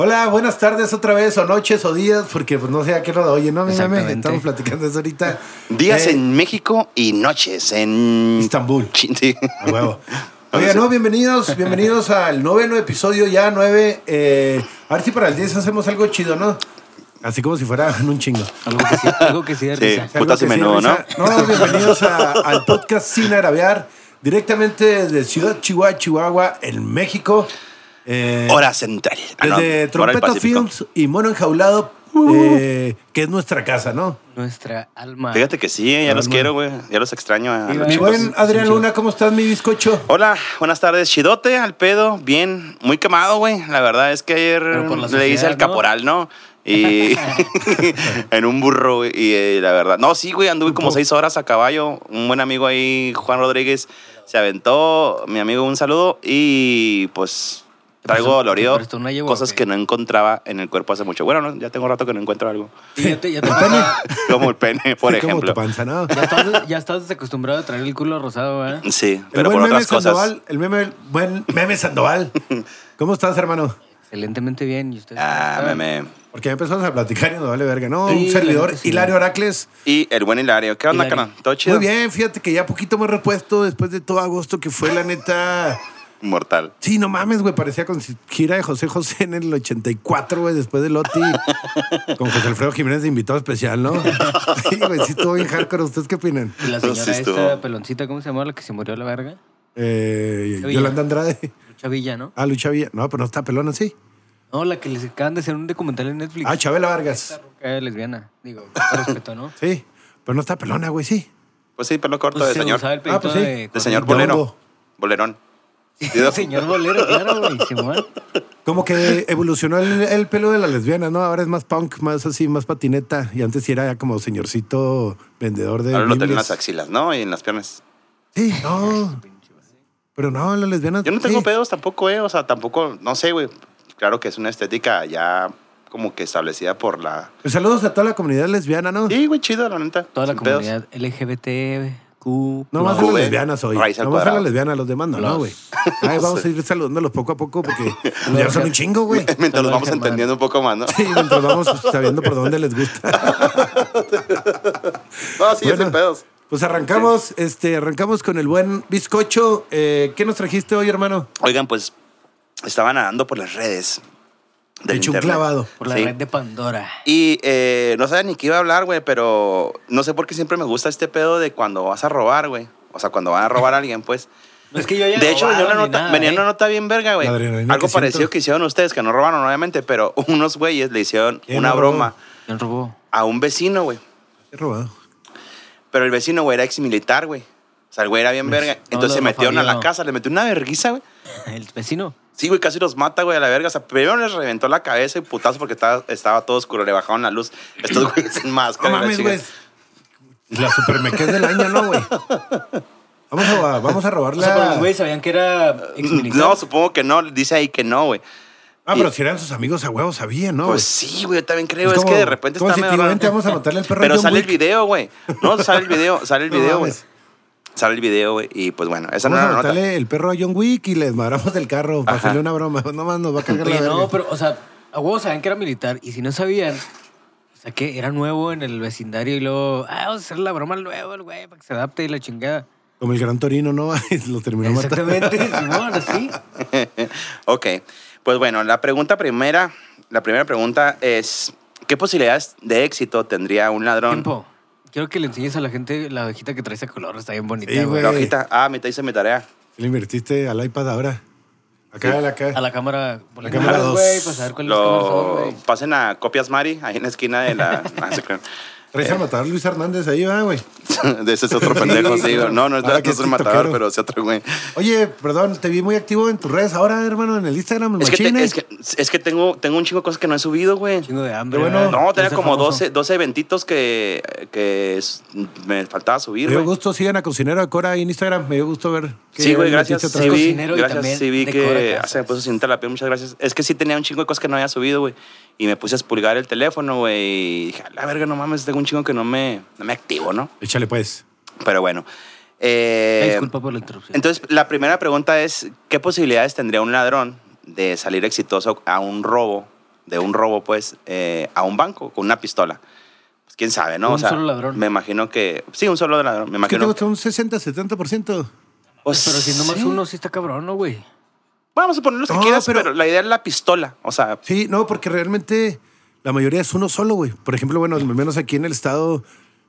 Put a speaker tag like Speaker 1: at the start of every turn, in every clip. Speaker 1: Hola, buenas tardes otra vez, o noches, o días, porque pues no sé a qué hora oye, ¿no? Mírame,
Speaker 2: Exactamente.
Speaker 1: estamos platicando eso ahorita.
Speaker 3: Días
Speaker 1: Eh,
Speaker 3: en México y noches en
Speaker 1: Istambul.
Speaker 3: Chin- sí.
Speaker 1: A huevo. Oiga, no, bienvenidos, bienvenidos al noveno episodio, ya nueve. eh, a ver si para el 10 hacemos algo chido, ¿no? Así como si fuera un chingo.
Speaker 2: Algo que sí, algo que sí de
Speaker 3: Sí.
Speaker 2: risa.
Speaker 1: Algo
Speaker 3: Putas y
Speaker 1: que sí,
Speaker 3: menudo, ¿no?
Speaker 1: risa. No, bienvenidos a- al podcast Sin Arabear, directamente de Ciudad Chihuahua, Chihuahua, en México. Eh,
Speaker 3: Hora central. Ah, no, hora
Speaker 1: Desde
Speaker 3: del
Speaker 1: Trompeta
Speaker 3: Pacífico.
Speaker 1: Films y Mono Enjaulado, eh, que es nuestra casa, ¿no?
Speaker 2: Nuestra alma.
Speaker 3: Fíjate que sí, ya
Speaker 1: No,
Speaker 3: los
Speaker 1: no.
Speaker 3: quiero, güey. Ya los extraño. a- a
Speaker 2: Sí,
Speaker 3: los
Speaker 2: va.
Speaker 1: Mi
Speaker 3: chicos.
Speaker 1: buen Adrián Luna, ¿cómo estás, mi bizcocho?
Speaker 3: Hola, buenas tardes. Chidote, al pedo, bien, muy quemado, güey. La verdad es que ayer
Speaker 2: Pero por la
Speaker 3: le hice
Speaker 2: sociedad, ¿no?
Speaker 3: al caporal, ¿no? Y en un burro, güey, y eh, la verdad. No, sí, güey, anduve como seis horas a caballo. Un buen amigo ahí, Juan Rodríguez, se aventó. Mi amigo, un saludo. Y pues traigo
Speaker 2: prestó-
Speaker 3: dolorido.
Speaker 2: te prestó una yegua,
Speaker 3: Cosas
Speaker 2: ok.
Speaker 3: que no encontraba en el cuerpo hace mucho. Bueno, no, ya tengo rato que no encuentro algo.
Speaker 2: Y ya, te, ya, te toca-
Speaker 3: Como el pene, por
Speaker 1: Como tu
Speaker 3: ejemplo.
Speaker 1: panza, ¿no?
Speaker 2: ya estás, ya estás desacostumbrado a traer el culo rosado, ¿verdad?
Speaker 3: Sí,
Speaker 1: El
Speaker 3: pero
Speaker 1: buen
Speaker 3: por
Speaker 1: meme
Speaker 3: otras cosas.
Speaker 1: Sandoval, el meme, el buen meme Sandoval. ¿Cómo estás, hermano?
Speaker 2: Excelentemente bien. ¿Y ustedes?
Speaker 3: Ah,
Speaker 2: ¿Saben?
Speaker 3: meme.
Speaker 1: Porque ya empezamos a platicar y nos vale verga, ¿no?
Speaker 2: Sí,
Speaker 1: Un
Speaker 2: la
Speaker 1: servidor,
Speaker 2: neta sí.
Speaker 1: Hilario Oracles.
Speaker 3: Y el buen Hilario. ¿Qué onda,
Speaker 2: Hilario.
Speaker 3: canal? ¿Todo chido?
Speaker 1: Muy bien, fíjate que ya poquito más repuesto después de todo agosto que fue la neta.
Speaker 3: Mortal.
Speaker 1: Sí, no mames, güey, parecía con gira de José José en el 84, güey, después del Loti, con José Alfredo Jiménez de invitado especial, ¿no? Sí, güey, sí estuvo bien hardcore. ¿Ustedes qué opinan?
Speaker 2: Y la
Speaker 3: Sí,
Speaker 2: señora
Speaker 3: estuvo.
Speaker 2: esta peloncita, ¿cómo se llama? La que se murió a la verga.
Speaker 1: Eh,
Speaker 2: Lucha
Speaker 1: Yolanda Andrade.
Speaker 2: Lucha Villa, ¿no?
Speaker 1: Ah, Lucha Villa. No, pero no está pelona, sí.
Speaker 2: No, la que les acaban de hacer un documental en Netflix.
Speaker 1: Ah, Chabela Vargas.
Speaker 2: Eh, lesbiana. Digo, con todo respeto, ¿no?
Speaker 1: Sí. Pero no está pelona, güey, sí.
Speaker 3: Pues sí, pelo corto
Speaker 2: Pues
Speaker 3: de
Speaker 2: se
Speaker 3: señor.
Speaker 2: usaba el
Speaker 3: De
Speaker 2: pelito
Speaker 1: Ah, pues sí.
Speaker 2: de...
Speaker 3: señor
Speaker 1: De
Speaker 3: bolero.
Speaker 1: hongo.
Speaker 3: Bolerón.
Speaker 2: El señor bolero, claro, güey. Simón.
Speaker 1: Como que evolucionó el, el pelo de la lesbiana, ¿no? Ahora es más punk, más así, más patineta. Y antes sí era ya como señorcito vendedor de.
Speaker 3: Ahora lo tengo en
Speaker 1: biblias.
Speaker 3: las axilas, ¿no? Y en las piernas.
Speaker 1: Sí, no. Pero no, la lesbiana.
Speaker 3: Yo no tengo
Speaker 1: sí.
Speaker 3: pedos tampoco, ¿eh? O sea, tampoco, no sé, güey. Claro que es una estética ya como que establecida por la...
Speaker 1: Pues saludos a toda la comunidad lesbiana, ¿no?
Speaker 3: Sí, güey, chido, la neta.
Speaker 2: Toda la
Speaker 3: Sin pedos.
Speaker 2: comunidad LGBTQ.
Speaker 1: No más a
Speaker 3: Cuben,
Speaker 1: las lesbianas hoy.
Speaker 3: raíz al
Speaker 1: No más a las
Speaker 3: cuadrado.
Speaker 1: lesbianas, los demás no,
Speaker 2: Los-
Speaker 1: no, güey. Ay, vamos a ir saludándolos poco a poco porque ya son un chingo, güey.
Speaker 3: Mientras
Speaker 2: Todo
Speaker 3: nos
Speaker 2: el
Speaker 3: vamos
Speaker 2: Germán.
Speaker 3: entendiendo un poco más, ¿no?
Speaker 1: Sí, mientras vamos sabiendo por dónde les gusta.
Speaker 3: No, sí,
Speaker 1: Bueno,
Speaker 3: sin pedos.
Speaker 1: Pues arrancamos, este, arrancamos con el buen bizcocho. Eh, ¿Qué nos trajiste hoy, hermano?
Speaker 3: Oigan, pues estaba nadando por las redes.
Speaker 1: Te
Speaker 3: del
Speaker 1: eché un
Speaker 3: internet.
Speaker 1: clavado.
Speaker 2: Por la
Speaker 3: Sí.
Speaker 2: red de Pandora.
Speaker 3: Y eh, no sabía ni qué iba a hablar, güey, pero no sé por qué siempre me gusta este pedo de cuando vas a robar, güey. O sea, cuando van a robar a alguien, pues.
Speaker 2: No es que yo haya
Speaker 3: De hecho, venía una
Speaker 2: robado ni
Speaker 3: nota,
Speaker 2: nada,
Speaker 3: venía
Speaker 2: ¿eh?
Speaker 3: una nota bien verga, güey.
Speaker 1: La adrenalina
Speaker 3: Algo
Speaker 1: que
Speaker 3: parecido
Speaker 1: siento.
Speaker 3: que hicieron ustedes, que no robaron, obviamente, pero unos güeyes le hicieron
Speaker 1: ¿Quién
Speaker 3: una
Speaker 1: robó?
Speaker 3: broma
Speaker 2: ¿Quién robó?
Speaker 3: a un vecino, güey.
Speaker 1: He robado.
Speaker 3: Pero el vecino, güey, era ex militar, güey. O sea, el güey era bien
Speaker 1: Pues,
Speaker 3: verga. Entonces
Speaker 2: lo
Speaker 3: se metieron a la
Speaker 2: fabiano.
Speaker 3: casa, le metió una verguiza, güey.
Speaker 2: El vecino.
Speaker 3: Sí, güey, casi los mata, güey, a la verga. O sea, primero les reventó la cabeza y putazo porque estaba, estaba todo oscuro, le bajaron la luz. Estos güeyes sin
Speaker 1: No
Speaker 3: máscara. y la
Speaker 1: mames,
Speaker 3: chingada.
Speaker 1: güey. La supermequés del año, ¿no, güey? Vamos a, vamos a robar
Speaker 2: O sea, pero
Speaker 1: la...
Speaker 2: los güeyes sabían que era exmilitar.
Speaker 3: No, supongo que no. Dice ahí que no, güey.
Speaker 1: Ah, pero si eran sus amigos a huevo, sabían, ¿no?
Speaker 3: Pues
Speaker 1: güey?
Speaker 3: sí, güey, yo también creo.
Speaker 1: Es
Speaker 3: Es,
Speaker 1: como-
Speaker 3: que de repente
Speaker 1: como
Speaker 3: está
Speaker 1: si te
Speaker 3: medio
Speaker 1: digo,
Speaker 3: raro.
Speaker 1: "Vente, vamos a matarle al perro a
Speaker 3: Pero
Speaker 1: John
Speaker 3: sale
Speaker 1: Wick".
Speaker 3: el video, güey. No, sale el video, sale el
Speaker 1: No
Speaker 3: video, güey.
Speaker 1: mames.
Speaker 3: sale el video, güey. Y pues bueno, esa no
Speaker 1: Vamos
Speaker 3: era
Speaker 1: a
Speaker 3: la nota.
Speaker 1: matarle el perro a John Wick y le desmadramos del carro para
Speaker 3: Ajá.
Speaker 1: hacerle una broma. No más nos va a cargar
Speaker 2: Oye,
Speaker 1: la verga.
Speaker 2: no, pero, o sea, a huevos sabían que era militar. Y si no sabían, o sea, que era nuevo en el vecindario y luego, ah, vamos a hacer la broma luego, el güey, para que se adapte y la chingada.
Speaker 1: Como el gran Torino, ¿no? Lo terminó matando.
Speaker 2: Exactamente, Simón, así.
Speaker 3: ok. Pues bueno, la pregunta primera, la primera pregunta es: ¿qué posibilidades de éxito tendría un ladrón?
Speaker 2: Tiempo. Quiero que le enseñes a la gente la hojita que traes a color, está bien bonita,
Speaker 1: Sí,
Speaker 2: güey.
Speaker 3: La
Speaker 1: güey.
Speaker 3: hojita. Ah, me te hice mi tarea.
Speaker 1: Le invertiste al iPad ahora. Acá, acá.
Speaker 2: A la cámara, por
Speaker 1: La
Speaker 2: la
Speaker 1: cámara
Speaker 2: cámara,
Speaker 1: dos.
Speaker 2: güey, para saber cuáles cámaras son,
Speaker 3: Lo
Speaker 2: güey.
Speaker 3: pasen a Copias Mari, ahí en la esquina de la. Ah, se creen.
Speaker 1: Traes
Speaker 3: eh.
Speaker 1: a matar a Luis Hernández ahí, va, güey.
Speaker 3: De ese es otro pendejo, sí. güey. No, no es,
Speaker 1: Ahora
Speaker 3: no
Speaker 1: que
Speaker 3: es
Speaker 1: es
Speaker 3: el matador,
Speaker 1: tiktokero.
Speaker 3: pero es otro güey.
Speaker 1: Oye, perdón, te vi muy activo en tus redes ahora, hermano, en el Instagram. el
Speaker 3: Es que, te-
Speaker 1: machín, ¿eh?
Speaker 3: es que, es que tengo, tengo un chingo de cosas que no he subido, güey.
Speaker 2: Chingo de hambre.
Speaker 1: Pero bueno,
Speaker 2: ¿verdad?
Speaker 3: No,
Speaker 2: Quiero
Speaker 3: tenía
Speaker 2: ser
Speaker 3: como
Speaker 2: famoso.
Speaker 3: 12, 12 eventitos que, que es- me faltaba subir,
Speaker 1: Me dio
Speaker 3: güey.
Speaker 1: gusto, sigan a Cocinero de Cora ahí en Instagram. Me dio gusto ver. que
Speaker 3: Sí, güey,
Speaker 1: le
Speaker 3: gracias.
Speaker 1: metiste otra
Speaker 3: Sí
Speaker 1: vez.
Speaker 3: vi,
Speaker 2: cocinero y
Speaker 3: gracias,
Speaker 2: también
Speaker 3: sí vi
Speaker 2: decora
Speaker 3: que
Speaker 2: casas.
Speaker 3: ah, se me puso sin la piel, muchas gracias. Es que sí tenía un chingo de cosas que no había subido, güey. Y me puse a expulgar el teléfono, güey. Y dije, "A la verga, no mames, tengo un chingo que no me, no me activo, ¿no?
Speaker 1: Échale, pues.
Speaker 3: Pero bueno. eh,
Speaker 2: Ay, Disculpa por la interrupción.
Speaker 3: entonces, la primera pregunta es, ¿qué posibilidades tendría un ladrón de salir exitoso a un robo de un robo, pues, eh, a un banco con una pistola. Pues quién sabe, ¿no?
Speaker 2: Un
Speaker 3: o sea,
Speaker 2: solo ladrón.
Speaker 3: Me imagino que. Sí, un solo ladrón. Me
Speaker 1: Es que te
Speaker 3: imagino.
Speaker 1: gusta un 60-70%.
Speaker 3: pues,
Speaker 2: Pero si nomás
Speaker 3: sí.
Speaker 2: uno sí está cabrón, ¿no, güey?
Speaker 3: Vamos a poner los que
Speaker 1: No,
Speaker 3: quieras,
Speaker 1: pero-
Speaker 3: pero la idea es la pistola. O sea,
Speaker 1: Sí, no, porque realmente la mayoría es uno solo, güey. Por ejemplo, bueno, al menos aquí en el estado,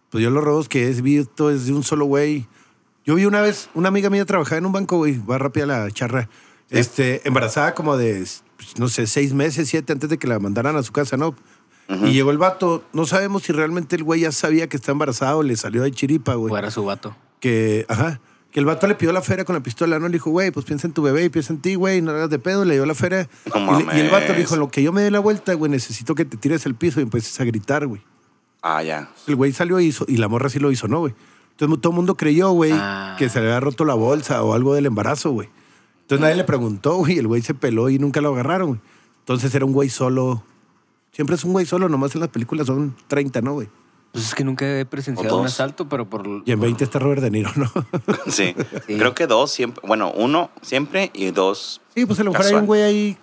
Speaker 1: pues yo los robos que he visto es de un solo güey. Yo vi una vez, una amiga mía trabajaba en un banco, güey, va rápida la charra, este, embarazada como de, pues, no sé, seis meses, siete, antes de que la mandaran a su casa, ¿no? Y llegó el vato, no sabemos si realmente el güey ya sabía que está embarazado, le salió de chiripa, güey
Speaker 2: O era su vato.
Speaker 1: que, ajá, que el vato le pidió la feria con la pistola, ¿no? Le dijo, güey, pues piensa en tu bebé y piensa en ti, güey, no hagas de pedo, le dio la feria.
Speaker 3: No
Speaker 1: y, le- y el
Speaker 3: mames.
Speaker 1: vato le dijo, en lo que yo me dé la vuelta, güey, necesito que te tires el piso y empieces a gritar, güey.
Speaker 3: ah, ya.
Speaker 1: El güey salió y hizo, y la morra sí lo hizo, ¿no, güey? Entonces todo el mundo creyó, güey,
Speaker 2: Ah.
Speaker 1: que se le había roto la bolsa o algo del embarazo, güey. Entonces nadie le preguntó, güey, el güey se peló y nunca lo agarraron, güey. Entonces era un güey solo. Siempre es un güey solo, nomás en las películas son 30, ¿no, güey?
Speaker 2: Pues es que nunca he
Speaker 3: O
Speaker 2: presenciado
Speaker 3: dos.
Speaker 2: un asalto, pero por.
Speaker 1: Y en
Speaker 2: por-
Speaker 1: 20 está Robert De Niro, ¿no?
Speaker 3: Sí.
Speaker 2: Sí.
Speaker 3: Creo que dos siempre. Bueno, uno siempre y dos
Speaker 1: sí, pues a lo mejor hay
Speaker 3: Casual.
Speaker 1: un güey ahí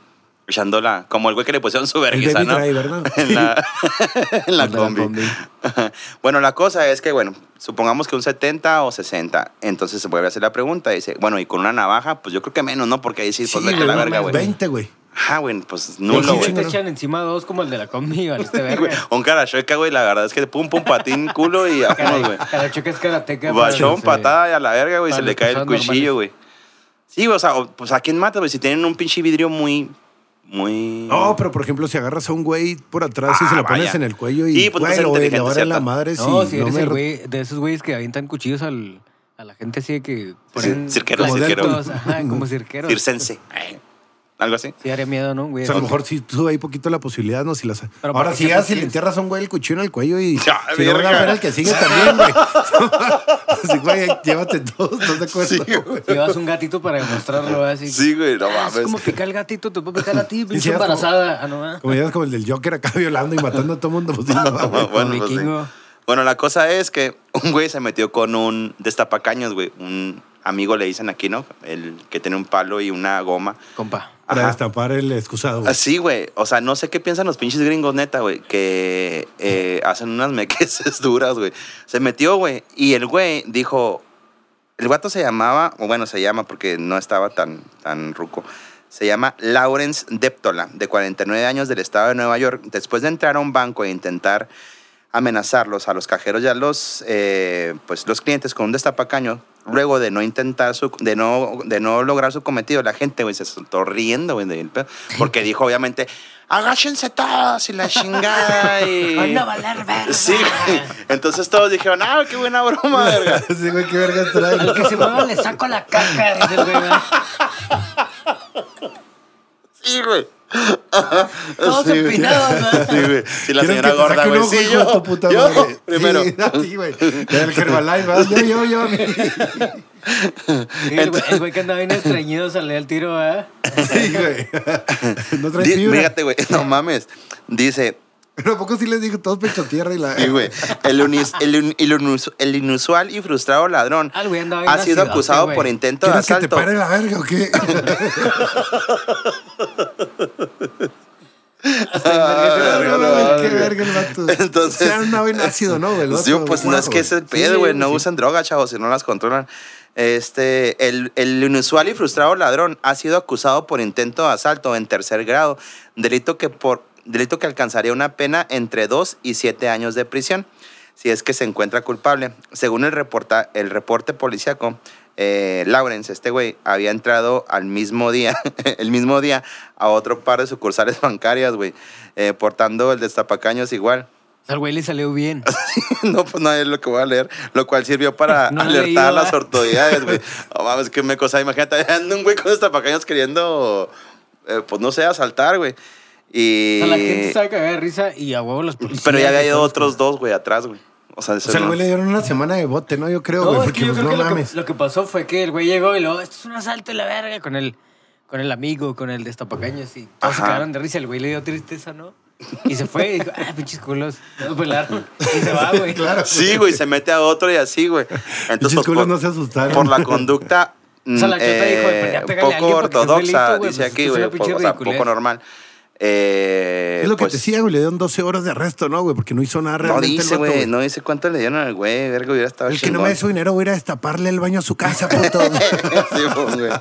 Speaker 3: echándola. Como el güey que le pusieron su
Speaker 1: El
Speaker 3: vergüenza,
Speaker 1: baby
Speaker 3: ¿no?
Speaker 1: driver, ¿no?
Speaker 3: en la, en la
Speaker 2: por
Speaker 3: combi. bueno, la cosa es que, bueno, supongamos que un 70 o 60. Entonces se vuelve a hacer la pregunta. Dice, bueno, y con una navaja, pues yo creo que menos, ¿no? Porque ahí sí, pues vete a la
Speaker 1: güey,
Speaker 3: verga,
Speaker 1: no mames,
Speaker 3: güey.
Speaker 1: 20, güey.
Speaker 3: Ajá, güey, pues
Speaker 1: Pero
Speaker 3: nulo,
Speaker 1: sí,
Speaker 3: güey.
Speaker 2: Si te
Speaker 1: chingón.
Speaker 2: echan encima dos como el de la combi, vale, este verga.
Speaker 3: Un carachueca, güey, la verdad es que pum, pum, patín, culo y vámonos, güey.
Speaker 2: Cada choque es pues, este, karateca.
Speaker 3: Bachón,
Speaker 2: Sí.
Speaker 3: patada y a la verga, güey,
Speaker 2: Para
Speaker 3: se
Speaker 2: los
Speaker 3: le
Speaker 2: que
Speaker 3: cae el
Speaker 2: son
Speaker 3: cuchillo, güey. Sí, o sea, o- pues a quién mata, güey, si tienen un pinche vidrio muy, muy...
Speaker 1: No, pero por ejemplo, si agarras a un güey por atrás y
Speaker 3: Ah,
Speaker 1: se lo pones
Speaker 3: vaya.
Speaker 1: en el cuello y.
Speaker 3: Sí, pues, tú eres
Speaker 1: güey, lo voy a
Speaker 3: inteligente,
Speaker 1: llevar a la
Speaker 3: ¿cierto?
Speaker 1: madre si
Speaker 2: No, si eres
Speaker 1: me-
Speaker 2: el güey de esos güeyes que avientan cuchillos al, a la gente así de que ponen
Speaker 3: cirquero,
Speaker 2: como
Speaker 1: cirquero.
Speaker 2: dentos, ajá, como cirqueros.
Speaker 3: Circense. eh, Algo así.
Speaker 2: Sí, haría miedo, ¿no, güey?
Speaker 1: O sea, a lo mejor sí sube ahí poquito la posibilidad, ¿no? Si las...
Speaker 2: Pero
Speaker 1: Ahora,
Speaker 2: ¿para
Speaker 1: si
Speaker 2: qué
Speaker 1: ya
Speaker 2: más
Speaker 1: si le
Speaker 2: quieres?
Speaker 1: entierras a un güey el cuchillo en el cuello y.
Speaker 3: Ya,
Speaker 1: si lo van a
Speaker 3: verga.
Speaker 1: ver al que sigue también, güey. Así, güey, llévate todos, ¿estás de acuerdo?
Speaker 3: Sí,
Speaker 2: Llevas un gatito para demostrarlo así.
Speaker 3: Sí, güey, no
Speaker 2: Ah, es como
Speaker 3: mames.
Speaker 2: picar el gatito, te puede picar a ti, pinche
Speaker 1: llegas como-
Speaker 2: embarazada. Ah, no, ah.
Speaker 1: Como llegas como el del Joker acá violando y matando a todo mundo. Pues, sí, no, güey.
Speaker 3: No, bueno,
Speaker 2: Como
Speaker 3: pues, sí.
Speaker 2: vikingo.
Speaker 3: Bueno, la cosa es que un güey se metió con un destapacaños, güey. Un amigo le dicen aquí, ¿no? El que tiene un palo y una goma.
Speaker 2: Compa.
Speaker 1: Para
Speaker 3: Ajá.
Speaker 1: destapar el excusado, güey.
Speaker 3: Así, Ah, güey. O sea, no sé qué piensan los pinches gringos, neta, güey. Que eh, hacen unas mequeces duras, güey. Se metió, güey. Y el güey dijo. El vato se llamaba, o bueno, se llama porque no estaba tan, tan ruco. Se llama Lawrence Deptola, de 49 años del estado de Nueva York. Después de entrar a un banco e intentar amenazarlos a los cajeros y a los, eh, pues, los clientes con un destapacaño. Luego de no intentar su, de no, de no lograr su cometido, la gente, güey, se soltó riendo, güey, del pedo, porque dijo, obviamente, agáchense todos y la chingada y...
Speaker 2: Van a valer verga.
Speaker 3: Eh, Sí, güey. Entonces todos dijeron, ah, qué buena broma, verga.
Speaker 1: Sí, güey, qué verga trae.
Speaker 2: Al que se mueva le saco la caca. dice el güey, ¿verdad?
Speaker 3: Sí, güey.
Speaker 2: Todos
Speaker 3: Sí, güey.
Speaker 2: empinados, ¿verdad?
Speaker 3: Sí, güey. Sí, la
Speaker 1: ¿Quieres
Speaker 3: señora
Speaker 1: que te
Speaker 3: gorda,
Speaker 1: saque un
Speaker 3: güey.
Speaker 1: ojo,
Speaker 3: Sí,
Speaker 1: hijo de
Speaker 3: yo.
Speaker 1: tu puta
Speaker 3: yo,
Speaker 1: madre? Sí,
Speaker 3: primero.
Speaker 1: a ti, güey. El Herbalife, ¿verdad? yo, yo, yo. a mí.
Speaker 2: Sí, El güey- el güey que andaba bien estreñido sale al tiro, ¿verdad?
Speaker 1: Sí, güey. No traes
Speaker 3: Di-
Speaker 1: fibra.
Speaker 3: Fíjate, güey, no mames. Dice,
Speaker 1: Pero ¿a poco sí les digo todos pecho tierra y la... eh,
Speaker 3: Sí, güey. El, unis- el un- el unus- el inusual y frustrado ladrón
Speaker 2: Ah, el güey andaba bien
Speaker 3: ha sido
Speaker 2: acidote,
Speaker 3: acusado
Speaker 2: güey.
Speaker 3: por intento de
Speaker 1: ¿Quieres que te
Speaker 3: asalto.
Speaker 1: pare la verga o qué?
Speaker 3: Ah,
Speaker 1: No, no,
Speaker 3: no,
Speaker 1: güey,
Speaker 3: no,
Speaker 1: qué
Speaker 3: güey.
Speaker 1: verga el vato.
Speaker 3: Entonces-
Speaker 1: O sea, andaba bien ácido, ¿no, güey? El
Speaker 3: Sí,
Speaker 1: vato,
Speaker 3: pues no
Speaker 1: guapo,
Speaker 3: es que es el
Speaker 1: güey.
Speaker 3: pedo, güey.
Speaker 2: Sí,
Speaker 3: No
Speaker 2: sí.
Speaker 3: usan droga, chavos, si no las controlan. Este, el, el inusual y frustrado ladrón ha sido acusado por intento de asalto en tercer grado, delito que, por, delito que alcanzaría una pena entre 2 y 7 años de prisión, si es que se encuentra culpable. Según el, reporta, el reporte policíaco, eh, Lawrence, este güey, había entrado al mismo día, el mismo día, a otro par de sucursales bancarias, güey, eh, portando el destapacaños igual.
Speaker 2: Al güey le salió bien.
Speaker 3: No, pues no es lo que voy a leer. Lo cual sirvió para
Speaker 2: No lo he
Speaker 3: alertar
Speaker 2: leído,
Speaker 3: a las
Speaker 2: ¿verdad?
Speaker 3: autoridades, güey. No mames, qué me cosa. Imagínate, anda un güey con estos tapacaños queriendo, eh, pues no sé, asaltar, güey.
Speaker 2: O
Speaker 3: Y.
Speaker 2: sea, la gente estaba cagada de risa y a huevo los policías.
Speaker 3: Eh, Pero ya había
Speaker 2: y
Speaker 3: ido
Speaker 2: todos
Speaker 3: otros dos, güey, atrás, güey. O sea,
Speaker 1: O sea, al
Speaker 3: no-
Speaker 1: güey le dieron una semana de bote, ¿no? Yo creo,
Speaker 2: No,
Speaker 1: güey,
Speaker 2: es que
Speaker 1: porque
Speaker 2: yo
Speaker 1: pues, no
Speaker 2: creo que lo,
Speaker 1: mames.
Speaker 2: que lo que pasó fue que el güey llegó y luego, esto es un asalto y la verga, con el, con el amigo, con el destapacaños y todos se
Speaker 3: Ajá.
Speaker 2: cagaron de risa. El güey le dio tristeza, ¿no? Y se fue y dijo, ah, pinches culos, no nos pelaron. Y se va, güey.
Speaker 1: Claro.
Speaker 3: Sí, güey, se mete a otro y así, güey. Entonces,
Speaker 1: Pinches
Speaker 3: pues,
Speaker 1: culos
Speaker 3: por,
Speaker 1: no se asustaron.
Speaker 3: por la conducta.
Speaker 2: O sea, la
Speaker 3: mm,
Speaker 2: chota dijo, pues, ya pégale a
Speaker 3: poco
Speaker 2: alguien porque es un
Speaker 3: ortodoxa,
Speaker 2: delito, güey,
Speaker 3: dice
Speaker 2: pues, esto
Speaker 3: aquí,
Speaker 2: es
Speaker 3: güey,
Speaker 2: una pinche
Speaker 3: po- o sea,
Speaker 2: ridiculez.
Speaker 3: poco normal. Eh,
Speaker 1: Es lo lo que
Speaker 3: pues-
Speaker 1: te decía, güey. Le dieron 12 horas de arresto, ¿no, güey? Porque no hizo nada
Speaker 3: No
Speaker 1: realmente. el
Speaker 3: dice,
Speaker 1: vato,
Speaker 3: güey. No dice cuánto le dieron al güey. Verga, hubiera estado
Speaker 1: El que no
Speaker 3: chingón.
Speaker 1: me dé su dinero voy a ir a destaparle el baño a su casa, puto.
Speaker 3: Simón, pues, güey.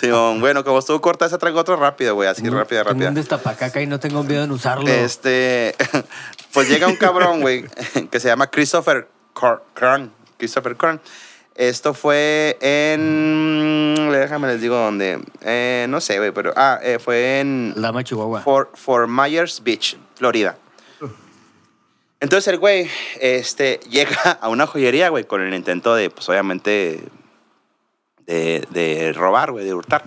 Speaker 3: Simón, bueno, como estuvo corta, esa traigo otra rápida, güey. Así, rápida,
Speaker 2: Tengo
Speaker 3: rápida.
Speaker 2: un destapacaca y no tengo miedo en usarlo.
Speaker 3: Este, pues llega un cabrón, güey, que se llama Christopher Cor- Kern. Christopher Kern. Esto fue en. Déjame les digo dónde. Eh, no sé, güey, pero. Ah, eh, fue en.
Speaker 2: Lama Chihuahua.
Speaker 3: For, for Myers Beach, Florida. Entonces el güey este, llega a una joyería, güey, con el intento de, pues obviamente, de, de robar, güey, de hurtar.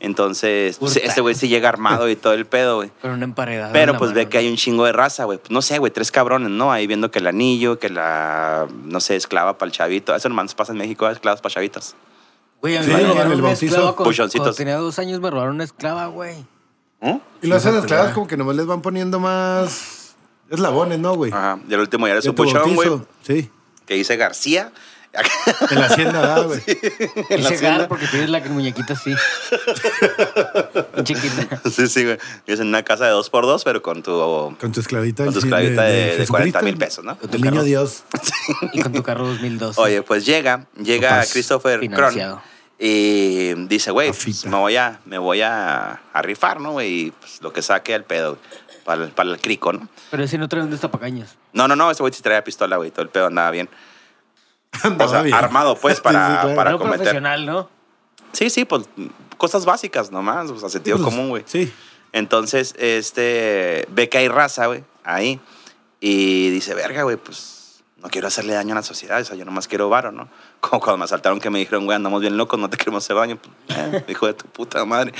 Speaker 3: Entonces, pues,
Speaker 2: Hurtar.
Speaker 3: este güey sí llega armado y todo el pedo, güey.
Speaker 2: Con una emparedada. en
Speaker 3: Pero
Speaker 2: la
Speaker 3: pues
Speaker 2: mano,
Speaker 3: ve que
Speaker 2: ¿no?
Speaker 3: hay un chingo de raza, güey. Pues, No sé, güey, tres cabrones, ¿no? Ahí viendo que el anillo, que la, no sé, esclava para el chavito. Eso nomás pasa en México, esclavas para chavitas.
Speaker 2: Güey, a mí
Speaker 1: Sí,
Speaker 2: me
Speaker 1: en
Speaker 2: robaron
Speaker 1: el
Speaker 2: una
Speaker 1: bautizo.
Speaker 2: esclava con-
Speaker 3: Puchoncitos.
Speaker 2: cuando tenía dos años me robaron una esclava, güey.
Speaker 3: ¿Mm?
Speaker 1: y lo hacen las
Speaker 2: Fíjate,
Speaker 1: clavas
Speaker 2: güey.
Speaker 1: como que nomás les van poniendo más eslabones, ¿no, güey?
Speaker 3: Ajá. Y el último ya
Speaker 1: De
Speaker 3: era Ah, su
Speaker 1: tu
Speaker 3: puchón, güey,
Speaker 1: bautizo. Sí.
Speaker 3: que dice García.
Speaker 1: En la hacienda, ¿verdad, güey.
Speaker 3: En la
Speaker 2: Ese
Speaker 3: hacienda.
Speaker 2: gar porque tienes la muñequita así. Chiquita.
Speaker 3: Sí, sí, güey. Es en una casa de dos por dos, pero con tu.
Speaker 1: Con tu esclavita.
Speaker 3: Con tu
Speaker 1: sí,
Speaker 3: esclavita de- de
Speaker 1: Jesucristo,
Speaker 3: 40,000 pesos, ¿no?
Speaker 1: El niño Dios.
Speaker 2: Y con tu carro 2012.
Speaker 3: Oye, pues llega, llega
Speaker 1: Capaz
Speaker 3: Christopher Cron
Speaker 2: financiado.
Speaker 3: y dice, güey,
Speaker 1: La fita.
Speaker 3: pues, me voy a, me voy a, a rifar, ¿no? güey? Y pues, lo que saque al pedo, güey, para, el- para el crico, ¿no?
Speaker 2: Pero ese no trae un destapacaños.
Speaker 3: No, no, no, ese güey sí traía pistola, güey, todo el pedo andaba bien.
Speaker 1: Andaba
Speaker 3: O sea,
Speaker 1: bien.
Speaker 3: armado, pues,
Speaker 1: Sí,
Speaker 3: para-
Speaker 1: sí, claro.
Speaker 3: para-
Speaker 2: no
Speaker 3: cometer.
Speaker 2: profesional, ¿no?
Speaker 3: Sí, sí, pues cosas básicas nomás, o sea, sentido
Speaker 1: Pues,
Speaker 3: común, güey.
Speaker 1: Sí.
Speaker 3: Entonces, este, ve que hay raza, güey, ahí. Y dice, verga, güey, pues no quiero hacerle daño a la sociedad, o sea, yo nomás quiero varo, ¿no? Como cuando me asaltaron que me dijeron, güey, andamos bien locos, no te queremos hacer daño. Pues, eh, hijo de tu puta madre.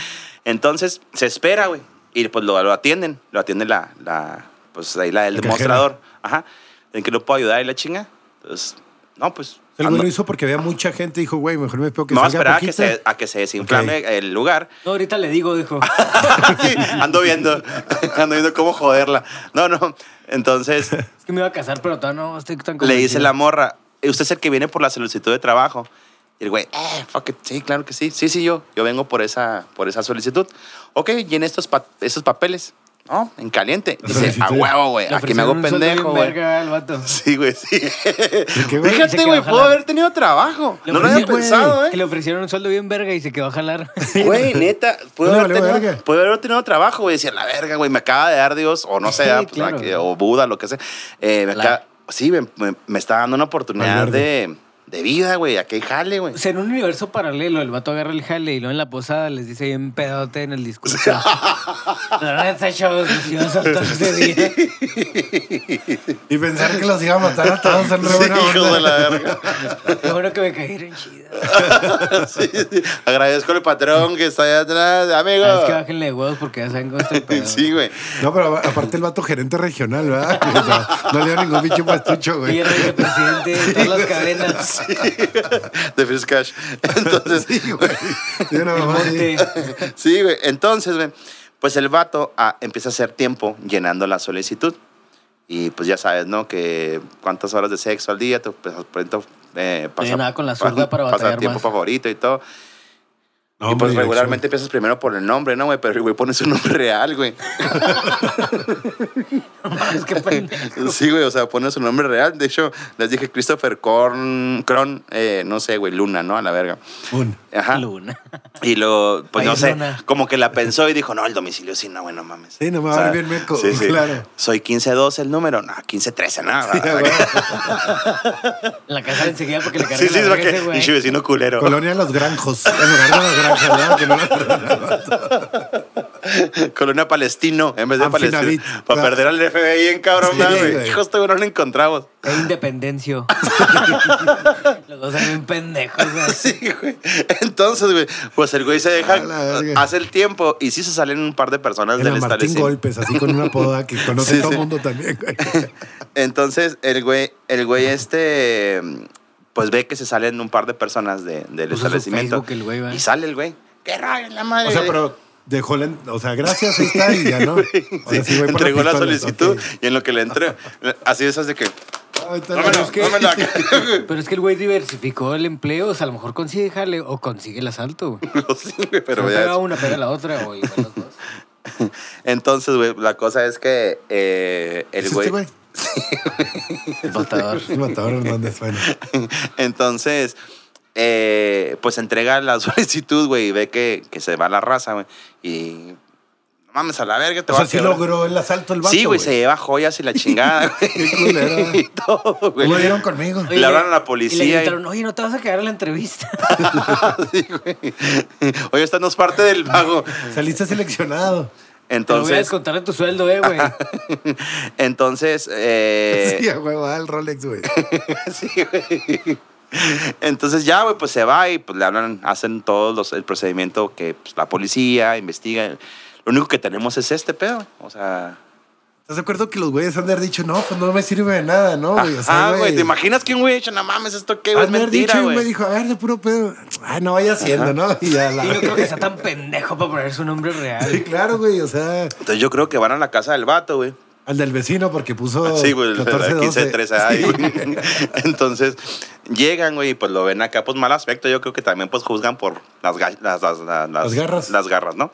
Speaker 3: Entonces, se espera, güey. Y pues lo, lo atienden, lo atiende la, la, pues ahí la del
Speaker 1: La cajera.
Speaker 3: demostrador. Ajá. ¿En qué lo puedo ayudar y la chinga? Entonces, no, pues.
Speaker 1: El
Speaker 3: ando-
Speaker 1: güey lo hizo porque había mucha gente. Dijo, güey, mejor me espero que
Speaker 3: me voy a
Speaker 1: salga
Speaker 3: esperar a que,
Speaker 1: poquita.
Speaker 3: se, a que se desinflame
Speaker 1: Ok.
Speaker 3: el lugar.
Speaker 2: No, ahorita le digo, dijo.
Speaker 3: Sí, ando viendo, ando viendo cómo joderla. No, no. Entonces
Speaker 2: Es que me iba a casar, pero todavía no estoy tan
Speaker 3: le dice
Speaker 2: convencido.
Speaker 3: la morra, "Eh, usted es el que viene por la solicitud de trabajo. Y el güey, eh, fuck it, sí, claro que sí. Sí, sí, yo. Yo vengo por esa, por esa solicitud. Ok, llené estos, pa- esos papeles. No, en caliente.
Speaker 1: La
Speaker 3: Dice, a
Speaker 1: solicitud.
Speaker 3: huevo, güey.
Speaker 2: Le
Speaker 3: Aquí
Speaker 2: ofrecieron
Speaker 3: me hago
Speaker 2: un sueldo bien
Speaker 3: pendejo, güey.
Speaker 2: verga al vato.
Speaker 3: Sí, güey, sí.
Speaker 1: qué, güey?
Speaker 2: Dice
Speaker 3: Fíjate,
Speaker 2: que
Speaker 3: güey,
Speaker 2: va a
Speaker 3: pudo
Speaker 2: jalar.
Speaker 3: haber tenido trabajo.
Speaker 2: Le
Speaker 3: no lo había
Speaker 2: ofrecieron-
Speaker 3: pensado,
Speaker 2: Que
Speaker 3: eh.
Speaker 2: le ofrecieron un sueldo bien verga y se quedó a jalar.
Speaker 3: Güey, neta, pudo
Speaker 1: No le
Speaker 3: haber,
Speaker 1: valió
Speaker 3: tenido,
Speaker 1: verga.
Speaker 3: pudo haber tenido trabajo, güey. Decía, la verga, güey, me acaba de dar Dios, o no sé,
Speaker 2: Sí,
Speaker 3: ah, pues,
Speaker 2: claro.
Speaker 3: aquí, o Buda, lo que sea. Eh, me
Speaker 2: La-
Speaker 3: acaba- sí, me, me- me está dando una oportunidad
Speaker 1: Valverde.
Speaker 3: de, de vida, güey. Aquí hay jale, güey.
Speaker 2: O sea, en un universo paralelo, el vato agarra el jale y luego en la posada les dice bien pedote en el discurso. No, está chavos, si no son todos de día.
Speaker 1: Y pensar que los iba a matar a todos en re
Speaker 3: Sí,
Speaker 1: buena
Speaker 3: hijo de
Speaker 1: onda.
Speaker 3: la verga.
Speaker 2: Lo bueno que me cayeron chidas.
Speaker 3: Sí, sí. Agradezco al patrón que está allá atrás,
Speaker 2: Ah, Es que
Speaker 3: amigo.
Speaker 2: bájenle de huevos porque ya saben cómo está el pedo.
Speaker 3: Sí, güey.
Speaker 1: No, pero aparte el vato gerente regional, ¿verdad? O sea, no le dio ningún pinche pastucho,
Speaker 2: Y
Speaker 1: güey.
Speaker 2: el vicepresidente de todas las cadenas.
Speaker 3: Sí. De First Cash. Entonces,
Speaker 1: Sí, güey. Sí, una
Speaker 2: El
Speaker 1: mamá así.
Speaker 2: monte.
Speaker 3: Sí, güey. Entonces, güey, pues el vato ah, empieza a hacer tiempo llenando la solicitud. Y pues ya sabes, ¿no? Que cuántas horas de sexo al día, tu pues, pronto, eh,
Speaker 2: llenaba con la zurda para
Speaker 3: pasa
Speaker 2: batallar
Speaker 3: tiempo
Speaker 2: más.
Speaker 3: favorito y todo.
Speaker 1: No,
Speaker 3: y pues
Speaker 1: hombre,
Speaker 3: regularmente empiezas primero por el nombre, ¿no, güey? Pero el güey pone su nombre real, güey.
Speaker 2: Es que pendejo.
Speaker 3: Sí, güey, o sea, pone su nombre real. De hecho, les dije Christopher Korn, Kron, eh, no sé, güey, Luna, ¿no? A la verga.
Speaker 1: Un.
Speaker 3: Ajá.
Speaker 2: Luna.
Speaker 3: Y luego, pues
Speaker 2: Ahí
Speaker 3: no sé,
Speaker 2: suena.
Speaker 3: como que la pensó y dijo, no, el domicilio sí, no, güey, no mames.
Speaker 1: Sí, no me va a ver bien meco,
Speaker 3: Sí, sí.
Speaker 1: claro.
Speaker 3: Soy 1512 el número, no, 1513, nada.
Speaker 1: Sí,
Speaker 3: Sí,
Speaker 1: güey.
Speaker 2: En la casa de enseguida porque le
Speaker 3: sí,
Speaker 2: carguen
Speaker 3: sí,
Speaker 2: la
Speaker 3: es
Speaker 2: verga a ese
Speaker 3: que. Y su
Speaker 2: güey.
Speaker 3: vecino culero.
Speaker 1: Colonia Los Granjos. En lugar de Los Granjas, ¿verdad? Que no
Speaker 3: Colonia Palestino, en vez de
Speaker 1: Anfinavit.
Speaker 3: Palestino. Para
Speaker 1: Claro.
Speaker 3: perder al FBI en cabrón,
Speaker 1: Ah. Sí,
Speaker 3: nada, güey.
Speaker 1: güey.
Speaker 3: Hijos, este güey, no lo encontramos.
Speaker 2: E Independencio. Los dos son bien pendejos. güey.
Speaker 3: Sí, güey. Entonces, güey, pues el güey se deja,
Speaker 1: A la verga.
Speaker 3: hace el tiempo y sí se salen un par de personas
Speaker 1: en
Speaker 3: del
Speaker 1: la Martín
Speaker 3: establecimiento.
Speaker 1: Golpes, así con una poda que conoce
Speaker 3: Sí,
Speaker 1: todo el
Speaker 3: sí.
Speaker 1: mundo también, güey.
Speaker 3: Entonces, el güey, el güey este, pues ve que se salen un par de personas de-
Speaker 1: Pues
Speaker 3: del
Speaker 2: Puso su
Speaker 3: establecimiento.
Speaker 2: Facebook el güey, ¿verdad?
Speaker 3: y sale el güey. ¡Qué rollo, la madre!
Speaker 1: O sea, pero dejó la... O sea, gracias, ahí está y ya, ¿no? Ahora
Speaker 3: Sí,
Speaker 1: voy por
Speaker 3: entregó la
Speaker 1: pistola,
Speaker 3: solicitud
Speaker 1: ok.
Speaker 3: y en lo que le entré, así es, así que.
Speaker 1: Ah, está
Speaker 3: No me
Speaker 1: bien.
Speaker 3: lo,
Speaker 2: es que-
Speaker 3: no me lo acá.
Speaker 2: Pero es que el güey diversificó el empleo. O sea, a lo mejor consigue jale o consigue el asalto. güey.
Speaker 3: Sí, güey, pero
Speaker 2: no
Speaker 3: ya.
Speaker 2: pega
Speaker 3: es-
Speaker 2: una, pega la otra o igual las dos.
Speaker 3: Entonces, güey, la cosa es que eh, el
Speaker 1: ¿Es
Speaker 3: güey.
Speaker 1: este güey?
Speaker 2: El matador.
Speaker 1: El matador Hernández, bueno.
Speaker 3: Entonces, eh, pues entrega la solicitud, güey, y ve que, que se va la raza, güey. Y. No mames, a la verga, te
Speaker 1: O
Speaker 3: vas
Speaker 1: sea, sí logró el asalto el vato,
Speaker 3: Sí, güey, se lleva joyas y la chingada,
Speaker 1: Qué
Speaker 3: güey.
Speaker 1: culero, eh.
Speaker 3: y todo, güey.
Speaker 1: Lo dieron conmigo.
Speaker 3: Y le hablaron a la policía
Speaker 2: Y
Speaker 3: y-
Speaker 2: le gritaron, oye, no te vas a quedar en la entrevista.
Speaker 3: Sí, güey. Oye, esta no es parte del pago.
Speaker 1: Saliste seleccionado.
Speaker 2: Te lo voy a
Speaker 3: Entonces,
Speaker 2: descontar de tu sueldo, eh, güey.
Speaker 3: entonces, eh,
Speaker 1: Sí, a huevo, al Rolex, güey.
Speaker 3: Sí, güey. Entonces ya, güey, pues se va y pues le hablan, hacen todos los, el procedimiento que pues, la policía investiga. Lo único que tenemos es este pedo. O sea.
Speaker 1: ¿Estás de acuerdo que los güeyes han de haber dicho, no, pues no me sirve de nada, no, güey? O sea,
Speaker 3: ah, güey, ¿te imaginas que un güey ha dicho, no mames, esto qué, güey? Es
Speaker 1: Han de haber dicho
Speaker 3: mentira,
Speaker 1: y me
Speaker 3: güey.
Speaker 1: dijo, a ver, de puro pedo. Ah, no vaya haciendo, ¿no? Y ya la.
Speaker 2: Y no creo que sea tan pendejo para poner su nombre
Speaker 1: Sí,
Speaker 2: real.
Speaker 1: claro, güey, o sea,
Speaker 3: Entonces yo creo que van a la casa del vato, güey.
Speaker 1: al del vecino porque puso.
Speaker 3: Sí, güey, el- el
Speaker 1: 14,
Speaker 3: 15
Speaker 1: 12.
Speaker 3: de 13 ay, güey. Entonces, llegan, güey, y pues lo ven acá, pues mal aspecto. Yo creo que también pues juzgan por las, ga- las, las, las,
Speaker 1: Las garras.
Speaker 3: Las garras, ¿no?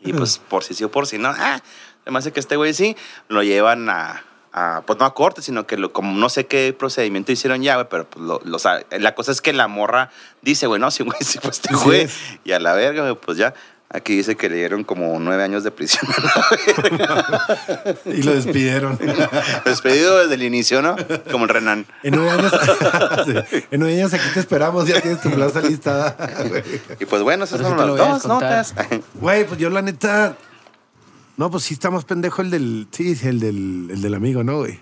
Speaker 3: Y pues por si sí o por si no. Ah, además de que este güey sí, lo llevan a, a, pues no a corte, sino que lo, como no sé qué procedimiento hicieron ya, güey, pero pues lo, lo sa- la cosa es que la morra dice, güey, no, sí, güey, sí, pues este
Speaker 1: Así
Speaker 3: güey.
Speaker 1: es.
Speaker 3: Y a la verga, güey, pues ya. Aquí dice que le dieron como nueve años de prisión.
Speaker 1: Y lo despidieron.
Speaker 3: Despedido desde el inicio, ¿no? Como el Renan.
Speaker 1: En nueve años. Sí, En nueve años aquí te esperamos, ya tienes tu plaza lista. güey.
Speaker 3: Y pues bueno, esas
Speaker 2: Pero sí
Speaker 3: son
Speaker 2: te
Speaker 3: las
Speaker 2: lo voy a
Speaker 3: dos
Speaker 2: descontar.
Speaker 3: notas.
Speaker 1: Güey, pues yo la neta. No, pues sí está más pendejo el del. Sí, el del, el del amigo, ¿no, güey?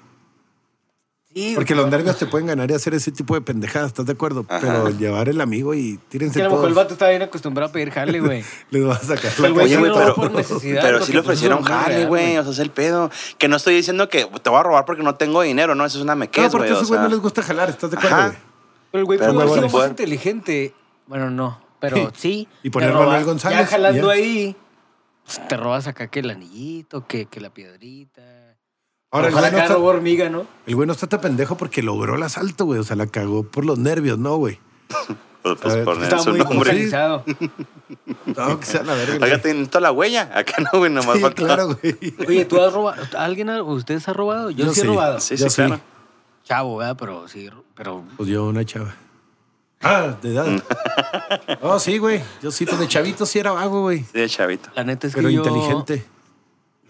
Speaker 2: Sí,
Speaker 1: Porque los nervios te pueden ganar y hacer ese tipo de pendejadas, ¿estás de acuerdo?
Speaker 3: Ajá.
Speaker 1: Pero llevar el amigo y tírense
Speaker 2: que a lo mejor el
Speaker 1: todos.
Speaker 2: vato está bien acostumbrado a pedir jale, güey.
Speaker 1: Les va a sacar la
Speaker 2: El güey
Speaker 1: calle.
Speaker 3: Oye, güey,
Speaker 2: lo
Speaker 3: pero,
Speaker 2: por necesidad,
Speaker 3: pero sí
Speaker 2: porque pues
Speaker 3: le
Speaker 2: es
Speaker 3: ofrecieron
Speaker 2: un hombre
Speaker 3: jale,
Speaker 2: real,
Speaker 3: güey.
Speaker 2: güey.
Speaker 3: O sea, es el pedo. Que no estoy diciendo que te voy a robar porque no tengo dinero, ¿no? Eso es una mequez,
Speaker 1: No,
Speaker 3: güey.
Speaker 1: porque a
Speaker 3: o
Speaker 1: esos güey
Speaker 3: sea.
Speaker 1: no les gusta jalar, ¿estás de acuerdo?
Speaker 3: Ajá.
Speaker 1: güey?
Speaker 2: Pero el güey
Speaker 3: Pero
Speaker 2: pudo haber
Speaker 3: huevo de
Speaker 2: sido más
Speaker 3: poder.
Speaker 2: inteligente. Bueno, no, pero sí.
Speaker 1: Y
Speaker 2: te
Speaker 1: poner
Speaker 2: roba-
Speaker 1: Manuel González,
Speaker 2: Ya jalando
Speaker 1: y ya.
Speaker 2: ahí, pues, te robas acá que el anillito, que, que la piedrita.
Speaker 1: Ahora, el
Speaker 2: Ojalá
Speaker 1: güey, no
Speaker 2: acá
Speaker 1: está,
Speaker 2: robó hormiga, ¿no?
Speaker 1: el güey no está tan pendejo porque logró el asalto, güey. O sea, la cagó por los nervios, ¿no, güey?
Speaker 3: Pues, pues,
Speaker 1: A ver,
Speaker 3: poner
Speaker 2: Estaba
Speaker 3: su
Speaker 2: muy
Speaker 3: nombre.
Speaker 2: focalizado.
Speaker 1: No, que sea la verga. güey.
Speaker 3: Acá tienen toda la huella. Acá no, güey, nomás
Speaker 1: Sí,
Speaker 3: falta.
Speaker 1: claro, güey.
Speaker 2: Oye, ¿tú has robado? ¿Alguien, ha- ustedes ha robado? Yo, sí he robado.
Speaker 3: Sí,
Speaker 1: Yo
Speaker 3: sí, claro.
Speaker 2: Chavo, ¿verdad? Pero sí, pero
Speaker 1: Pues yo una chava. Ah, de
Speaker 3: Mm.
Speaker 1: edad. oh, sí, güey. Yo sí, pues de chavito sí era vago, güey.
Speaker 3: Sí, chavito.
Speaker 2: la neta es
Speaker 1: Pero
Speaker 2: que yo...
Speaker 1: inteligente.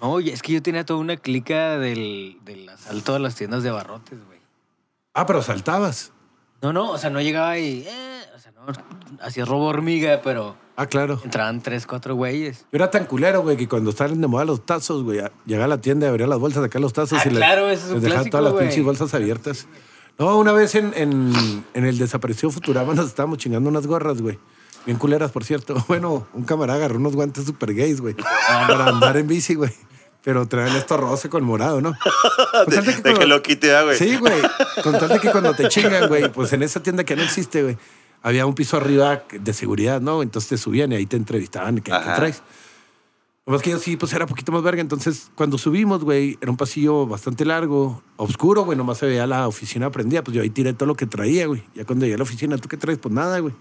Speaker 2: No, y es que yo tenía toda una clica del, del asalto a las tiendas de abarrotes, güey.
Speaker 1: Ah, pero saltabas.
Speaker 2: No, no, o sea, no llegaba y... eh, o sea, no, hacía robo hormiga, pero
Speaker 1: Ah, claro.
Speaker 2: entraban tres, cuatro güeyes.
Speaker 1: Yo era tan culero, güey, que cuando estaban de moda los tazos, güey, llegaba a la tienda, abría las bolsas, sacaba los tazos y
Speaker 2: Ah,
Speaker 1: les-
Speaker 2: claro, eso es un
Speaker 1: les dejaba
Speaker 2: clásico,
Speaker 1: todas las
Speaker 2: güey.
Speaker 1: pinches bolsas abiertas. No, una vez en, en- en el desaparecido Futurama nos estábamos chingando unas gorras, güey. Bien culeras, por cierto. Bueno, un camarada agarró unos guantes super gays, güey, para andar en bici, güey. Pero traen esto rosa con morado, ¿no? Con tal de
Speaker 3: de que
Speaker 1: cuando-
Speaker 3: lo quite, ah, güey.
Speaker 1: Sí, güey. Con tal de que cuando te chingan, güey, pues en esa tienda que no existe, güey, había un piso arriba de seguridad, ¿no? Entonces te subían y ahí te entrevistaban, ¿qué, qué
Speaker 3: Ajá.
Speaker 1: traes? Lo más que yo sí, pues era poquito más verga. Entonces, cuando subimos, güey, era un pasillo bastante largo, oscuro, güey, nomás se veía la oficina prendida. Pues yo ahí tiré todo lo que traía, güey. Ya cuando llegué a la oficina, ¿tú qué traes? Pues nada, güey.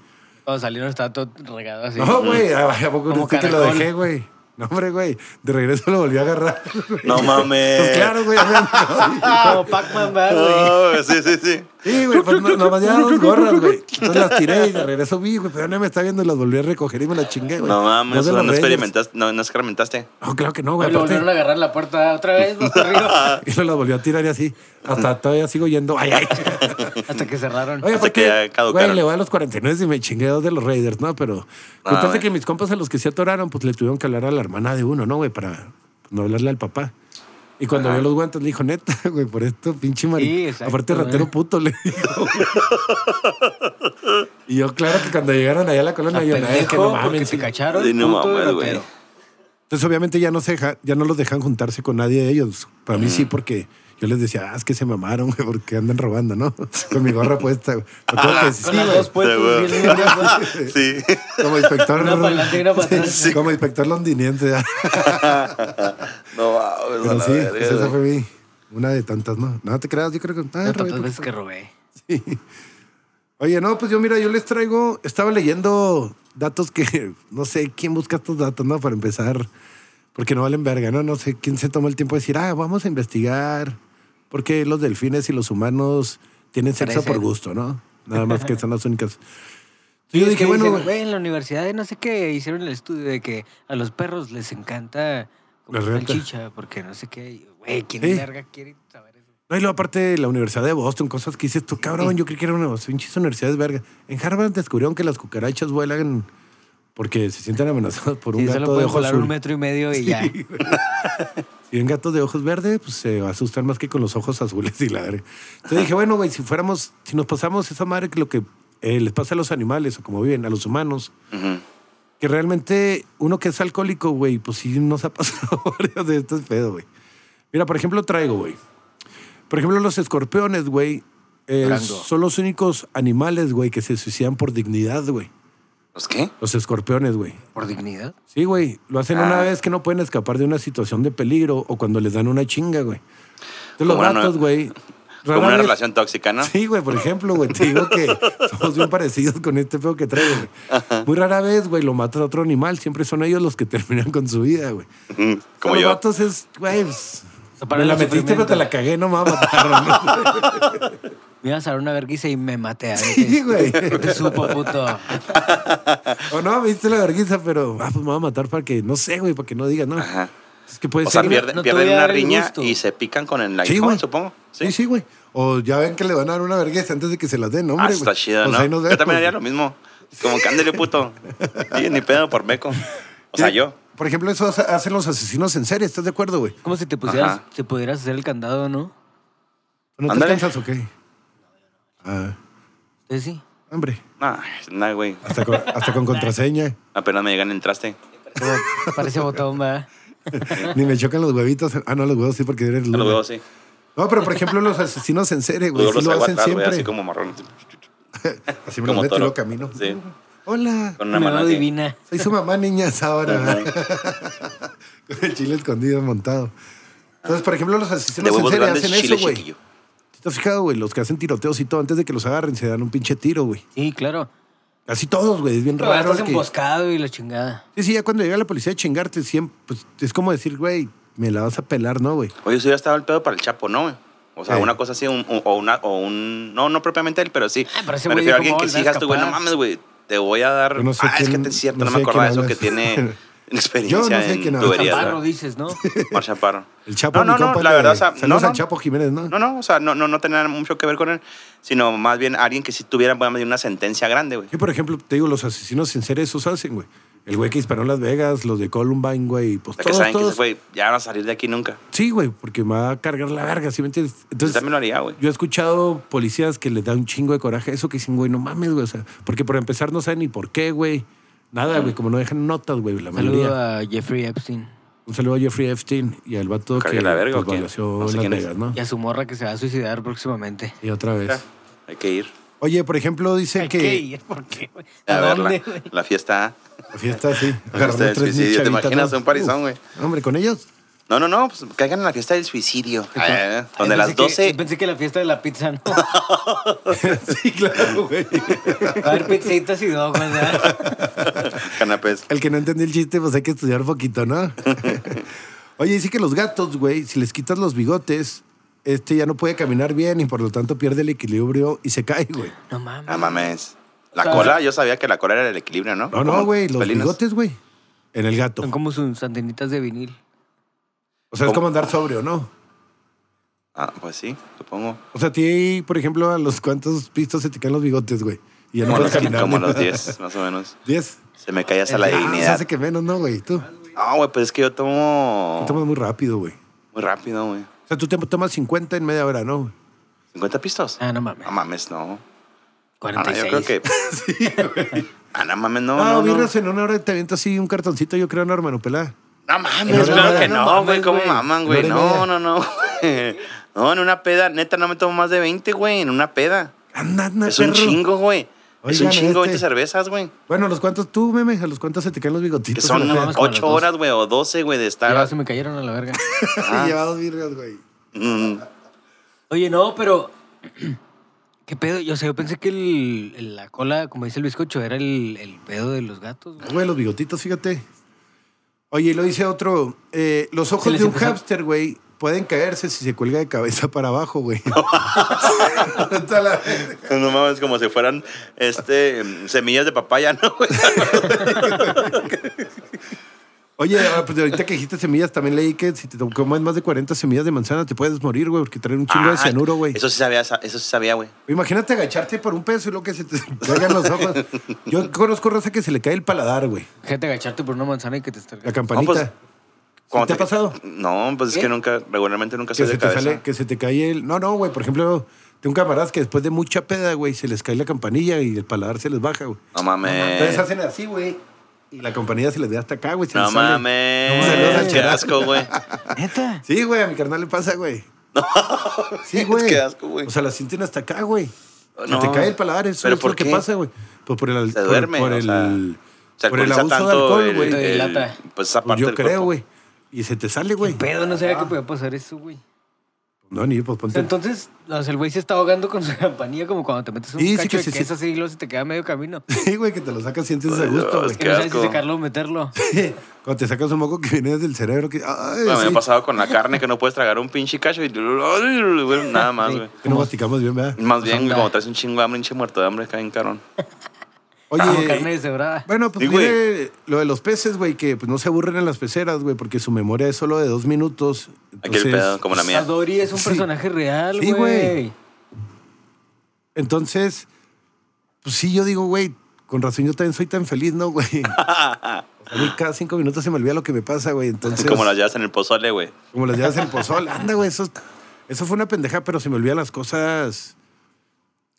Speaker 2: Cuando salieron estaba todo regado así.
Speaker 1: No, güey, a a poco
Speaker 2: Como
Speaker 1: crees que te lo
Speaker 2: caracol.
Speaker 1: dejé, güey. No, hombre, güey. De regreso lo volví a agarrar. güey.
Speaker 3: No mames.
Speaker 1: Pues claro, güey.
Speaker 2: Ah, Como Pac-Man, ¿verdad, güey.
Speaker 3: No, güey, sí, sí, sí.
Speaker 1: Sí, güey, pues no, nomás llevaba dos gorras, güey. Entonces las tiré y de regreso vi, güey, pero nadie me está viendo y las volví a recoger y me las chingué, güey.
Speaker 3: No mames,
Speaker 1: Dos de
Speaker 3: o sea,
Speaker 1: los
Speaker 3: no
Speaker 1: Reyes.
Speaker 3: experimentaste. No, no experimentaste.
Speaker 1: No, claro que no, güey.
Speaker 2: Lo
Speaker 1: aparte-
Speaker 2: volvieron a agarrar la puerta otra vez, más arriba,
Speaker 1: Y luego las volví a tirar y así. Hasta todavía sigo yendo. Ay, ay.
Speaker 2: hasta que cerraron.
Speaker 1: Oye,
Speaker 3: Hasta
Speaker 1: fue
Speaker 3: que
Speaker 1: que,
Speaker 3: ya caducaron.
Speaker 1: güey, le voy a los 49 y me chingué dos de los Raiders, ¿no? Pero
Speaker 3: Ah,
Speaker 1: contaste
Speaker 3: güey.
Speaker 1: que mis compas a los que se atoraron, pues le tuvieron que hablar a la hermana de uno, ¿no, güey? Para no hablarle al papá. Y cuando vio los guantes, le dijo, neta, güey, por esto, pinche
Speaker 2: Sí,
Speaker 1: marido.
Speaker 2: exacto,
Speaker 1: Aparte, ratero
Speaker 2: güey.
Speaker 1: puto, le dijo. güey. y yo, claro que cuando llegaron allá a la
Speaker 2: Está
Speaker 1: colonia, yo, nada, es que
Speaker 2: pendejo,
Speaker 1: no
Speaker 2: porque
Speaker 1: mames.
Speaker 2: te
Speaker 1: sí".
Speaker 2: cacharon.
Speaker 3: Sí, no
Speaker 2: puto
Speaker 3: mames,
Speaker 2: y
Speaker 3: güey.
Speaker 2: ratero.
Speaker 1: Entonces, obviamente, ya no, se deja- ya no los dejan juntarse con nadie de ellos. Para mí sí, porque yo les decía, ah, es que se mamaron, güey, porque andan robando, ¿no? Con mi gorra puesta, güey. Pero tengo que- sí,
Speaker 2: Con las
Speaker 1: güey.
Speaker 2: dos puestas,
Speaker 3: Sí, güey.
Speaker 2: bien lindas, güey.
Speaker 3: Sí.
Speaker 1: Como inspector.
Speaker 2: Una para adelante y una para atrás.
Speaker 1: Sí, Como inspector londinense. ya.
Speaker 3: No mames, a
Speaker 1: Pero
Speaker 3: la
Speaker 1: sí,
Speaker 3: verga,
Speaker 1: pues esa
Speaker 3: güey.
Speaker 1: fue mi. Una de tantas, ¿no? No te creas, yo creo que. Ah,
Speaker 2: No,
Speaker 1: Roberto.
Speaker 2: tantas veces que robé.
Speaker 1: Oye, no, pues yo, mira, yo les traigo. Estaba leyendo datos que. No sé quién busca estos datos, ¿no? Para empezar. Porque no valen verga, ¿no? No sé quién se toma el tiempo de decir, ah, vamos a investigar por qué los delfines y los humanos tienen sexo
Speaker 2: Parecen.
Speaker 1: por gusto, ¿no? Nada más que son las únicas.
Speaker 2: Sí,
Speaker 1: Yo
Speaker 2: es
Speaker 1: dije,
Speaker 2: que
Speaker 1: bueno,
Speaker 2: dicen,
Speaker 1: güey,
Speaker 2: güey, en la universidad de no sé qué hicieron el estudio de que a los perros les encanta comer
Speaker 1: La reta.
Speaker 2: salchicha porque no sé qué. Y, Güey, ¿quién
Speaker 1: Sí.
Speaker 2: verga quiere saber eso?
Speaker 1: No, y luego aparte de la Universidad de Boston, cosas que dices tú, cabrón, yo creí que era una pinches universidades verga. En Harvard descubrieron que las cucarachas vuelan porque se sienten amenazadas por un
Speaker 2: Sí, solo
Speaker 1: gato de
Speaker 2: pueden
Speaker 1: ojos
Speaker 2: volar un
Speaker 1: azul.
Speaker 2: metro y medio y ya.
Speaker 1: Si ven gatos de ojos verdes, pues se asustan más que con los ojos azules y la verga. Entonces dije, bueno, güey, si fuéramos, si nos pasamos esa madre que lo que eh, les pasa a los animales o como viven, a los humanos,
Speaker 3: Ujú.
Speaker 1: que realmente uno que es alcohólico, güey, pues sí nos ha pasado varios de estos pedos, güey. Mira, por ejemplo, traigo, güey. Por ejemplo, los escorpiones, güey, eh,
Speaker 2: Durango.
Speaker 1: son los únicos animales, güey, que se suicidan por dignidad, güey.
Speaker 3: ¿Los ¿Pues qué?
Speaker 1: Los escorpiones, güey.
Speaker 2: Por dignidad.
Speaker 1: Sí, güey. Lo hacen
Speaker 3: Ah.
Speaker 1: una vez que no pueden escapar de una situación de peligro o cuando les dan una chinga, güey. Entonces los
Speaker 3: Como una
Speaker 1: gatos,
Speaker 3: nue-
Speaker 1: güey. rara
Speaker 3: Como una
Speaker 1: vez-
Speaker 3: relación tóxica, ¿no?
Speaker 1: Sí, güey, por ejemplo, güey, te digo que somos bien parecidos con este feo que traigo, güey. Muy rara vez, güey, lo mata otro animal. Siempre son ellos los que terminan con su vida, güey.
Speaker 3: Ujú, Como
Speaker 1: los
Speaker 3: yo.
Speaker 1: gatos es, güey, pues,
Speaker 2: Separar
Speaker 1: me la
Speaker 2: el
Speaker 1: metiste pero te
Speaker 2: sufrimiento.
Speaker 1: la cagué, no me va a matar, ¿no?
Speaker 2: Me ibas a dar una verguisa y me maté.
Speaker 1: Sí, güey.
Speaker 2: Te supo, puto.
Speaker 1: O no, me diste la vergüenza, pero, ah, pues me va a matar para que, no sé, güey, para que no digas, no.
Speaker 3: Ajá.
Speaker 1: Es que puede
Speaker 3: O
Speaker 1: ser.
Speaker 3: sea, pierden,
Speaker 2: Pues no te
Speaker 3: pierden
Speaker 2: voy a
Speaker 3: una
Speaker 2: dar el
Speaker 3: riña
Speaker 2: gusto.
Speaker 3: y se pican con el
Speaker 1: Sí,
Speaker 3: iPhone,
Speaker 1: güey.
Speaker 3: supongo. Sí,
Speaker 1: Sí, sí, güey. O ya ven que le van a dar una vergüenza antes de que se las den, ¿no, hombre.
Speaker 3: Ah, está
Speaker 1: güey?
Speaker 3: chido,
Speaker 1: Pues
Speaker 3: ¿no?
Speaker 1: ahí nos
Speaker 3: yo
Speaker 1: vemos,
Speaker 3: también haría
Speaker 1: güey.
Speaker 3: lo mismo. Como cándele, puto. Sí, ni pedo por meco. O sea, yo.
Speaker 1: Por ejemplo, eso hace- hacen los asesinos en serie, ¿estás de acuerdo, güey?
Speaker 2: Como si te pusieras,
Speaker 3: Ajá.
Speaker 2: te pudieras hacer el candado, ¿no?
Speaker 1: ¿No te
Speaker 3: Ándale.
Speaker 1: alcanzas o qué? Ah,
Speaker 2: Entonces sí.
Speaker 1: hombre.
Speaker 3: Nah, nah, güey.
Speaker 1: Hasta con, hasta con contraseña.
Speaker 3: Apenas me llegan el traste.
Speaker 2: Como Parece botón, ¿verdad?
Speaker 1: Ni me chocan los huevitos. Ah, no, los huevos sí, porque eres
Speaker 3: Lo
Speaker 1: lulo.
Speaker 3: veo así.
Speaker 1: No, pero por ejemplo, los asesinos en serie, güey.
Speaker 3: Luego
Speaker 1: Sí
Speaker 3: los
Speaker 1: lo
Speaker 3: traigo
Speaker 1: hacen
Speaker 3: atrás, güey,
Speaker 1: siempre.
Speaker 3: así como marrón.
Speaker 1: Así me
Speaker 3: como
Speaker 1: los meto y
Speaker 3: toro.
Speaker 1: lo camino.
Speaker 3: Sí.
Speaker 1: Hola.
Speaker 3: Con
Speaker 2: Una
Speaker 3: una mano
Speaker 2: mano
Speaker 3: así.
Speaker 2: divina.
Speaker 1: Soy su mamá, niñas, ahora.
Speaker 3: Ajá.
Speaker 1: Con el chile escondido montado. Entonces, por ejemplo, los
Speaker 3: De
Speaker 1: asesinos en
Speaker 3: huevos
Speaker 1: serie
Speaker 3: grandes,
Speaker 1: hacen
Speaker 3: chile
Speaker 1: eso, güey.
Speaker 3: chiquillo.
Speaker 1: ¿Te has fijado, güey? Los que hacen tiroteos y todo, antes de que los agarren, se dan un pinche tiro, güey.
Speaker 2: Sí, claro.
Speaker 1: Casi todos, güey. Es bien
Speaker 2: Pero
Speaker 1: raro.
Speaker 2: estás
Speaker 1: el que-
Speaker 2: emboscado y la chingada.
Speaker 1: Sí, sí, ya cuando llega la policía a chingarte, siempre, pues, es como decir, güey, me la vas a pelar, ¿no, güey?
Speaker 3: Oye, si hubiera estado el pedo para el Chapo, ¿no, güey? O sea,
Speaker 1: Sí.
Speaker 3: una cosa así, un- un- o una, o un. No, no propiamente él, pero sí.
Speaker 2: Ah, pero ese
Speaker 3: me
Speaker 2: güey
Speaker 3: refiero a
Speaker 2: dijo,
Speaker 3: alguien
Speaker 2: "Me
Speaker 3: que
Speaker 2: voy a
Speaker 3: sí digas tú, güey, no
Speaker 2: escapar".
Speaker 3: mames, güey. Te voy a dar.
Speaker 1: Yo no sé
Speaker 3: ah, es
Speaker 1: quién-
Speaker 3: que es cierto,
Speaker 1: no
Speaker 3: no, me
Speaker 1: sé
Speaker 3: acordaba de
Speaker 1: quién
Speaker 3: eso que
Speaker 1: hablas.
Speaker 3: tiene experiencia
Speaker 1: Yo no sé
Speaker 3: en
Speaker 1: quién hablas.
Speaker 3: tuberías.
Speaker 2: Chaparro,
Speaker 3: güey.
Speaker 2: dices, ¿no?
Speaker 3: Mar Chaparro.
Speaker 1: El Chapo,
Speaker 3: No,
Speaker 1: mi
Speaker 3: no, no,
Speaker 1: compa,
Speaker 3: la
Speaker 1: le-
Speaker 3: verdad, o sea,
Speaker 1: Saludos
Speaker 3: no,
Speaker 1: al
Speaker 3: no.
Speaker 1: Chapo Jiménez, ¿no?
Speaker 3: No, no, o sea, no, no, no tenía mucho que ver con él, sino más bien alguien que sí tuviera más bien una sentencia grande, güey.
Speaker 1: Yo, por ejemplo, te digo, los asesinos en serie esos hacen, güey. El güey que disparó en Las Vegas, los de Columbine, güey, pues
Speaker 3: Que
Speaker 1: todos,
Speaker 3: saben que
Speaker 1: todos.
Speaker 3: ese güey ya no va a salir de aquí nunca.
Speaker 1: Sí, güey, porque me va a cargar la verga, ¿sí me entiendes?
Speaker 3: Yo
Speaker 1: Entonces,
Speaker 3: también lo haría, güey.
Speaker 1: yo he escuchado policías que les da un chingo de coraje eso que dicen, güey, no mames, güey, o sea, porque por empezar no saben ni por qué, güey. Nada, güey, como no dejan notas, güey, la
Speaker 2: Saludo
Speaker 1: mayoría.
Speaker 2: a Jeffrey Epstein
Speaker 1: Un saludo a Jeffrey Epstein y al vato
Speaker 3: Cargue
Speaker 1: que
Speaker 3: la verga, ¿o
Speaker 1: pues,
Speaker 3: quién?
Speaker 1: balació
Speaker 3: No sé
Speaker 1: Las
Speaker 3: quién es.
Speaker 1: Vegas, ¿no?
Speaker 2: y a su morra que se va a suicidar próximamente.
Speaker 1: Y otra vez.
Speaker 3: Hay que ir
Speaker 1: Oye, por ejemplo, dice
Speaker 2: Hay
Speaker 1: que...
Speaker 2: que ir, ¿por qué? güey?
Speaker 3: a
Speaker 2: dónde,
Speaker 3: verla.
Speaker 2: güey?
Speaker 3: La fiesta.
Speaker 1: La Fiesta, sí.
Speaker 3: Fiesta del
Speaker 1: tres mil
Speaker 3: suicidio, ¿te
Speaker 1: chavitas,
Speaker 3: imaginas
Speaker 1: ¿no?
Speaker 3: un parizón,
Speaker 1: Uf.
Speaker 3: güey?
Speaker 1: Hombre, ¿con ellos?
Speaker 3: No, no, no, pues caigan en la fiesta del suicidio. Ah,
Speaker 2: Ay,
Speaker 3: donde a las
Speaker 2: pensé que-
Speaker 3: 12.
Speaker 2: pensé que la fiesta de la pizza, ¿no?
Speaker 1: sí, claro, güey.
Speaker 2: Va a haber pizzitas y dogos, ¿verdad?
Speaker 3: Canapés.
Speaker 1: El que no entendió el chiste, pues hay que estudiar poquito, ¿no? Oye, dice que los gatos, güey, si les quitas los bigotes, este ya no puede caminar bien y por lo tanto pierde el equilibrio y se cae, güey.
Speaker 2: No mames.
Speaker 3: No mames. La
Speaker 2: sea,
Speaker 3: cola, yo sabía que la cola era el equilibrio, ¿no?
Speaker 1: No, no,
Speaker 3: Como
Speaker 1: güey, los
Speaker 3: pelinas.
Speaker 1: bigotes, güey. En el gato.
Speaker 2: Son como sus antenitas de vinil.
Speaker 1: O sea, es
Speaker 3: ¿Cómo?
Speaker 1: como andar sobrio, ¿no?
Speaker 3: Ah, pues sí, supongo.
Speaker 1: O sea, a ti, por ejemplo, a los cuantos pistos se te caen los bigotes, güey. Y ya no
Speaker 3: Como
Speaker 1: puedes
Speaker 3: los,
Speaker 1: caminar.
Speaker 3: como
Speaker 1: ni-
Speaker 3: los 10, más o menos.
Speaker 1: ¿Diez?
Speaker 3: Se me caía hasta la
Speaker 2: Ah,
Speaker 1: Ah,
Speaker 2: o
Speaker 1: se
Speaker 3: dignidad.
Speaker 1: hace que menos, ¿no, güey? Tú.
Speaker 3: No, güey, pero es que yo tomo.
Speaker 1: Te tomas muy rápido, güey.
Speaker 3: Muy rápido, güey.
Speaker 1: O sea, tú te tomas 50 en media hora, ¿no?
Speaker 3: ¿50 pistos?
Speaker 2: Ah, no mames.
Speaker 3: No mames, no. Ah, no,
Speaker 2: 46.
Speaker 3: yo creo que. sí, güey. Ah, no mames, no.
Speaker 1: ah,
Speaker 3: No, no.
Speaker 1: birras en una hora te avientas así un cartoncito, yo creo, no, hermano, pelada.
Speaker 3: No
Speaker 1: No,
Speaker 3: mames,
Speaker 1: no,
Speaker 3: claro
Speaker 1: no,
Speaker 3: que
Speaker 1: no
Speaker 3: no,
Speaker 2: mames,
Speaker 3: güey. ¿Cómo
Speaker 2: güey.
Speaker 3: maman, güey?
Speaker 1: Una hora y media.
Speaker 3: No, no, no. güey. No, en una peda, neta, no me tomo más de 20, güey. En una peda.
Speaker 1: Anda, anda,
Speaker 3: Es un
Speaker 1: Ah, perro.
Speaker 3: chingo, güey. Es
Speaker 1: Oigan,
Speaker 3: un chingo, 20
Speaker 1: este-
Speaker 3: cervezas, güey.
Speaker 1: Bueno, ¿los cuantos tú, meme? ¿A los cuantos se te caen los
Speaker 3: Que
Speaker 1: bigotitos?
Speaker 3: son
Speaker 1: en la
Speaker 2: no,
Speaker 1: peda?
Speaker 2: mames, como las
Speaker 3: 8
Speaker 2: dos.
Speaker 3: horas, güey, o 12, güey, de
Speaker 2: Ya
Speaker 3: estar.
Speaker 2: se me cayeron a la verga.
Speaker 3: Ah.
Speaker 1: Y lleva dos birras, güey.
Speaker 3: Mm,
Speaker 2: Oye, no, pero. ¿Qué pedo? Yo, o sea, yo pensé que el, el- la cola, como dice el bizcocho, era el, el pedo de los gatos. güey.
Speaker 1: Güey, los bigotitos, fíjate. Oye, y lo dice otro. eh, los
Speaker 2: Se
Speaker 1: ojos
Speaker 2: les
Speaker 1: de un
Speaker 2: empezó-
Speaker 1: hámster, güey, pueden caerse si se cuelga de cabeza para abajo, güey. Está la-
Speaker 3: No mames, como si fueran este, mm, semillas de papaya, ¿no? güey?
Speaker 1: Oye, ah, pues ahorita que dijiste semillas, también leí que si te comes más de 40 semillas de manzana te puedes morir, güey, porque traen un chingo de
Speaker 3: Ah,
Speaker 1: cianuro, güey.
Speaker 3: Eso sí sabía, sa- eso sí sabía, güey.
Speaker 1: Imagínate agacharte por un peso y lo que se te caigan los ojos. Yo conozco raza que se le cae el paladar, güey.
Speaker 2: Gente, agacharte por una manzana y que te
Speaker 1: La
Speaker 2: estrellas.
Speaker 1: campanita.
Speaker 3: No, pues,
Speaker 1: ¿Sí
Speaker 3: Cuando
Speaker 1: ¿Te ha pasado?
Speaker 3: No, pues
Speaker 2: ¿Qué?
Speaker 3: es que nunca, regularmente nunca
Speaker 1: Que
Speaker 3: sale
Speaker 1: se,
Speaker 3: de
Speaker 1: te
Speaker 3: cabeza.
Speaker 1: sale, que se te cae el. No, no, güey. Por ejemplo, tengo camaradas que después de mucha peda, güey, se les cae la campanilla y el paladar se les baja, güey.
Speaker 3: No mames.
Speaker 1: Entonces hacen así, güey. Y la campanilla se les ve hasta acá, güey. se
Speaker 3: Eh. No
Speaker 1: les sale.
Speaker 3: mames.
Speaker 1: Saludos al
Speaker 3: Qué
Speaker 1: carnal.
Speaker 3: asco, güey.
Speaker 2: ¿Neta?
Speaker 1: Sí, güey, a mi carnal le pasa, güey. Sí, güey.
Speaker 3: Qué asco, güey.
Speaker 1: O sea, la sienten hasta acá, güey. Se
Speaker 3: No.
Speaker 1: te cae el paladar, eso
Speaker 3: ¿Pero
Speaker 1: es
Speaker 3: por
Speaker 1: lo que
Speaker 3: qué?
Speaker 1: pasa, güey. Pues por el...
Speaker 3: Se
Speaker 1: por-
Speaker 3: duerme,
Speaker 1: Por,
Speaker 3: o
Speaker 1: el,
Speaker 3: sea, Se
Speaker 1: por el
Speaker 3: alcoholiza
Speaker 1: abuso de
Speaker 3: tanto
Speaker 1: alcohol,
Speaker 3: el-
Speaker 1: güey.
Speaker 2: Te
Speaker 3: el-
Speaker 2: dilata.
Speaker 3: Pues esa
Speaker 1: Pues
Speaker 3: parte
Speaker 1: yo
Speaker 3: del
Speaker 1: creo,
Speaker 3: cuerpo.
Speaker 1: güey. Y se te sale, güey.
Speaker 2: Pedo, no sabía que podía pasar eso, güey.
Speaker 1: No, ni pues
Speaker 2: O
Speaker 1: ponte...
Speaker 2: sea, entonces, o sea, el güey se está ahogando con su campanilla como cuando te metes un
Speaker 1: Sí, sí
Speaker 2: cacho
Speaker 1: que
Speaker 2: de
Speaker 1: sí, sí.
Speaker 2: queso así y luego se te queda medio camino.
Speaker 1: Sí, güey, que te lo sacas sientes a
Speaker 3: Ay,
Speaker 1: gusto,
Speaker 3: Dios,
Speaker 1: güey.
Speaker 2: Que
Speaker 3: Qué
Speaker 2: no sabes si
Speaker 3: asco.
Speaker 2: sacarlo o meterlo.
Speaker 1: Cuando te sacas un moco que viene desde el cerebro, que... Ay,
Speaker 3: Bueno, me
Speaker 1: sí.
Speaker 3: ha pasado con la carne que no puedes tragar un pinche cacho y güey, nada más, güey.
Speaker 1: Que no masticamos bien, ¿verdad?
Speaker 3: Más bien,
Speaker 2: anda.
Speaker 3: como traes un chingo de hambre, un chingo muerto de hambre, caen carón.
Speaker 2: Como carne deshebrada.
Speaker 1: Bueno, pues
Speaker 3: Sí, güey.
Speaker 1: mire lo de los peces, güey, que pues, no se aburren en las peceras, güey, porque su memoria es solo de dos minutos.
Speaker 3: Aquí el
Speaker 1: Entonces,
Speaker 3: pedo, como la mía.
Speaker 2: Dory es un
Speaker 1: Sí.
Speaker 2: personaje real,
Speaker 1: Sí,
Speaker 2: güey.
Speaker 1: güey. entonces, pues sí, yo digo, güey, con razón yo también soy tan feliz, ¿no, güey? A mí cada cinco minutos se me olvida lo que me pasa, güey. Entonces,
Speaker 3: Así como las llevas en el pozole, güey.
Speaker 1: como las llevas en pozol. Anda, güey, eso, eso fue una pendeja, pero se me olvidan las cosas.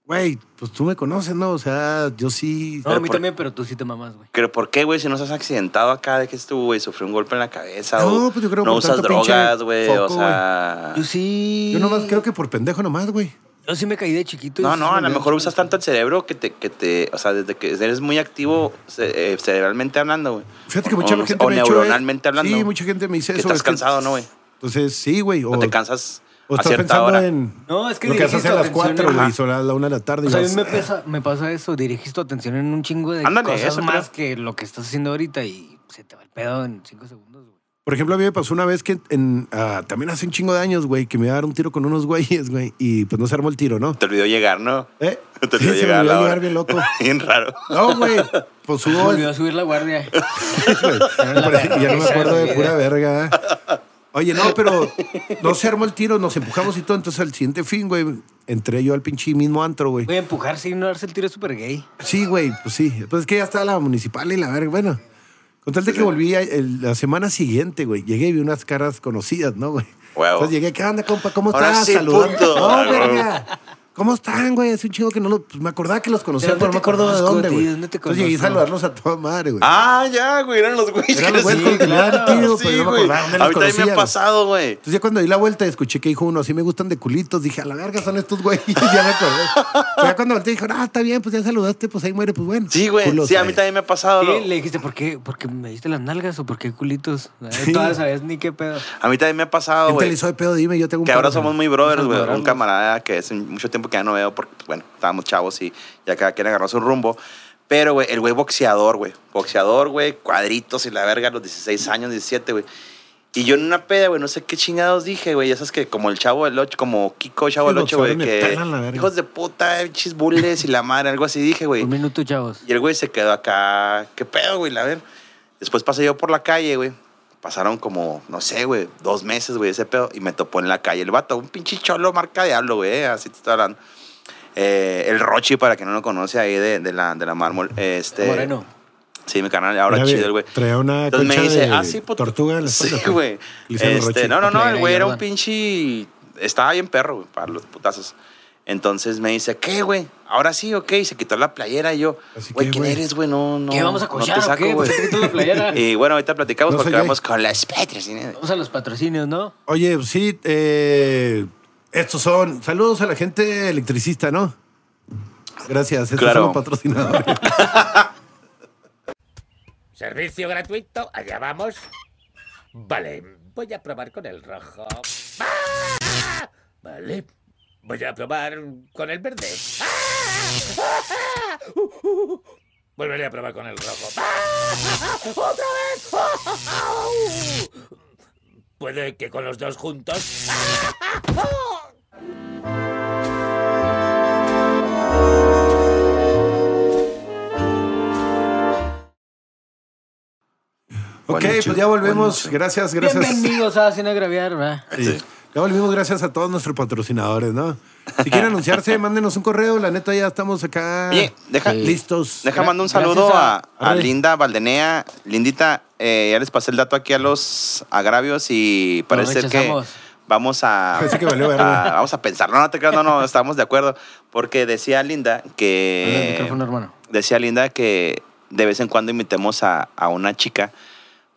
Speaker 1: Güey, pues tú me conoces, ¿no? O sea, yo sí...
Speaker 2: No, a mí
Speaker 3: por-
Speaker 2: también, pero tú sí te mamas, güey.
Speaker 3: ¿Pero por qué, güey? Si no estás accidentado acá, de que estuvo, güey, sufrió un golpe en la cabeza.
Speaker 1: No,
Speaker 3: o
Speaker 1: pues yo creo
Speaker 3: No
Speaker 1: por
Speaker 3: usas
Speaker 1: tanto pinche
Speaker 3: drogas, güey, o
Speaker 1: foco,
Speaker 3: sea.
Speaker 2: Yo sí.
Speaker 1: Yo nomás creo que por pendejo nomás, güey.
Speaker 2: Yo sí me caí de chiquito. y
Speaker 3: No,
Speaker 2: sí se
Speaker 3: no,
Speaker 2: me
Speaker 3: a lo
Speaker 2: olvidó
Speaker 3: mejor
Speaker 2: un
Speaker 3: usas
Speaker 2: chingo.
Speaker 3: tanto el cerebro que te, que te, o sea, desde que eres muy activo ce- eh, cerebralmente hablando, güey.
Speaker 1: Fíjate que
Speaker 3: O-
Speaker 1: mucha
Speaker 3: o,
Speaker 1: gente
Speaker 3: o
Speaker 1: me ha hecho, eh,
Speaker 3: neuronalmente hablando.
Speaker 1: Sí, mucha gente me dice
Speaker 3: que
Speaker 1: eso.
Speaker 3: estás
Speaker 1: es
Speaker 3: cansado, ¿no, güey?
Speaker 1: Entonces, sí, güey.
Speaker 3: No te cansas
Speaker 1: O
Speaker 3: a
Speaker 1: estás
Speaker 3: cierta
Speaker 1: pensando
Speaker 3: hora.
Speaker 1: en
Speaker 2: No, es que
Speaker 1: lo que haces
Speaker 2: dirigiste
Speaker 1: a las
Speaker 2: atención en-
Speaker 1: 4, güey,
Speaker 2: Ajá.
Speaker 1: y son a la 1 de la tarde.
Speaker 2: O
Speaker 1: y
Speaker 2: sea, a mí
Speaker 1: vas-
Speaker 2: me, pesa- me pasa eso, diriges tu atención en un chingo de
Speaker 3: Ándale,
Speaker 2: cosas
Speaker 3: eso
Speaker 2: más
Speaker 3: creo.
Speaker 2: que lo que estás haciendo ahorita y se te va el pedo en cinco segundos, güey.
Speaker 1: Por ejemplo, a mí me pasó una vez que en- ah, también hace un chingo de años, güey, que me iba a dar un tiro con unos güeyes, güey, y pues no se armó el tiro, ¿no?
Speaker 3: Te olvidó llegar, ¿no?
Speaker 1: ¿Eh?
Speaker 3: Te
Speaker 1: Sí, se
Speaker 3: olvidó
Speaker 1: me
Speaker 3: llegar a
Speaker 1: olvidó
Speaker 3: la
Speaker 1: llegar
Speaker 3: hora.
Speaker 1: bien loco.
Speaker 3: Bien raro.
Speaker 1: No, güey, pues
Speaker 2: Me
Speaker 1: hubo...
Speaker 2: olvidó subir la guardia.
Speaker 1: güey. Pero ya no me acuerdo de pura verga. Oye, no, pero no se armó el tiro, nos empujamos y todo. Entonces, al siguiente fin, güey, entré yo al pinche mismo antro, güey.
Speaker 2: Voy a empujar sin no darse el tiro es súper gay.
Speaker 1: Sí, güey, pues sí. Pues es que ya estaba la municipal y la verga. Bueno, con tal de que volví a- el- la semana siguiente, güey. Llegué y vi unas caras conocidas, ¿no, güey?
Speaker 3: Huevo.
Speaker 1: Entonces llegué, ¿qué onda, compa? ¿Cómo
Speaker 3: Ahora
Speaker 1: estás?
Speaker 3: sí,
Speaker 1: Saludando.
Speaker 3: puto.
Speaker 1: No,
Speaker 3: Ah,
Speaker 1: verga. ¿Cómo están, güey? Hace un chingo que no lo... pues, me acordaba que los conocía,
Speaker 2: ¿De dónde
Speaker 1: pero no me
Speaker 2: te
Speaker 1: acuerdo de
Speaker 2: conozco,
Speaker 1: dónde,
Speaker 2: tío?
Speaker 1: güey.
Speaker 2: ¿Dónde te
Speaker 1: Entonces llegué a
Speaker 2: conozco?
Speaker 1: saludarlos a toda madre, güey.
Speaker 3: Ah, ya, güey, eran los güeyes
Speaker 1: Eran
Speaker 3: que
Speaker 1: los güeyes con que le daban
Speaker 3: claro.
Speaker 1: tiro,
Speaker 3: Sí,
Speaker 1: pero no me
Speaker 3: güey.
Speaker 1: acordaba dónde los
Speaker 3: A mí también me
Speaker 1: conocía,
Speaker 3: ha
Speaker 1: güey.
Speaker 3: pasado, güey.
Speaker 1: Entonces ya cuando di la vuelta escuché que dijo uno, así me gustan de culitos, dije, a la verga son estos güeyes, ya me acordé. Pero ya cuando volteé dijo, ah, está bien, pues ya saludaste, pues ahí muere, pues bueno.
Speaker 3: Sí, güey.
Speaker 1: Culos,
Speaker 3: Sí, a mí también me ha pasado. lo-
Speaker 2: ¿Qué? Le dijiste, ¿por qué? ¿Por qué me diste las nalgas o por qué culitos?
Speaker 1: Sí.
Speaker 2: Todas sabías ni qué pedo.
Speaker 3: A mí también me ha pasado,
Speaker 1: ¿Quién te
Speaker 3: güey.
Speaker 1: le hizo de pedo? Dime, yo tengo un
Speaker 3: Que ahora
Speaker 1: par de-
Speaker 3: somos muy brothers,
Speaker 2: Somos
Speaker 3: güey. Un
Speaker 2: brothers.
Speaker 3: camarada que hace mucho tiempo que ya no veo porque, bueno, estábamos chavos y ya cada quien agarró su rumbo. Pero, güey, el güey boxeador, güey. Boxeador, güey, cuadritos y la verga, a los 16 años, 17, güey. Y yo en una peda, güey, no sé qué chingados dije, güey. Ya sabes que como el chavo del 8, como Kiko Chavo
Speaker 1: Sí,
Speaker 3: del 8, güey,
Speaker 1: boxeadores me
Speaker 3: que
Speaker 1: pelan la verga. Pues
Speaker 3: hijos de puta, eh, pinches bulles y la madre, algo así dije, güey.
Speaker 2: Un minuto, chavos.
Speaker 3: Y el güey se quedó acá. ¿Qué pedo, güey? A ver. Después pasé yo por la calle, güey. Pasaron como, no sé, güey, dos meses, güey, ese pedo. Y me topó en la calle el vato. Un pinche cholo marca diablo, güey. Así te estoy hablando. Eh, el Rochi, para quien no lo conoce ahí de, de la, de la mármol. Este,
Speaker 2: Moreno.
Speaker 3: Sí, mi canal ahora
Speaker 1: Mira,
Speaker 3: chido, el güey.
Speaker 1: traía una
Speaker 3: Entonces me
Speaker 1: colcha
Speaker 3: dice,
Speaker 1: de
Speaker 3: ah, sí, puto.
Speaker 1: tortuga en la
Speaker 3: Sí,
Speaker 1: espalda, pues.
Speaker 3: güey.
Speaker 1: Luciano
Speaker 3: Este,
Speaker 1: Rochi.
Speaker 3: no, no, no, el güey era un
Speaker 2: Jordan.
Speaker 3: pinche. Estaba bien perro, güey, para los putazos. Entonces me dice, ¿qué, güey? Ahora sí, ok. Y se quitó la playera y yo,
Speaker 1: Así
Speaker 3: güey,
Speaker 1: que,
Speaker 3: ¿quién
Speaker 1: güey.
Speaker 3: eres, güey? No, no.
Speaker 2: ¿Qué vamos a
Speaker 3: no te
Speaker 2: cochar o
Speaker 3: saco,
Speaker 2: qué?
Speaker 3: güey".
Speaker 2: ¿Por qué te quito la playera?
Speaker 3: Y bueno, ahorita platicamos
Speaker 1: No soy
Speaker 3: porque
Speaker 1: gay.
Speaker 3: vamos con las Petras. ¿sí?
Speaker 2: Vamos a los patrocinios, ¿no?
Speaker 1: Oye, pues sí, eh, estos son. Saludos a la gente electricista, ¿no? Gracias, estos
Speaker 3: Claro.
Speaker 1: son los patrocinadores.
Speaker 4: Servicio gratuito, allá vamos. Vale, voy a probar con el rojo. ¡Ah! Vale, voy a probar con el verde. ¡Ah! ¡Ah! Volveré a probar con el rojo. ¡Ah! ¡Otra vez! ¡Au! Puede que con los dos juntos.
Speaker 1: Ok,
Speaker 3: Buenas
Speaker 1: pues ya
Speaker 3: noches.
Speaker 1: volvemos. Gracias, gracias.
Speaker 2: Bienvenidos a Sin Agraviar, ¿verdad?
Speaker 1: Sí. Ya volvimos gracias a todos nuestros patrocinadores, ¿no? Si quieren anunciarse, mándenos un correo. La neta, ya estamos acá
Speaker 3: Oye, deja-
Speaker 1: listos.
Speaker 3: Deja
Speaker 2: Gra-
Speaker 3: mando un
Speaker 2: gracias
Speaker 3: saludo
Speaker 2: a-
Speaker 3: a, a
Speaker 1: Arre.
Speaker 3: Linda Valdenea. Lindita, eh, ya les pasé el dato aquí a los agravios y parece ser que
Speaker 2: rechazamos.
Speaker 3: vamos a,
Speaker 1: Parece que valió verga.
Speaker 3: a- Vamos a pensar. No, no te creas, no, no, estamos de acuerdo. Porque decía Linda
Speaker 2: Ponle el
Speaker 3: que.
Speaker 2: micrófono, hermano.
Speaker 3: Decía Linda que de vez en cuando invitemos a, a una chica.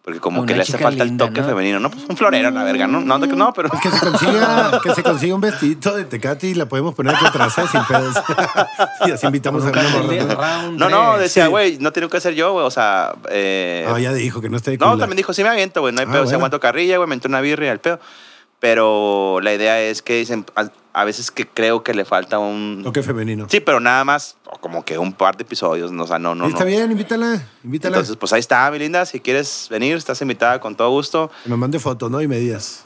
Speaker 3: Porque
Speaker 2: A
Speaker 3: como
Speaker 2: una
Speaker 3: que le hace
Speaker 2: chica
Speaker 3: falta el
Speaker 2: linda,
Speaker 3: toque
Speaker 2: ¿no?
Speaker 3: femenino, ¿no? Pues un florero, la verga, ¿no? No, no, no, pero.
Speaker 1: Que se, consiga, que se consiga un vestidito de Tecati y la podemos poner aquí atrás ¿eh? sin pedos. y así invitamos a una
Speaker 2: Round
Speaker 1: morra.
Speaker 2: round
Speaker 3: No, no,
Speaker 2: tres.
Speaker 3: decía, güey, no tiene que ser yo, güey. O sea, eh,
Speaker 1: No, Ah, ya dijo que no esté
Speaker 3: No, también dijo, sí me aviento, güey, no hay
Speaker 1: Ah,
Speaker 3: pedo, se
Speaker 1: bueno.
Speaker 3: aguanto carrilla, güey, me entró una birria al pedo. Pero la idea es que dicen, a, a veces que creo que le falta un...
Speaker 1: Toque femenino.
Speaker 3: Sí, pero nada más, o como que un par de episodios, no, o sea, no, no,
Speaker 1: Y está
Speaker 3: no.
Speaker 1: bien, invítala. Invítala.
Speaker 3: Entonces, pues ahí está, mi linda, si quieres venir, estás invitada con todo gusto.
Speaker 1: que nos mande fotos, ¿no? Y medidas.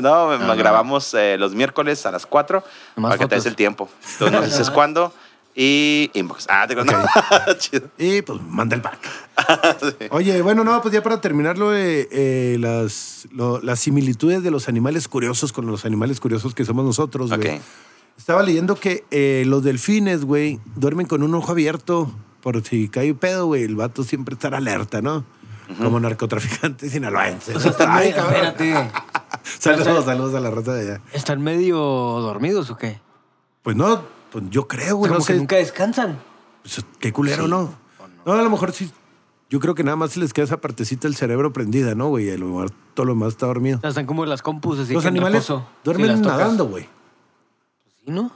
Speaker 3: no, me-
Speaker 2: no.
Speaker 3: grabamos eh, los miércoles a las 4
Speaker 2: Nomás
Speaker 3: para que te
Speaker 2: fotos.
Speaker 3: des el tiempo. Entonces, nos dices cuándo y inbox. Ah, te no. Chido.
Speaker 1: Y pues manda el pack. Oye, bueno, no, pues ya para terminarlo, eh, eh, las, lo- las similitudes de los animales curiosos con los animales curiosos que somos nosotros, güey.
Speaker 3: Ok.
Speaker 1: Estaba leyendo que eh, los delfines, güey, duermen con un ojo abierto por si cae un pedo, güey. El vato siempre estará alerta, ¿no? Como narcotraficante sinaloense.
Speaker 2: O sea, están
Speaker 1: Ay,
Speaker 2: medio-
Speaker 1: cabrón.
Speaker 2: espérate.
Speaker 1: Saludos, saludos a la rata de allá.
Speaker 2: ¿Están medio dormidos o qué?
Speaker 1: Pues no, pues yo creo, güey.
Speaker 2: Como
Speaker 1: No
Speaker 2: que
Speaker 1: sé.
Speaker 2: nunca descansan.
Speaker 1: Pues, qué culero, ¿no? ¿no? a lo mejor sí. Yo creo que nada más les queda esa partecita del cerebro prendida, ¿no, güey? A lo mejor todo lo demás está dormido.
Speaker 2: O sea, están como las compus, así
Speaker 1: Los
Speaker 2: que en
Speaker 1: animales
Speaker 2: reposo, si
Speaker 1: duermen
Speaker 2: las tocas.
Speaker 1: nadando, güey.
Speaker 2: Sí, ¿no?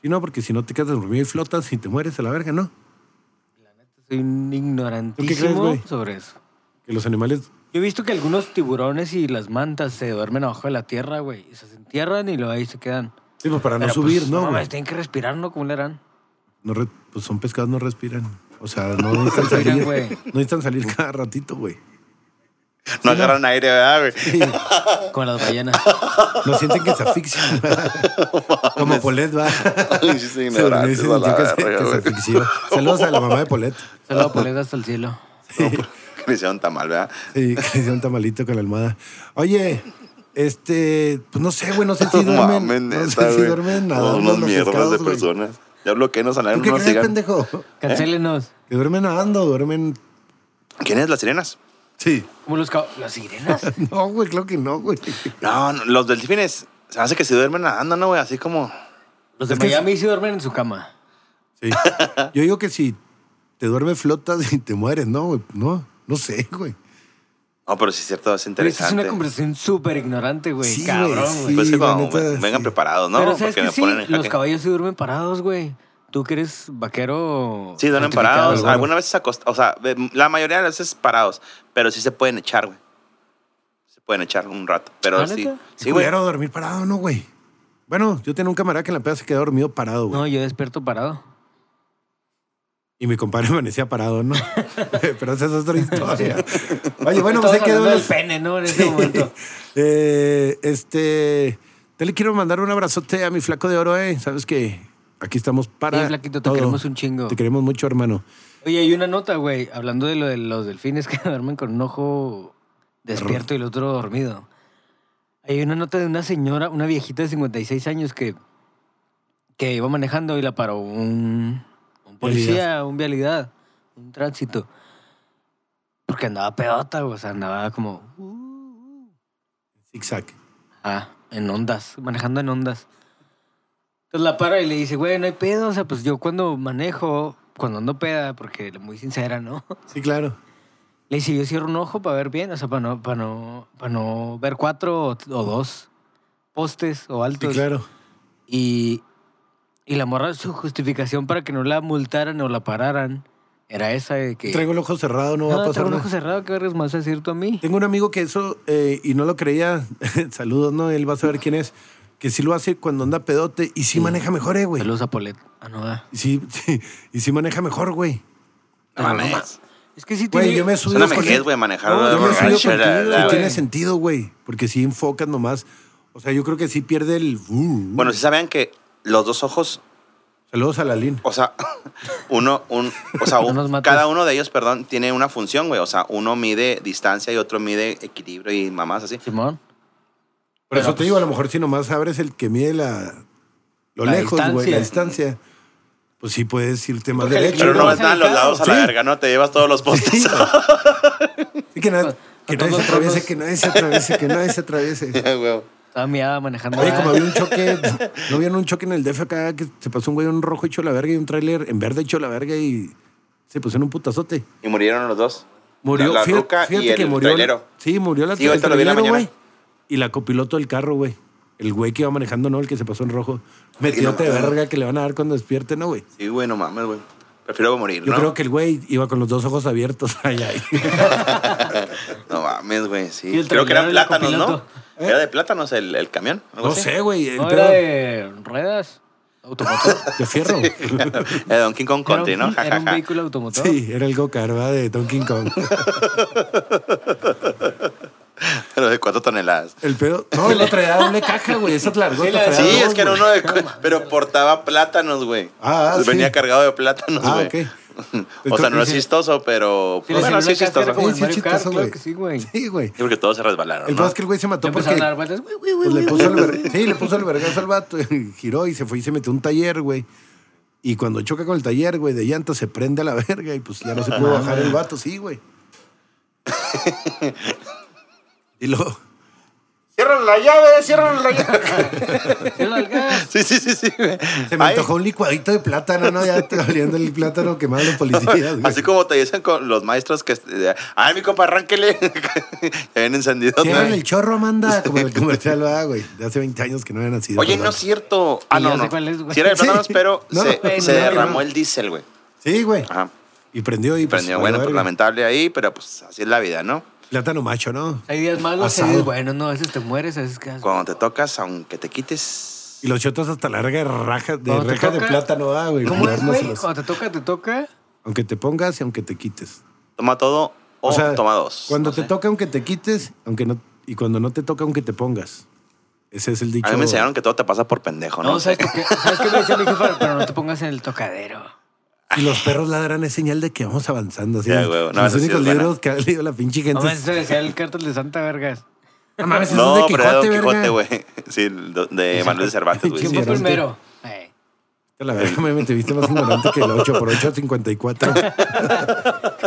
Speaker 1: Sí, no, porque si no te quedas dormido y flotas y te mueres a la verga, ¿no?
Speaker 2: Soy un
Speaker 1: crees,
Speaker 2: ignorantísimo
Speaker 1: güey?
Speaker 2: sobre eso.
Speaker 1: Que los animales
Speaker 2: Yo he visto que algunos tiburones y las mantas se duermen abajo de la tierra, güey. Y Se entierran y luego ahí se quedan.
Speaker 1: Sí, pues para no
Speaker 2: Pero,
Speaker 1: subir,
Speaker 2: pues,
Speaker 1: ¿no? güey?
Speaker 2: mames, tienen que respirar, ¿no? ¿Cómo le harán?
Speaker 1: No re- pues son pescados, no respiran. O sea, no necesitan
Speaker 2: Respiran,
Speaker 1: salir.
Speaker 2: güey.
Speaker 1: no necesitan salir cada ratito, güey.
Speaker 3: No agarran aire, ¿verdad, güey?
Speaker 1: Sí.
Speaker 2: Con las ballenas.
Speaker 1: No sienten que se asfixian. Como Polet, va.
Speaker 3: Ay, sí,
Speaker 1: Se
Speaker 3: ignorantes,
Speaker 1: durmió y se
Speaker 3: a
Speaker 1: sintió
Speaker 3: la
Speaker 1: que se-
Speaker 3: verga,
Speaker 1: que se
Speaker 3: güey.
Speaker 1: asfixió. Saludos a la mamá de Polet.
Speaker 2: Se lo pones hasta el cielo.
Speaker 3: Que le hicieron tamal, ¿verdad?
Speaker 1: Sí, que le dio un tamalito con la almohada. Oye, este, pues no sé, güey, no sé si duermen.
Speaker 3: Mamen,
Speaker 1: no
Speaker 3: neta,
Speaker 1: sé si
Speaker 3: güey.
Speaker 1: duermen
Speaker 3: Todos
Speaker 1: nadando.
Speaker 3: Unos
Speaker 1: los
Speaker 3: mierdas de
Speaker 1: pescados, güey.
Speaker 3: personas. Ya bloqueenos a la
Speaker 1: ¿Tú qué
Speaker 3: no
Speaker 1: crees,
Speaker 3: sigan.
Speaker 1: pendejo?
Speaker 2: Cancélenos.
Speaker 1: Que duermen nadando, duermen.
Speaker 3: ¿Quién es las sirenas?
Speaker 1: Sí.
Speaker 2: Como los cab- ¿Las sirenas?
Speaker 1: No, güey, claro que no, güey.
Speaker 3: No, no, los delfines. Se me hace que se duermen nadando, ¿no, güey? Así como.
Speaker 2: Los de
Speaker 1: Es que-
Speaker 2: Miami sí duermen en su cama.
Speaker 1: Sí. Yo digo que si te duermes, flotas y te mueres, ¿no? güey? No, no sé, güey.
Speaker 3: No, pero sí es cierto, es
Speaker 2: Pero esta es
Speaker 3: interesante.
Speaker 2: una conversación súper ignorante, güey.
Speaker 1: Sí,
Speaker 2: Cabrón,
Speaker 1: güey,
Speaker 2: güey.
Speaker 1: sí.
Speaker 3: Pues es que
Speaker 1: la
Speaker 3: como,
Speaker 1: neta,
Speaker 3: ven- vengan
Speaker 1: sí.
Speaker 3: preparados, ¿no?
Speaker 2: Pero sabes
Speaker 3: Porque
Speaker 2: que
Speaker 3: me
Speaker 2: sí,
Speaker 3: ponen en
Speaker 2: los
Speaker 3: jaque.
Speaker 2: caballos sí duermen parados, güey. Tú que eres vaquero.
Speaker 3: Sí, duermen
Speaker 2: certificado,
Speaker 3: parados.
Speaker 2: güey.
Speaker 3: Algunas veces acostados. O sea, de- la mayoría de las veces parados. Pero sí se pueden echar, güey. Se pueden echar un rato.
Speaker 2: ¿Ah,
Speaker 3: Pero sí.
Speaker 2: neta?
Speaker 1: Sí,
Speaker 3: Sí, güey.
Speaker 1: dormir parado, ¿no, güey? Bueno, yo tenía un camarada que en la peda se quedó dormido parado, güey.
Speaker 2: No, yo despierto parado.
Speaker 1: Y mi compadre amanecía parado, ¿no? Pero esa es otra historia. Oye, bueno, pues
Speaker 2: Estamos
Speaker 1: ahí quedó.
Speaker 2: hablando del
Speaker 1: los-
Speaker 2: pene, ¿no? En este momento.
Speaker 1: Eh, este, te le quiero mandar un abrazote a mi flaco de oro, ¿eh? Sabes que aquí estamos para.
Speaker 2: Oye, flaquito, te
Speaker 1: todo.
Speaker 2: queremos un chingo.
Speaker 1: Te queremos mucho, hermano.
Speaker 2: Oye, hay una nota, güey, hablando de lo de los delfines que duermen con un ojo despierto y el otro dormido. Hay una nota de una señora, una viejita de 56 años que, que iba manejando y la paró un, un policía, un vialidad, un tránsito. Porque andaba pedota, güey, o sea, andaba como
Speaker 1: Zigzag.
Speaker 2: Ah, en ondas, manejando en ondas. Entonces la para y le dice, güey, no hay pedo. O sea, pues yo cuando manejo, cuando ando peda, porque muy sincera, ¿no?
Speaker 1: Sí, claro.
Speaker 2: Le dice, yo cierro un ojo para ver bien, o sea, para no, para no, para no ver cuatro o, o dos postes o
Speaker 1: Sí,
Speaker 2: altos.
Speaker 1: claro.
Speaker 2: Y, y la morra, su justificación para que no la multaran o la pararan era esa de que...
Speaker 1: Traigo el ojo cerrado, no, va
Speaker 2: no,
Speaker 1: a pasar
Speaker 2: traigo un
Speaker 1: nada.
Speaker 2: ojo cerrado, ¿qué vergas me vas a decir tú a mí?
Speaker 1: Tengo un amigo que eso, eh, y no lo creía, saludos, ¿no? Él va a saber quién es, que sí lo hace cuando anda pedote y sí, maneja mejor, eh, güey.
Speaker 2: Saludos a Polet. Ah, no, ah.
Speaker 1: Y sí, sí, y sí maneja mejor, güey.
Speaker 3: No
Speaker 2: Pero
Speaker 3: mames.
Speaker 2: ma- Es que sí tiene...
Speaker 1: Güey, yo me he
Speaker 3: Es
Speaker 1: subido
Speaker 3: una
Speaker 1: con-
Speaker 3: mejez, güey, manejar
Speaker 1: No,
Speaker 3: la
Speaker 1: yo me he subido
Speaker 3: borracha, la-
Speaker 1: contigo,
Speaker 3: la-
Speaker 1: y tiene
Speaker 3: güey.
Speaker 1: sentido, güey. Porque si enfocas nomás. O sea, yo creo que sí pierde el. uh,
Speaker 3: Bueno, si sabían que los dos ojos,
Speaker 1: Saludos a Lalín.
Speaker 3: o sea, uno, un, o sea,
Speaker 2: No
Speaker 3: un-
Speaker 2: nos mates.
Speaker 3: cada uno de ellos, perdón, tiene una función, güey. O sea, uno mide distancia y otro mide equilibrio y mamás así.
Speaker 2: Simón.
Speaker 1: Por eso
Speaker 2: Pero,
Speaker 1: te digo, a lo mejor si nomás abres el que mide la. Lo
Speaker 2: La
Speaker 1: lejos, güey, la
Speaker 2: distancia.
Speaker 1: distancia. Pues sí puedes irte más
Speaker 2: Porque el
Speaker 1: derecho.
Speaker 3: Pero no
Speaker 2: no
Speaker 3: ves
Speaker 2: vas
Speaker 3: nada en los lados a la
Speaker 1: Sí.
Speaker 3: verga, ¿no? Te llevas todos los postes.
Speaker 1: Y que, na- que nadie se
Speaker 2: Nosotros
Speaker 1: atraviese,
Speaker 2: nos-
Speaker 1: que nadie se atraviese, que nadie se atraviese.
Speaker 3: Ya, güey.
Speaker 2: Estaba miada manejando.
Speaker 1: Oye, como
Speaker 2: Ah,
Speaker 1: había un choque, ¿no vieron un choque en el DF acá que se pasó un güey en rojo hecho la verga y un tráiler en verde hecho la verga y se pusieron un putazote?
Speaker 3: Y murieron los dos.
Speaker 1: Murió,
Speaker 3: la, la
Speaker 1: fíjate,
Speaker 3: ruca
Speaker 1: fíjate
Speaker 3: y el
Speaker 1: que murió.
Speaker 3: trailero.
Speaker 1: Sí, murió la
Speaker 3: Sí, ahorita lo vi en la
Speaker 1: trailero,
Speaker 3: mañana.
Speaker 1: güey, Y la copiloto del carro, güey. El güey que iba manejando, no, el que se pasó en rojo.
Speaker 3: no
Speaker 1: Metidote de
Speaker 3: mames.
Speaker 1: verga que le van a dar cuando despierte, no, güey.
Speaker 3: Sí, güey, no mames, güey. Prefiero morir,
Speaker 1: Yo
Speaker 3: ¿no?
Speaker 1: creo que el güey iba con los dos ojos abiertos. Ay, ay.
Speaker 3: No mames, güey,
Speaker 2: Y
Speaker 3: sí.
Speaker 2: el
Speaker 3: Creo que eran
Speaker 2: trailero y la
Speaker 3: plátanos, ¿no?
Speaker 2: copiloto.
Speaker 3: Era de plátanos el, el camión. algo
Speaker 1: No
Speaker 3: así.
Speaker 1: sé, güey. el
Speaker 2: ¿No
Speaker 1: pedo
Speaker 2: era de ruedas? ¿Automotor?
Speaker 1: de fierro.
Speaker 3: Era Donkey Eh, Kong Country,
Speaker 2: era
Speaker 3: ¿no?
Speaker 2: un, era un
Speaker 3: Jajaja.
Speaker 2: vehículo automotor.
Speaker 1: Sí, era el go de Donkey Kong.
Speaker 3: Pero de cuatro toneladas.
Speaker 1: El pedo. No, el otro era doble caja, güey. Esa es la
Speaker 2: Sí, la-
Speaker 1: largota.
Speaker 3: Sí, es que era
Speaker 1: no
Speaker 3: uno de. cu- Pero portaba plátanos, güey.
Speaker 1: Ah, ah, sí.
Speaker 3: Venía cargado de plátanos,
Speaker 1: Ah,
Speaker 3: güey.
Speaker 1: ok.
Speaker 3: O sea, no es chistoso, pero. pues,
Speaker 2: Sí, le
Speaker 3: bueno, sí
Speaker 2: sirvió
Speaker 3: es
Speaker 2: la cáscara
Speaker 3: chistoso.
Speaker 2: como
Speaker 3: Sí,
Speaker 2: el Mario Kart, claro que sí, güey.
Speaker 1: Sí, güey.
Speaker 3: porque todos se resbalaron.
Speaker 1: El
Speaker 3: ¿no?
Speaker 1: pedo es que el güey se mató
Speaker 2: Empezaron
Speaker 1: porque...
Speaker 2: a dar vueltas. güey, güey,
Speaker 1: Pues
Speaker 2: güey,
Speaker 1: le
Speaker 2: güey.
Speaker 1: puso el ver- sí, le puso el vergazo al vato, y giró y se fue y se metió a un taller, güey. Y cuando choca con el taller, güey, de llanta se prende a la verga y pues ya no se pudo bajar el vato, sí, güey. Y luego,
Speaker 3: ¡Cierran la llave! ¡Cierran la llave!
Speaker 2: Era el gas.
Speaker 3: Sí, sí, sí, sí. güey.
Speaker 1: se me
Speaker 3: Ay,
Speaker 1: antojó un licuadito de plátano, ¿no? Ya te oliendo el plátano quemado los policías, güey.
Speaker 3: Así como te dicen con los maestros que. ¡Ay, mi compa, arránquele! Ya habían encendido. ¿no?
Speaker 1: Cierran el chorro, Amanda, como el comercial, va, güey. De hace 20 años que no habían nacido. pues,
Speaker 3: Oye,
Speaker 1: perdón.
Speaker 3: no es cierto. Ah,
Speaker 2: Y
Speaker 3: no,
Speaker 2: ya sé
Speaker 3: no.
Speaker 2: cuál es, güey.
Speaker 3: Sí era de
Speaker 1: Sí.
Speaker 3: plátanos, pero
Speaker 1: No,
Speaker 3: se,
Speaker 1: güey,
Speaker 3: se
Speaker 2: no,
Speaker 3: derramó
Speaker 1: no.
Speaker 3: el diésel, güey.
Speaker 1: Sí, güey.
Speaker 3: Ajá.
Speaker 1: Y prendió y pues,
Speaker 3: Ah. Prendió,
Speaker 1: valió
Speaker 3: bueno, pues
Speaker 1: verga.
Speaker 3: lamentable ahí, pero pues así es la vida, ¿no?
Speaker 1: Plátano macho, ¿no?
Speaker 2: Hay días malos,
Speaker 1: Asado.
Speaker 2: hay días buenos, no, a veces te mueres, a veces quedas...
Speaker 3: Cuando te tocas, aunque te quites.
Speaker 1: Y los chotas hasta la verga de rajas de,
Speaker 2: Cuando te
Speaker 1: rejas de
Speaker 2: toca-
Speaker 1: plátano, ah, güey.
Speaker 2: ¿Cómo es, güey?
Speaker 1: Armárselos.
Speaker 2: Cuando te toca, te toca.
Speaker 1: Aunque te pongas y aunque te quites.
Speaker 3: Toma todo o,
Speaker 1: sea,
Speaker 3: Oh, toma dos.
Speaker 1: Cuando te toca, aunque te quites, aunque no, y cuando no te toca, aunque te pongas. Ese es el dicho.
Speaker 3: A mí me enseñaron que todo te pasa por pendejo, ¿no?
Speaker 2: No, ¿sabes por qué? ¿Sabes qué me decía mi jefa? Pero no te pongas en el tocadero.
Speaker 1: Y los perros ladran es señal de que vamos avanzando. así.
Speaker 3: Ya, güey, no,
Speaker 1: los
Speaker 3: eso sí
Speaker 1: únicos
Speaker 3: es buena.
Speaker 1: libros que ha leído la pinche gente.
Speaker 2: No,
Speaker 1: es-
Speaker 2: eso decía el cártel de Santa Vergas.
Speaker 1: No mames, eso
Speaker 3: No,
Speaker 1: es de
Speaker 3: pero era Don Quijote,
Speaker 1: verga.
Speaker 3: güey. Sí, do- de Manuel de Cervantes, güey.
Speaker 1: ¿Qué
Speaker 2: ¿Quién
Speaker 3: Pues sí.
Speaker 2: fue
Speaker 1: Ignorante.
Speaker 2: primero? Eh,
Speaker 1: A La verga, me te viste más ignorante que el 8x8 54.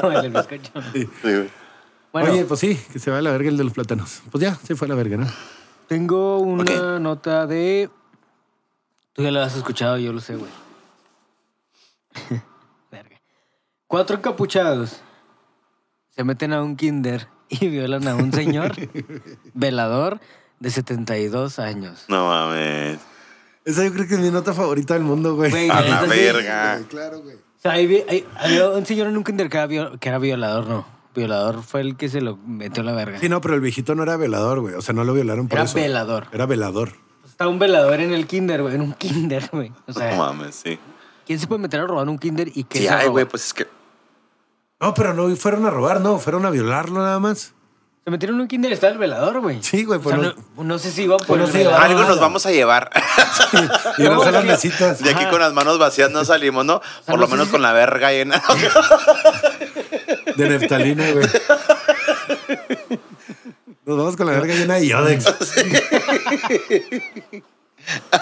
Speaker 2: como el del bizcocho.
Speaker 3: Sí, güey.
Speaker 2: Bueno,
Speaker 1: Oye, pues sí, que se va a la verga el de los plátanos. Pues ya, se fue a la verga, ¿no?
Speaker 2: tengo una
Speaker 3: Ok.
Speaker 2: nota de... Tú ya la has escuchado, yo lo sé, güey. Verga. Cuatro encapuchados se meten a un kinder y violan a un señor velador de 72 años.
Speaker 3: No mames.
Speaker 1: Esa yo creo que es mi nota favorita del mundo, güey.
Speaker 2: Güey, la
Speaker 3: A la
Speaker 2: neta, sí.
Speaker 3: verga.
Speaker 1: Claro, güey.
Speaker 2: O sea, ahí vi- ahí- había un señor en un kinder que era, vio- que era violador, no. Violador fue el que se lo metió a la verga.
Speaker 1: Sí, no, pero el viejito no era velador, güey. O sea, no lo violaron por
Speaker 2: era
Speaker 1: eso.
Speaker 2: velador.
Speaker 1: Era velador.
Speaker 2: Estaba un velador en el kinder, güey. En un kinder, güey. O
Speaker 3: No
Speaker 2: sea,
Speaker 3: mames, sí.
Speaker 2: ¿quién se puede meter a robar un kinder y qué
Speaker 3: Sí,
Speaker 2: se
Speaker 3: ay,
Speaker 2: roba?
Speaker 3: güey, pues es que.
Speaker 1: No, pero no fueron a robar, no. Fueron a violarlo nada más.
Speaker 2: Se metieron en un kinder estaba el velador, güey.
Speaker 1: Sí, güey,
Speaker 2: O sea,
Speaker 1: pues
Speaker 2: no, no sé si iban por
Speaker 1: Pues no
Speaker 2: el
Speaker 1: se
Speaker 2: velador.
Speaker 1: llevaron.
Speaker 3: Algo nos vamos a llevar.
Speaker 1: Y no
Speaker 2: No,
Speaker 1: las
Speaker 2: porque-
Speaker 1: mesitas.
Speaker 3: De aquí
Speaker 2: Ajá.
Speaker 3: con las manos vacías no salimos, ¿no? Por
Speaker 2: no
Speaker 3: lo
Speaker 2: sé
Speaker 3: menos
Speaker 2: si-
Speaker 3: con la verga llena.
Speaker 1: De neftalina, güey. Nos vamos con la verga llena de iodex.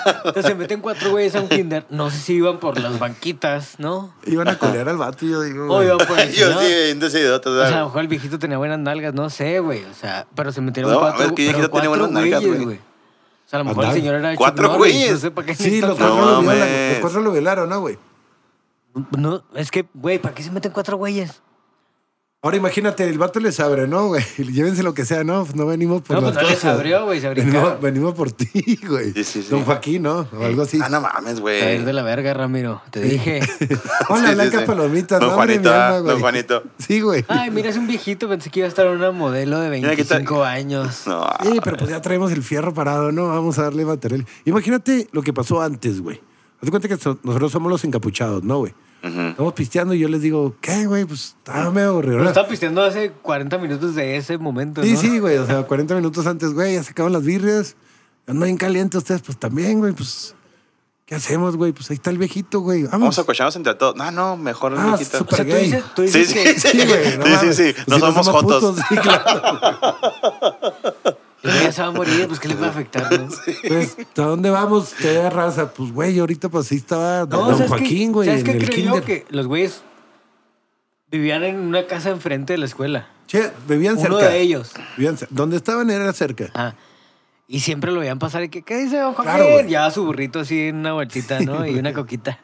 Speaker 2: Entonces se meten cuatro güeyes a un kinder. No sé si iban por las banquitas, ¿no?
Speaker 1: Iban a colear al vato y yo digo,
Speaker 2: O
Speaker 1: güey,
Speaker 2: iban por el
Speaker 3: Yo
Speaker 2: señor.
Speaker 3: sí, bien decidido. te
Speaker 2: O sea, a lo
Speaker 3: digo.
Speaker 2: mejor el viejito tenía buenas nalgas, no sé, güey. O sea, pero se metieron
Speaker 3: No,
Speaker 2: cuatro,
Speaker 3: a ver, ¿qué
Speaker 2: pero
Speaker 3: viejito
Speaker 2: cuatro
Speaker 3: tiene buenas nalgas,
Speaker 2: güeyes,
Speaker 3: güey?
Speaker 2: O sea, a lo mejor
Speaker 1: Andaba.
Speaker 2: el señor era de
Speaker 3: ¿Cuatro
Speaker 2: Chuck Norris,
Speaker 3: güeyes?
Speaker 2: No sé para qué
Speaker 1: Sí, los
Speaker 2: necesitan-
Speaker 1: cuatro,
Speaker 3: No
Speaker 1: lo violaron,
Speaker 3: mames.
Speaker 1: los cuatro lo violaron, ¿no, güey?
Speaker 2: No, es que, güey, ¿para qué se meten cuatro güeyes?
Speaker 1: Ahora imagínate, el vato les abre, ¿no, güey? Llévense lo que sea, ¿no? Pues no venimos por
Speaker 2: No,
Speaker 1: las
Speaker 2: pues no les
Speaker 1: cosas.
Speaker 2: abrió, güey, se
Speaker 1: Venimos,
Speaker 2: brincaron.
Speaker 1: venimos por ti, güey.
Speaker 3: Sí, sí, sí.
Speaker 1: Don Joaquín, ¿no? O algo así.
Speaker 3: Ah, no mames,
Speaker 2: Salir de
Speaker 3: güey.
Speaker 2: la verga, Ramiro, te dije.
Speaker 1: Hola,
Speaker 3: Sí, sí,
Speaker 1: blancas
Speaker 3: sí.
Speaker 1: palomitas.
Speaker 3: Don
Speaker 1: no, hombre,
Speaker 3: Juanito,
Speaker 1: mi
Speaker 3: ah,
Speaker 1: alma, güey.
Speaker 3: don Juanito.
Speaker 1: Sí, güey.
Speaker 2: Ay, mira, es un viejito, pensé que iba a estar una modelo de
Speaker 3: Mira, aquí está-
Speaker 2: 25 años.
Speaker 3: No, ah,
Speaker 1: Sí, pero pues ya traemos el fierro parado, ¿no? Vamos a darle material. Imagínate lo que pasó antes, güey. Haz de cuenta que so- nosotros somos los encapuchados, ¿no, güey?
Speaker 3: Ujú.
Speaker 1: Estamos pisteando y yo les digo, ¿qué, güey? Pues estaba medio aburrido.
Speaker 2: Lo
Speaker 1: ¿verdad?
Speaker 2: estaba pisteando hace 40 minutos de ese momento,
Speaker 1: Sí,
Speaker 2: ¿no?
Speaker 1: sí, güey. O sea, 40 minutos antes, güey, ya se acaban las birrias. Andan bien calientes ustedes, pues también, güey. Pues, ¿qué hacemos, güey? Pues ahí está el viejito, güey. Vamos.
Speaker 3: Vamos a cocharnos entre todos. No, no, mejor
Speaker 1: Ah,
Speaker 3: mijito.
Speaker 1: súper
Speaker 2: O sea, tú
Speaker 1: gay.
Speaker 2: dices, tú
Speaker 3: Sí,
Speaker 2: dices
Speaker 3: sí,
Speaker 2: que-
Speaker 3: sí.
Speaker 1: güey,
Speaker 3: Sí, sí,
Speaker 1: mames.
Speaker 3: sí.
Speaker 1: Pues,
Speaker 3: No
Speaker 1: si
Speaker 3: somos jotos.
Speaker 1: Sí, claro.
Speaker 2: El güey ya se va a morir, pues ¿qué le va a afectar, no?
Speaker 1: Pues, ¿a dónde vamos? ¿Qué raza? Pues, güey, ahorita pues ahí estaba
Speaker 2: No,
Speaker 1: Don
Speaker 2: ¿sabes qué?
Speaker 1: Joaquín, güey,
Speaker 2: ¿Sabes
Speaker 1: en
Speaker 2: qué
Speaker 1: el
Speaker 2: creo yo?
Speaker 1: kinder.
Speaker 2: Que los güeyes vivían en una casa enfrente de la escuela.
Speaker 1: Che, bebían cerca.
Speaker 2: Uno de ellos.
Speaker 1: Vivían cer- Donde estaban era cerca.
Speaker 2: Ajá. Y siempre lo veían pasar y que, ¿qué dice don Joaquín?
Speaker 1: Claro, güey.
Speaker 2: ya su burrito así en una vueltita, ¿no? Y una coquita.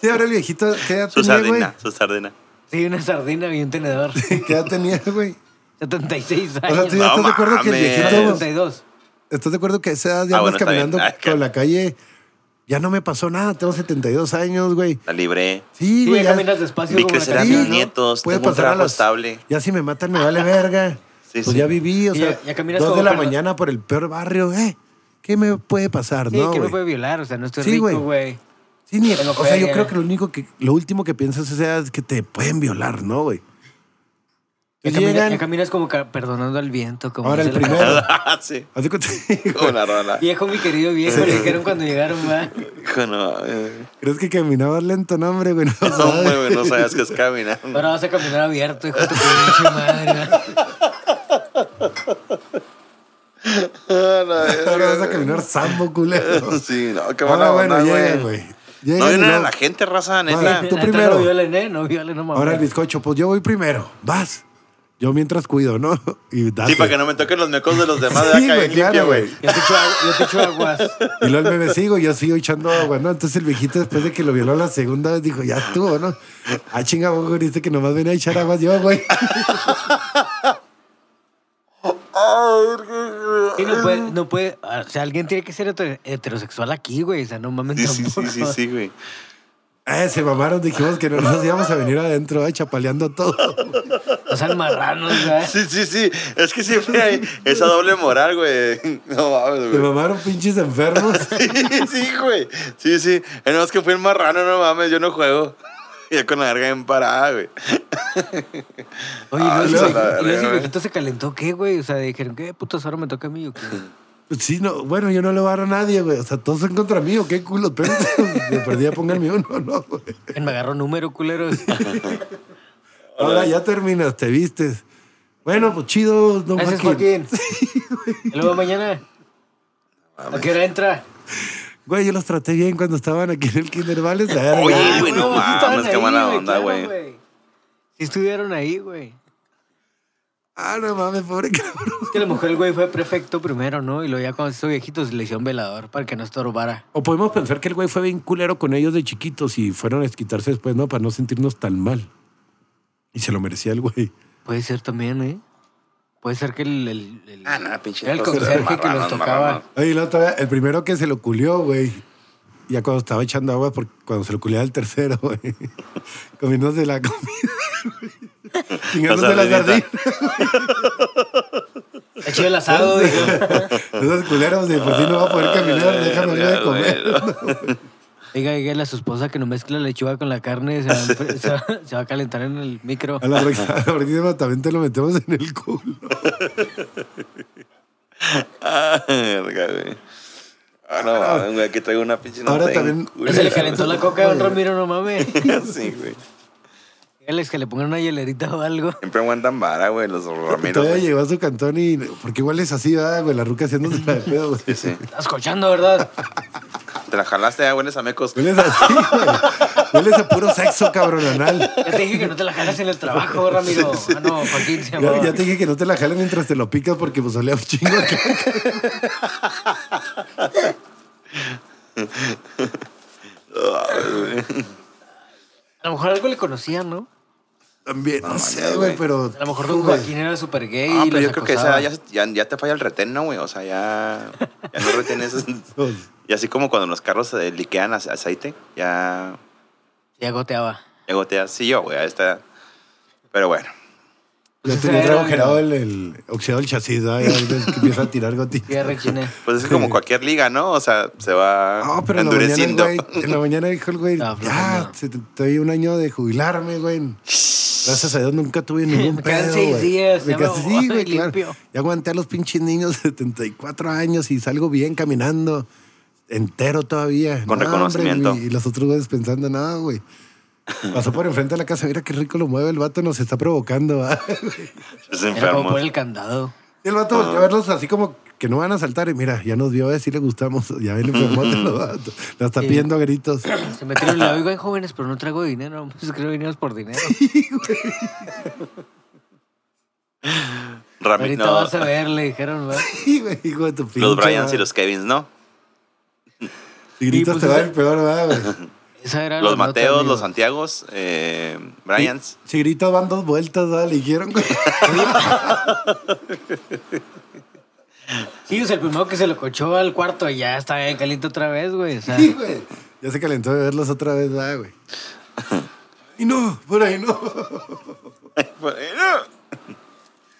Speaker 1: Sí, ahora el viejito, ¿qué edad
Speaker 3: Su
Speaker 1: tenía, güey?
Speaker 3: sardina, su sardina.
Speaker 2: Sí, una sardina y un tenedor.
Speaker 1: ¿Qué edad tenía, güey?
Speaker 2: 76
Speaker 1: O sea,
Speaker 2: años.
Speaker 1: ¿tú ya
Speaker 3: No
Speaker 1: estás de acuerdo que el
Speaker 3: mames.
Speaker 1: viejito
Speaker 2: 72.
Speaker 1: ¿Estás de acuerdo que a esa edad ya
Speaker 3: Ah,
Speaker 1: andas
Speaker 3: bueno, está
Speaker 1: caminando
Speaker 3: bien. Ah,
Speaker 1: por la calle? Ya no me pasó nada, tengo 72 años, güey.
Speaker 3: La libré.
Speaker 1: Sí,
Speaker 2: Sí,
Speaker 1: güey.
Speaker 2: ya
Speaker 1: ya-
Speaker 2: caminas despacio
Speaker 3: Vi
Speaker 2: como
Speaker 3: crecer a
Speaker 2: la
Speaker 1: Sí,
Speaker 3: mis
Speaker 2: canción,
Speaker 1: ¿no?
Speaker 2: ¿no?
Speaker 3: nietos,
Speaker 1: Puede
Speaker 3: tengo un
Speaker 1: pasar a
Speaker 3: trabajo
Speaker 1: las-
Speaker 3: estable.
Speaker 1: Ya si me matan me vale verga.
Speaker 3: Sí,
Speaker 1: pues
Speaker 3: sí.
Speaker 1: ya viví, o
Speaker 2: Y
Speaker 1: sea,
Speaker 2: ya- ya caminas
Speaker 1: dos de
Speaker 2: como
Speaker 1: la
Speaker 2: perro.
Speaker 1: mañana por el peor barrio, eh. ¿Qué me puede pasar,
Speaker 2: Sí,
Speaker 1: Pues no,
Speaker 2: que me
Speaker 1: güey?
Speaker 2: puede violar, o sea, no estoy
Speaker 1: Sí, güey.
Speaker 2: rico, güey.
Speaker 1: Sí, ni-
Speaker 2: Tengo
Speaker 1: o sea, yo
Speaker 2: feria.
Speaker 1: creo que lo único que, lo último que piensas es edad es que te pueden violar, ¿no, güey?
Speaker 2: Ya,
Speaker 1: Entonces
Speaker 2: camina-
Speaker 1: llegan-
Speaker 2: ya caminas como ca- perdonando al viento. Como
Speaker 1: Ahora el
Speaker 2: dice la-
Speaker 1: primero.
Speaker 3: Ah, sí.
Speaker 1: Haz de cuenta-
Speaker 3: Con la rola.
Speaker 2: Viejo, mi querido viejo, le dijeron cuando llegaron, va.
Speaker 3: Hijo, no. eh.
Speaker 1: ¿Crees que caminabas lento, no, hombre, güey? No,
Speaker 3: No,
Speaker 1: sabes.
Speaker 3: hombre, güey, no sabes qué es caminar.
Speaker 2: Ahora vas a caminar abierto, hijo de tu pinche madre. va.
Speaker 1: Ahora vas a caminar sambo, culero.
Speaker 3: Sí, no, qué
Speaker 1: Ah,
Speaker 3: mala
Speaker 1: bueno,
Speaker 3: onda,
Speaker 1: llegan,
Speaker 3: güey.
Speaker 1: güey. Llegan
Speaker 3: No
Speaker 1: y
Speaker 3: viene a
Speaker 1: luego-
Speaker 3: la gente, raza,
Speaker 1: Ah,
Speaker 3: neta.
Speaker 1: tú
Speaker 2: La neta,
Speaker 1: primero.
Speaker 2: No violen, ¿eh? No violen, no mames.
Speaker 1: Ahora el bizcocho, pues yo voy primero. Vas. Yo mientras cuido, ¿no? Y date.
Speaker 3: Sí, para que no me toquen los mecos de los demás.
Speaker 1: Sí,
Speaker 3: de acá
Speaker 1: güey,
Speaker 3: bien limpia,
Speaker 1: claro,
Speaker 3: güey.
Speaker 1: güey.
Speaker 2: Yo te echo agu- yo te echo aguas.
Speaker 1: Y luego el bebé sigo, yo sigo echando agua, ¿no? Entonces el viejito, después de que lo violó la segunda vez, dijo, ya estuvo, ¿no? Ah, chinga, vos dice que nomás venía a echar agua yo, güey.
Speaker 2: Sí, no puede, no puede, ah, o sea, alguien tiene que ser heter- heterosexual aquí, güey, o sea, no mames
Speaker 3: Sí, sí, sí,
Speaker 2: tampoco.
Speaker 3: sí, sí, güey.
Speaker 1: Eh, se mamaron, dijimos que no nos íbamos a venir adentro, eh, chapaleando todo.
Speaker 2: O sea, marranos, güey.
Speaker 3: Sí, sí, sí. Es que siempre hay esa doble moral, güey. No mames,
Speaker 1: Se
Speaker 3: güey.
Speaker 1: mamaron pinches enfermos.
Speaker 3: Sí, güey. Sí, sí. Eh, Es más que fui el marrano, no mames, yo no juego. Ya con la verga bien parada, güey.
Speaker 2: Oye,
Speaker 3: Ah,
Speaker 2: y
Speaker 3: no,
Speaker 2: luego ese-
Speaker 3: la
Speaker 2: y luego
Speaker 3: verga,
Speaker 2: ese
Speaker 3: güey.
Speaker 2: viejito se calentó, ¿qué, güey? O sea, dijeron, ¿qué putos ahora me toca a mí o qué?
Speaker 1: Sí, no, bueno, yo no le voy a dar a nadie, güey. O sea, todos son contra mí, o qué culo, pero de perdida pónganme uno, no, güey.
Speaker 2: Me agarró número, culeros.
Speaker 1: Ahora ya terminas, te vistes. Bueno, pues chido, don
Speaker 2: Gracias,
Speaker 1: Joaquín.
Speaker 2: Joaquín. Y luego mañana. ¿A qué hora entra?
Speaker 1: Güey, yo los traté bien cuando estaban aquí en el Kinder Vales. verga.
Speaker 3: Oye,
Speaker 2: Ah,
Speaker 3: güey, no
Speaker 2: sí estaban
Speaker 3: mames, qué
Speaker 2: ahí,
Speaker 3: mala
Speaker 2: güey,
Speaker 3: onda,
Speaker 2: claro,
Speaker 3: güey.
Speaker 2: Sí estuvieron ahí, güey.
Speaker 1: Ah, no mames, pobre cabrón.
Speaker 2: Es que a lo mejor el güey fue prefecto primero, ¿no? Y luego ya cuando se hizo viejito se le hicieron velador para que no estorbara.
Speaker 1: O podemos pensar que el güey fue bien culero con ellos de chiquitos y fueron a esquitarse después, ¿no? Para no sentirnos tan mal. Y se lo merecía el güey.
Speaker 2: Puede ser también, ¿eh? Puede ser que el... el, el-
Speaker 3: Ah, no, pinche.
Speaker 2: Era el
Speaker 3: cosa de
Speaker 2: conserje que
Speaker 3: marranos,
Speaker 2: los tocaba.
Speaker 3: marranos.
Speaker 1: Oye, y la otra vez, el primero que se lo culió, güey. Ya cuando estaba echando agua, porque cuando se lo culiaba el tercero, güey. Comiéndose la comida, güey. Chingándose la sardina.
Speaker 3: sardinita.
Speaker 2: Echó el asado, dijo.
Speaker 1: Esos culeros de por si no va a poder
Speaker 3: Ah,
Speaker 1: caminar, déjame ir a comer.
Speaker 2: Diga, dígale a su esposa que no mezcla la lechuga con la carne, se va, a enfri- se va- se va a calentar en el micro.
Speaker 1: A la próxima- a la próxima también te lo metemos en el culo.
Speaker 3: Ah, verga, güey. Ah, no mames, güey, aquí traigo una pinche.
Speaker 1: Ahora
Speaker 3: nota bien
Speaker 1: también-
Speaker 3: culera.
Speaker 2: Se le calentó la coca a don Ramiro, no mames.
Speaker 3: Sí, güey.
Speaker 2: Dígales que le pongan una hielerita o algo.
Speaker 3: Siempre aguantan vara, güey, los ramiros.
Speaker 1: Todavía
Speaker 3: güey.
Speaker 1: llegó a su cantón y. Porque igual es así, ¿verdad, güey? La ruca haciéndose la de pedo, güey.
Speaker 3: Sí, sí.
Speaker 2: Estás cochando, ¿verdad?
Speaker 3: Te la jalaste, ah, hueles a mecos.
Speaker 1: Hueles así, güey. Hueles a puro sexo, cabrón anal.
Speaker 2: Ya te dije que no te la jalas en el trabajo, Ramiro. Ah, no, Joaquín se llamaba.
Speaker 1: Ya, ya te dije que no te la jales mientras te lo picas porque pues olía un chingo. a caca.
Speaker 2: A lo mejor algo le conocían, ¿no?
Speaker 1: También, no,
Speaker 3: No,
Speaker 1: sé,
Speaker 3: mames,
Speaker 1: güey,
Speaker 3: güey.
Speaker 1: pero.
Speaker 2: A lo mejor don
Speaker 1: güey.
Speaker 2: Joaquín era súper gay
Speaker 3: Ah,
Speaker 2: y
Speaker 3: pero
Speaker 2: los
Speaker 3: yo creo que
Speaker 2: acosaba.
Speaker 3: esa, ya, ya, ya te falla el retén, ¿no, güey? O sea, ya, ya no retienes. y así como cuando los carros se liquean ace- aceite, ya,
Speaker 2: Ya goteaba.
Speaker 3: ya goteas. Sí, yo, güey, a esta edad. Pero bueno.
Speaker 1: Ya
Speaker 2: Pues
Speaker 1: tenía
Speaker 2: ese
Speaker 1: trago
Speaker 2: era-
Speaker 1: oxidado el, el oxidado el chasis, ¿no? Ya ves que empieza a tirar
Speaker 2: Ya
Speaker 1: gotitas.
Speaker 2: rechiné.
Speaker 3: Pues es como cualquier liga, ¿no? O sea, se va
Speaker 1: No, pero en la mañana, el
Speaker 3: endureciendo.
Speaker 1: güey, en la mañana dijo el güey,
Speaker 2: Estaba
Speaker 1: ya,
Speaker 2: aflojando.
Speaker 1: se te, te doy un año de jubilarme, güey. Gracias a Dios nunca tuve ningún
Speaker 2: Me quedan
Speaker 1: pedo,
Speaker 2: seis
Speaker 1: güey.
Speaker 2: días, ya me
Speaker 1: quedé-
Speaker 2: voy
Speaker 1: sí, güey, claro.
Speaker 2: limpio.
Speaker 1: Ya aguanté a los pinches niños de 74 años y salgo bien caminando, entero todavía.
Speaker 3: Con
Speaker 1: No,
Speaker 3: reconocimiento.
Speaker 1: hombre, güey, y los otros güeyes pensando, no, güey. Pasó por enfrente de la casa, mira qué rico lo mueve el vato, nos está provocando, ¿va?
Speaker 3: Es
Speaker 2: Era como
Speaker 3: enfermo.
Speaker 2: por el candado.
Speaker 1: Y el vato
Speaker 3: Ah.
Speaker 1: volteó a verlos así como que no van a saltar. Y mira, ya nos vio, a si le gustamos. Ya ven, enfermote los vatos. Nos está
Speaker 2: Sí.
Speaker 1: pidiendo a gritos.
Speaker 2: Se metieron la oigan jóvenes, pero no traigo dinero. Pues creo que vinimos por dinero.
Speaker 3: Rami-
Speaker 2: Ahorita
Speaker 3: no,
Speaker 2: vas a ver, le dijeron. ¿verdad?
Speaker 1: Y, güey, hijo de tu pinche.
Speaker 3: los Bryans y
Speaker 1: madre.
Speaker 3: los Kevins, ¿no?
Speaker 1: Si gritas
Speaker 2: Sí, pues,
Speaker 1: te va
Speaker 2: esa-
Speaker 1: el peor, ¿verdad, güey?
Speaker 2: Esa era
Speaker 3: Los
Speaker 2: la nota,
Speaker 3: Mateos,
Speaker 2: Ah, amigo.
Speaker 3: los Santiagos, eh, Bryans.
Speaker 1: Si gritas van dos vueltas, ¿verdad? Le dijeron, güey.
Speaker 2: Sí, o sea, el primero que se lo cochó al cuarto y ya está bien caliente otra vez, güey. O sea,
Speaker 1: Sí, güey. Ya se calentó de verlos otra vez, ¿verdad, güey? Y no, por ahí no.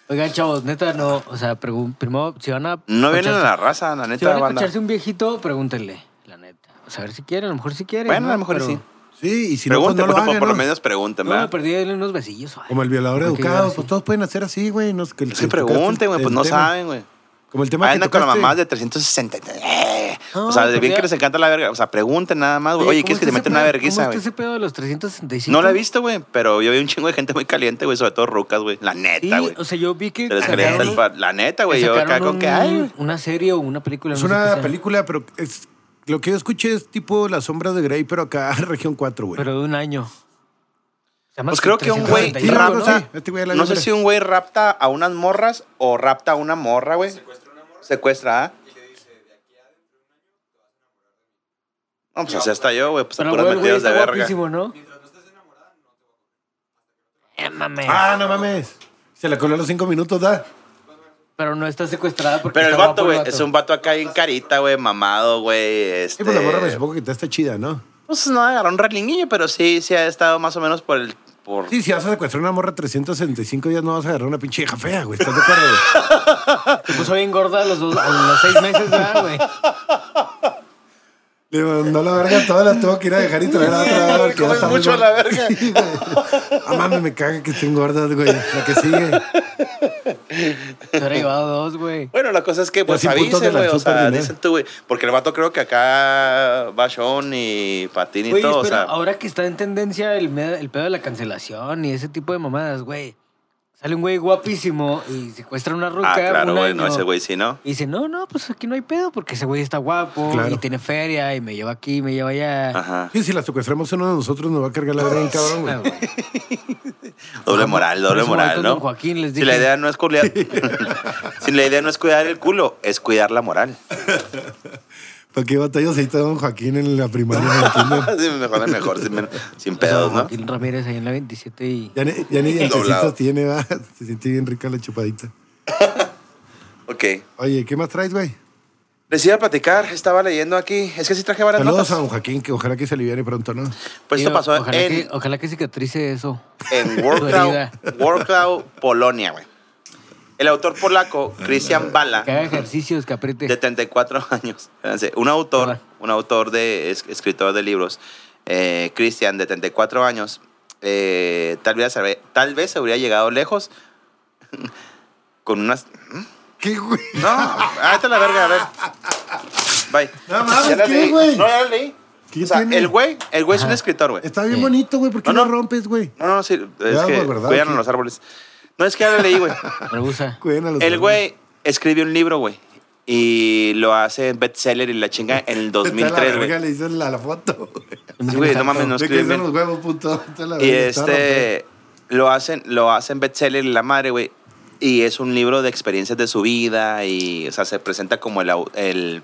Speaker 2: oigan, chavos, neta, no. O sea, pregun- primero, si van a.
Speaker 3: No vienen a
Speaker 2: cocharse-
Speaker 3: la raza, la
Speaker 2: Si
Speaker 3: neta,
Speaker 2: van a
Speaker 3: banda.
Speaker 2: cocharse un viejito, pregúntenle, la neta. O sea, a ver si quieren, a lo mejor si quieren.
Speaker 3: Bueno, a
Speaker 2: ¿no?
Speaker 3: lo mejor
Speaker 2: Pero-
Speaker 3: sí.
Speaker 1: Sí, y si no, pues
Speaker 3: Pregunten,
Speaker 1: no lo
Speaker 3: por, por-
Speaker 1: hagan,
Speaker 3: por lo
Speaker 1: ¿no?
Speaker 3: menos pregunten,
Speaker 2: No,
Speaker 3: ¿verdad?
Speaker 2: pero díganle unos besillos. suave.
Speaker 1: Como el violador
Speaker 2: Porque
Speaker 1: educado,
Speaker 2: yo-
Speaker 1: pues todos pueden hacer así, güey. no Es que,
Speaker 3: Es que pregunten, güey, pues no saben, güey.
Speaker 1: Como el tema que
Speaker 3: Andan con la
Speaker 1: tocaste.
Speaker 3: mamá de 360. Eh.
Speaker 2: No,
Speaker 3: o sea,
Speaker 2: pero
Speaker 3: bien
Speaker 2: ya-
Speaker 3: que les encanta la verga. O sea, pregunten nada más, güey.
Speaker 2: Ah,
Speaker 3: Oye,
Speaker 2: ¿cómo
Speaker 3: ¿quieres
Speaker 2: está
Speaker 3: que te
Speaker 2: ese
Speaker 3: meten una
Speaker 2: pedo?
Speaker 3: vergüenza,
Speaker 2: ¿Cómo está
Speaker 3: güey?
Speaker 2: ese pedo de los 365?
Speaker 3: No la he visto, güey, pero yo vi un chingo de gente muy caliente, güey, sobre todo rucas, güey. La
Speaker 2: Sí,
Speaker 3: neta, güey.
Speaker 2: o sea, yo vi que.
Speaker 3: Se les
Speaker 2: sacaron-
Speaker 3: calienta el pa- La neta, güey.
Speaker 2: que
Speaker 3: Yo acá
Speaker 2: sacaron
Speaker 3: con que,
Speaker 2: un-
Speaker 3: ay, güey.
Speaker 2: Una serie o una película.
Speaker 1: Es
Speaker 2: no sé qué
Speaker 1: una
Speaker 2: sea.
Speaker 1: película, pero es, lo que yo escuché es tipo Las sombras de Grey, pero acá región 4, güey.
Speaker 2: Pero de un año. O sea, más
Speaker 3: Pues creo que un güey
Speaker 2: 335,
Speaker 1: Sí,
Speaker 2: ¿no?
Speaker 1: algo así.
Speaker 3: rapta.
Speaker 1: Este güey a la
Speaker 3: No sé
Speaker 1: lumbre.
Speaker 3: si un güey rapta a unas morras o rapta a una morra, güey. Secuestra una morra. Secuestra, ¿ah? No, pues así hasta yo, güey. Pues a
Speaker 2: Pero
Speaker 3: puras
Speaker 2: güey, el güey
Speaker 3: metidas de
Speaker 2: está
Speaker 3: verga.
Speaker 2: guapísimo, ¿no? Eh, mames.
Speaker 1: Ah, no mames. Se la coló a los cinco minutos, da.
Speaker 2: Pero no está secuestrada porque
Speaker 3: Pero el
Speaker 2: está
Speaker 3: vato,
Speaker 2: guapo
Speaker 3: güey, es un vato acá en carita, güey, mamado, güey.
Speaker 1: Y
Speaker 3: Este...
Speaker 1: pues la morra me supongo que te está chida, ¿no?
Speaker 3: Pues no, agarró un relinguillo, pero sí, sí ha estado más o menos por el. Por...
Speaker 1: Sí, si vas a secuestrar una morra 365 días, no vas a agarrar una pinche hija fea, güey. ¿Estás de acuerdo? güey?
Speaker 2: Se puso bien gorda a los, dos, a los seis meses, ¿verdad, güey.
Speaker 1: Le mandó la verga toda, la tuvo que ir a dejar y traer a otra. güey, que ya
Speaker 3: Comes
Speaker 1: está muy
Speaker 3: mucho a
Speaker 1: gorda.
Speaker 3: la verga.
Speaker 1: Sí, güey. Ah, mames, me caga que estén gordas, güey. La que sigue.
Speaker 2: Se hubiera llevado dos, güey.
Speaker 3: Bueno, la cosa es que, pues,
Speaker 1: sin puntos de
Speaker 3: avisen,
Speaker 1: la
Speaker 3: güey, o
Speaker 1: Super
Speaker 3: sea,
Speaker 1: Dinero.
Speaker 3: dicen tú, güey, porque el vato creo que acá va Sean y Patín y
Speaker 2: Güey,
Speaker 3: todo, o
Speaker 2: espera,
Speaker 3: sea,
Speaker 2: ahora que está en tendencia el, me- el pedo de la cancelación y ese tipo de mamadas, güey. Sale un güey guapísimo y secuestra una ruca.
Speaker 3: ah, claro,
Speaker 2: un
Speaker 3: güey, no,
Speaker 2: año.
Speaker 3: ese güey sí, ¿no?
Speaker 2: Y dice, no, no, pues aquí no hay pedo porque ese güey está guapo
Speaker 1: Claro.
Speaker 2: y tiene feria y me lleva aquí, me lleva allá.
Speaker 3: Ajá,
Speaker 1: Sí, si la secuestramos uno de nosotros, nos va a cargar la verga un cabrón, güey.
Speaker 2: Ah, güey.
Speaker 3: doble moral,
Speaker 2: Ah, Por eso me
Speaker 3: doble
Speaker 2: voy
Speaker 3: moral,
Speaker 2: con
Speaker 3: ¿no?
Speaker 2: don Joaquín, les
Speaker 3: si
Speaker 2: dije.
Speaker 3: la idea no es cuidar, si la idea no es cuidar el culo, es cuidar la moral.
Speaker 1: ¿Para qué batallas ahí está don Joaquín en la primaria? No entiendo.
Speaker 3: Sí, mejor es mejor, sin, men- sin
Speaker 2: O sea,
Speaker 3: pedos, ¿no?
Speaker 2: Joaquín Ramírez ahí en la 27 y...
Speaker 1: Ya ni, ya ni
Speaker 3: Doblado.
Speaker 1: dientecitos tiene, va. Se siente bien rica la chupadita.
Speaker 3: Ok.
Speaker 1: Oye, ¿qué más traes, güey?
Speaker 3: Les iba a platicar, estaba leyendo aquí, es que sí traje varias
Speaker 1: Saludos a
Speaker 3: notas.
Speaker 1: don Joaquín, que ojalá que se aliviane pronto, ¿no?
Speaker 3: Pues
Speaker 2: Digo,
Speaker 3: esto pasó
Speaker 2: ojalá Que,
Speaker 3: en,
Speaker 2: ojalá que cicatrice eso.
Speaker 3: en
Speaker 2: Tu
Speaker 3: Wrocław,
Speaker 2: herida.
Speaker 3: Wrocław, Polonia, güey. El autor polaco, Christian Bala,
Speaker 2: Que haga ejercicios, que apriete.
Speaker 3: de 34 años. Espérense, Un autor,
Speaker 2: Ajá.
Speaker 3: un autor de es- escritor de libros, eh, Christian, de 34 años, eh, tal, vez, se- tal vez se hubiera llegado lejos con unas...
Speaker 1: ¿Qué, güey?
Speaker 3: No, ah, está la verga, a ver. Bye.
Speaker 1: No mames,
Speaker 3: Ya la
Speaker 1: ¿qué,
Speaker 3: leí.
Speaker 1: güey?
Speaker 3: No, ya la leí.
Speaker 1: ¿Qué
Speaker 3: O sea,
Speaker 1: tiene? Este
Speaker 3: el güey, el güey es un
Speaker 2: Ajá.
Speaker 3: escritor, güey.
Speaker 1: Está bien
Speaker 2: Sí.
Speaker 1: bonito, güey. ¿Por qué
Speaker 3: No,
Speaker 1: lo
Speaker 3: no.
Speaker 1: rompes, güey?
Speaker 3: No, no, sí, es
Speaker 1: Ya,
Speaker 3: que
Speaker 1: güey, ¿verdad?
Speaker 3: cuidan
Speaker 1: Sí.
Speaker 3: los árboles. No, es que ya la leí, güey.
Speaker 2: Rebusa.
Speaker 1: Cuiden a los
Speaker 3: El
Speaker 1: demás.
Speaker 3: güey escribe un libro, güey. Y lo hace bestseller y la chinga en el
Speaker 1: Está la
Speaker 3: 2003,
Speaker 1: verga,
Speaker 3: güey.
Speaker 1: Le dicen la, la foto.
Speaker 3: Sí, güey, no mames, no
Speaker 1: De que
Speaker 3: escribe
Speaker 1: son los
Speaker 3: bien.
Speaker 1: huevos, puto. Está la
Speaker 3: Y
Speaker 1: verga, está rompiendo.
Speaker 3: este, lo hacen, lo hacen bestseller y la madre, güey. Y es un libro de experiencias de su vida y, o sea, se presenta como el, au- el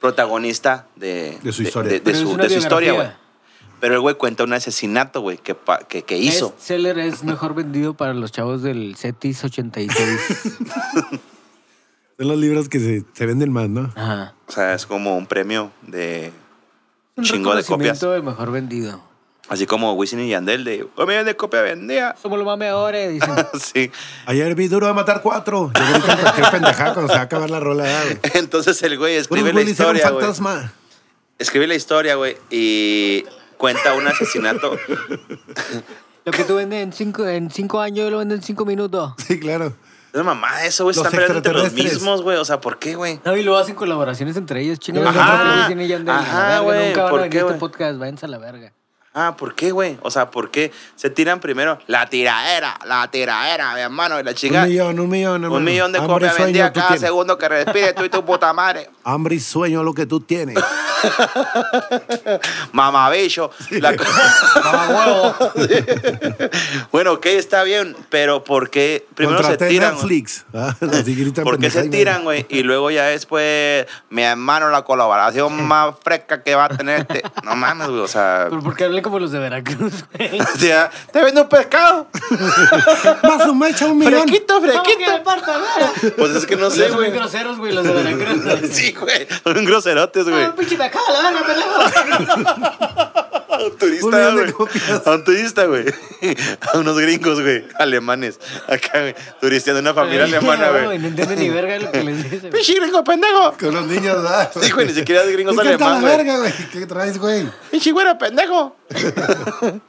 Speaker 3: protagonista de,
Speaker 1: De su historia.
Speaker 3: De, de
Speaker 2: Pero es
Speaker 3: su,
Speaker 2: una
Speaker 3: de su historia, güey.
Speaker 2: biografía.
Speaker 3: Pero el güey cuenta un asesinato, güey, que, pa- que, que hizo.
Speaker 2: Bestseller es mejor vendido para los chavos del CETIS 86.
Speaker 1: Son los libros que se, se venden más, ¿no?
Speaker 2: Ajá.
Speaker 3: O sea, es como un premio de
Speaker 2: Un
Speaker 3: chingo de copias.
Speaker 2: reconocimiento del mejor vendido.
Speaker 3: Así como Wisin y Yandel de, oh, miren de copia vendía.
Speaker 2: Somos los más mejores, dicen.
Speaker 3: sí.
Speaker 1: Ayer vi duro a matar cuatro. Yo creo que cualquier pendejada cuando se va a acabar la rola. ah, güey.
Speaker 3: Entonces el güey escribe
Speaker 1: Unos
Speaker 3: la
Speaker 1: güeyes pues hicieron
Speaker 3: historia, güey.
Speaker 1: fantasma.
Speaker 3: Escribe la historia, güey, y cuenta un asesinato.
Speaker 2: Lo que tú vendes en cinco, en cinco años, yo lo vendo en cinco minutos.
Speaker 1: Sí, claro.
Speaker 3: No mamá, eso, güey, se
Speaker 1: Los
Speaker 3: están peleando entre los
Speaker 1: extraterrestres.
Speaker 3: mismos, güey. O sea, ¿por qué, güey?
Speaker 2: No, y lo hacen colaboraciones entre ellos, chingados.
Speaker 3: Ajá, ajá, güey,
Speaker 2: Nunca van
Speaker 3: ¿por
Speaker 2: a venir
Speaker 3: qué,
Speaker 2: a este
Speaker 3: güey?
Speaker 2: podcast, váyanse a la verga.
Speaker 3: Ah, ¿por qué, güey? O sea, ¿por qué se tiran primero la tiradera, la tiradera, mi hermano, y la chingada?
Speaker 1: Un millón, un millón,
Speaker 3: Un
Speaker 1: hermano.
Speaker 3: millón de
Speaker 1: Hambre y
Speaker 3: copias
Speaker 1: sueño
Speaker 3: vendidas
Speaker 1: tú
Speaker 3: cada
Speaker 1: tienes.
Speaker 3: segundo que respires tú y tu puta madre.
Speaker 1: Hambre y sueño lo que tú tienes.
Speaker 3: Mamabicho. La co- Sí. bueno, ok, está bien, pero ¿por qué primero se
Speaker 1: Contraté
Speaker 3: tiran? güey?
Speaker 1: Netflix. Ah, así gritan
Speaker 3: ¿Por qué
Speaker 1: pendejadas
Speaker 3: se
Speaker 1: y
Speaker 3: tiran, güey? Y luego ya después, mi hermano, la colaboración más fresca que va a tener este. No mames, güey, o sea.
Speaker 2: Pero porque hablé como los de Veracruz, güey.
Speaker 3: o sea, te vendo un pescado.
Speaker 1: Más o menos un millón.
Speaker 3: Fresquito,
Speaker 2: ¿Cómo que me
Speaker 3: fresquito.
Speaker 2: parto, güey?
Speaker 3: Pues es que no sé,
Speaker 2: Los son bien
Speaker 3: güey.
Speaker 2: groseros, güey, los de Veracruz. güey.
Speaker 3: Sí, güey. Son groserotes, güey.
Speaker 2: Ah, pinche, me acaba la verga, pendejo.
Speaker 3: A un turista,
Speaker 1: Un millón de
Speaker 3: güey.
Speaker 1: copias.
Speaker 3: A un turista, güey. A unos gringos, güey. Alemanes. Acá, güey. Turista de una familia alemana, güey.
Speaker 2: No entiende ni verga lo que les dice, güey.
Speaker 3: ¡Pichi gringo, pendejo!
Speaker 1: Con los niños, ¿verdad?
Speaker 3: Sí, güey, ni siquiera es gringo
Speaker 1: Me encanta
Speaker 3: alemán,
Speaker 1: la
Speaker 3: güey.
Speaker 1: verga, güey. ¿Qué traes, güey?
Speaker 3: ¡Pichi güero, pendejo!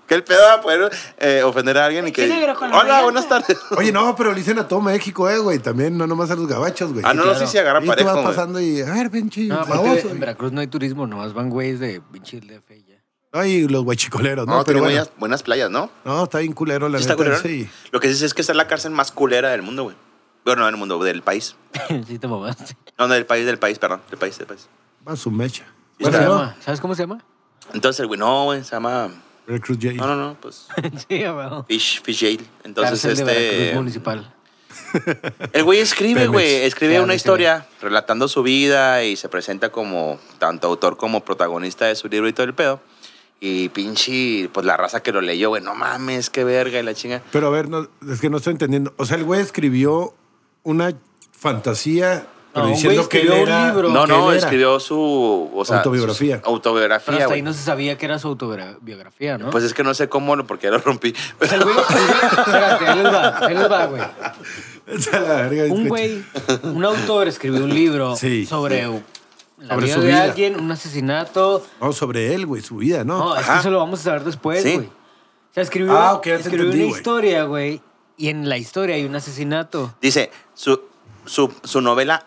Speaker 3: que el pedo va a poder eh, ofender a alguien y que...
Speaker 2: Pinche negro con la
Speaker 3: Hola,
Speaker 2: regata.
Speaker 3: buenas tardes.
Speaker 1: Oye, no, pero le dicen a todo México, eh, güey. También, no nomás a los gabachos, güey.
Speaker 3: Ah, no, no sé si agarran
Speaker 1: Y tú vas
Speaker 3: parejo, güey.
Speaker 1: pasando y, a ver, pinche,
Speaker 2: No, aparte,
Speaker 1: baboso.
Speaker 2: en
Speaker 1: güey.
Speaker 2: Veracruz no hay turismo, nomás van güeyes de pinche el DF y ya.
Speaker 1: No, y los guachicoleros, ¿no?
Speaker 3: No,
Speaker 1: pero
Speaker 3: tiene
Speaker 1: bueno,
Speaker 3: buenas, buenas playas, ¿no?
Speaker 1: no, está bien culero la
Speaker 3: ¿Sí está
Speaker 1: neta,
Speaker 3: culero?
Speaker 1: Sí.
Speaker 3: Lo que sí sé es que esta es la cárcel más culera del mundo, güey. Bueno, no del mundo, del país.
Speaker 2: Sí te mamaste.
Speaker 3: No, no, del país, del país, perdón. Del país, del país.
Speaker 1: Va su mecha.
Speaker 3: Sí
Speaker 2: ¿Cómo
Speaker 1: Bueno,
Speaker 2: se
Speaker 1: ¿no?
Speaker 2: llama? ¿Sabes cómo se llama?
Speaker 3: Entonces, el güey, no, güey, se llama...
Speaker 1: Veracruz J.
Speaker 3: No, no, no, pues...
Speaker 2: Sí, güey.
Speaker 3: Fish, Fish Jail. Entonces,
Speaker 2: Cárcel de
Speaker 3: este.
Speaker 2: Veracruz municipal.
Speaker 3: El güey escribe,
Speaker 1: Pemex.
Speaker 3: güey. Escribe
Speaker 2: Ya,
Speaker 3: una
Speaker 2: sí,
Speaker 3: historia relatando su vida y se presenta como tanto autor como protagonista de su libro y todo el pedo. Y pinche, pues la raza que lo leyó, güey, no mames, qué verga y la chinga.
Speaker 1: Pero a ver, no, es que no estoy entendiendo. O sea, el güey escribió una fantasía, pero
Speaker 2: un güey
Speaker 1: diciendo que él
Speaker 2: escribió un
Speaker 1: era...
Speaker 2: libro.
Speaker 3: No,
Speaker 1: que él
Speaker 3: no,
Speaker 1: era.
Speaker 3: escribió su. o sea,
Speaker 1: Autobiografía.
Speaker 3: su- su autobiografía,
Speaker 2: Pero hasta ahí
Speaker 3: güey.
Speaker 2: no se sabía que era su autobiografía, ¿no?
Speaker 3: Pues es que no sé cómo, lo- porque ya lo rompí.
Speaker 2: O sea, el güey, el güey- espérate, ahí les va, ahí les va, güey.
Speaker 1: Vete a la verga,
Speaker 2: Un
Speaker 1: escucha.
Speaker 2: güey, un autor escribió un libro
Speaker 1: Sí,
Speaker 2: sobre la
Speaker 1: Sobre
Speaker 2: vida
Speaker 1: su
Speaker 2: de
Speaker 1: vida.
Speaker 2: alguien, un asesinato.
Speaker 1: No, sobre él, güey, su vida, ¿no?
Speaker 2: No, es que
Speaker 3: Ajá.
Speaker 2: eso lo vamos a saber después,
Speaker 3: Sí.
Speaker 2: güey. O sea, escribió,
Speaker 1: Ah, ok, ya te
Speaker 2: escribió
Speaker 1: entendí,
Speaker 2: una
Speaker 1: güey.
Speaker 2: historia, güey, y en la historia hay un asesinato.
Speaker 3: Dice, su, su, su novela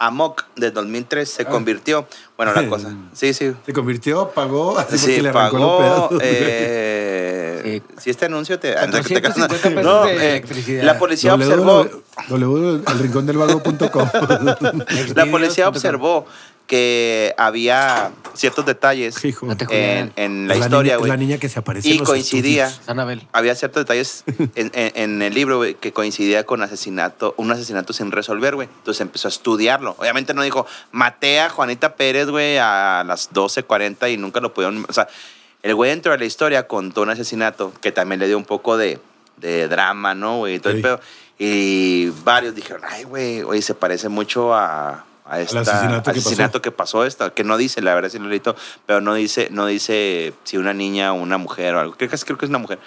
Speaker 3: Amok de 2003
Speaker 1: Ah.
Speaker 3: se convirtió. Bueno, la cosa. Sí, sí.
Speaker 1: Se convirtió, pagó, así porque
Speaker 3: Sí,
Speaker 1: le arrancó
Speaker 3: pagó.
Speaker 1: los pedazos.
Speaker 3: eh,
Speaker 2: Sí.
Speaker 3: Si este anuncio te.
Speaker 2: 450 pesos
Speaker 3: No,
Speaker 2: de
Speaker 3: eh,
Speaker 2: electricidad.
Speaker 3: la policía observó.
Speaker 1: www.elrincondelvago.com
Speaker 3: La policía observó que había ciertos detalles
Speaker 1: Hijo.
Speaker 2: No te juro.
Speaker 3: en, Eh, en la
Speaker 1: Es la
Speaker 3: historia,
Speaker 1: niña-
Speaker 3: güey.
Speaker 1: es la niña que se aparece en
Speaker 3: Y
Speaker 1: los
Speaker 3: coincidía.
Speaker 1: estudios.
Speaker 2: Sanabel.
Speaker 3: Había ciertos detalles en, en- en el libro güey, que coincidía con asesinato, un asesinato sin resolver, güey. Entonces empezó a estudiarlo. Obviamente no dijo, maté a Juanita Pérez, güey, a las 12.40 y nunca lo pudieron. O sea, el güey dentro de la historia contó un asesinato que también le dio un poco de, de drama, ¿no, güey? Y todo el
Speaker 1: Sí.
Speaker 3: pedo. Y varios dijeron, ay, güey, oye, se parece mucho a, a esta-
Speaker 1: asesinato que pasó.
Speaker 3: asesinato que pasó esta, que no dice, la verdad sí lo leíto, pero no dice, no dice si una niña o una mujer o algo. Creo que, creo que es una mujer.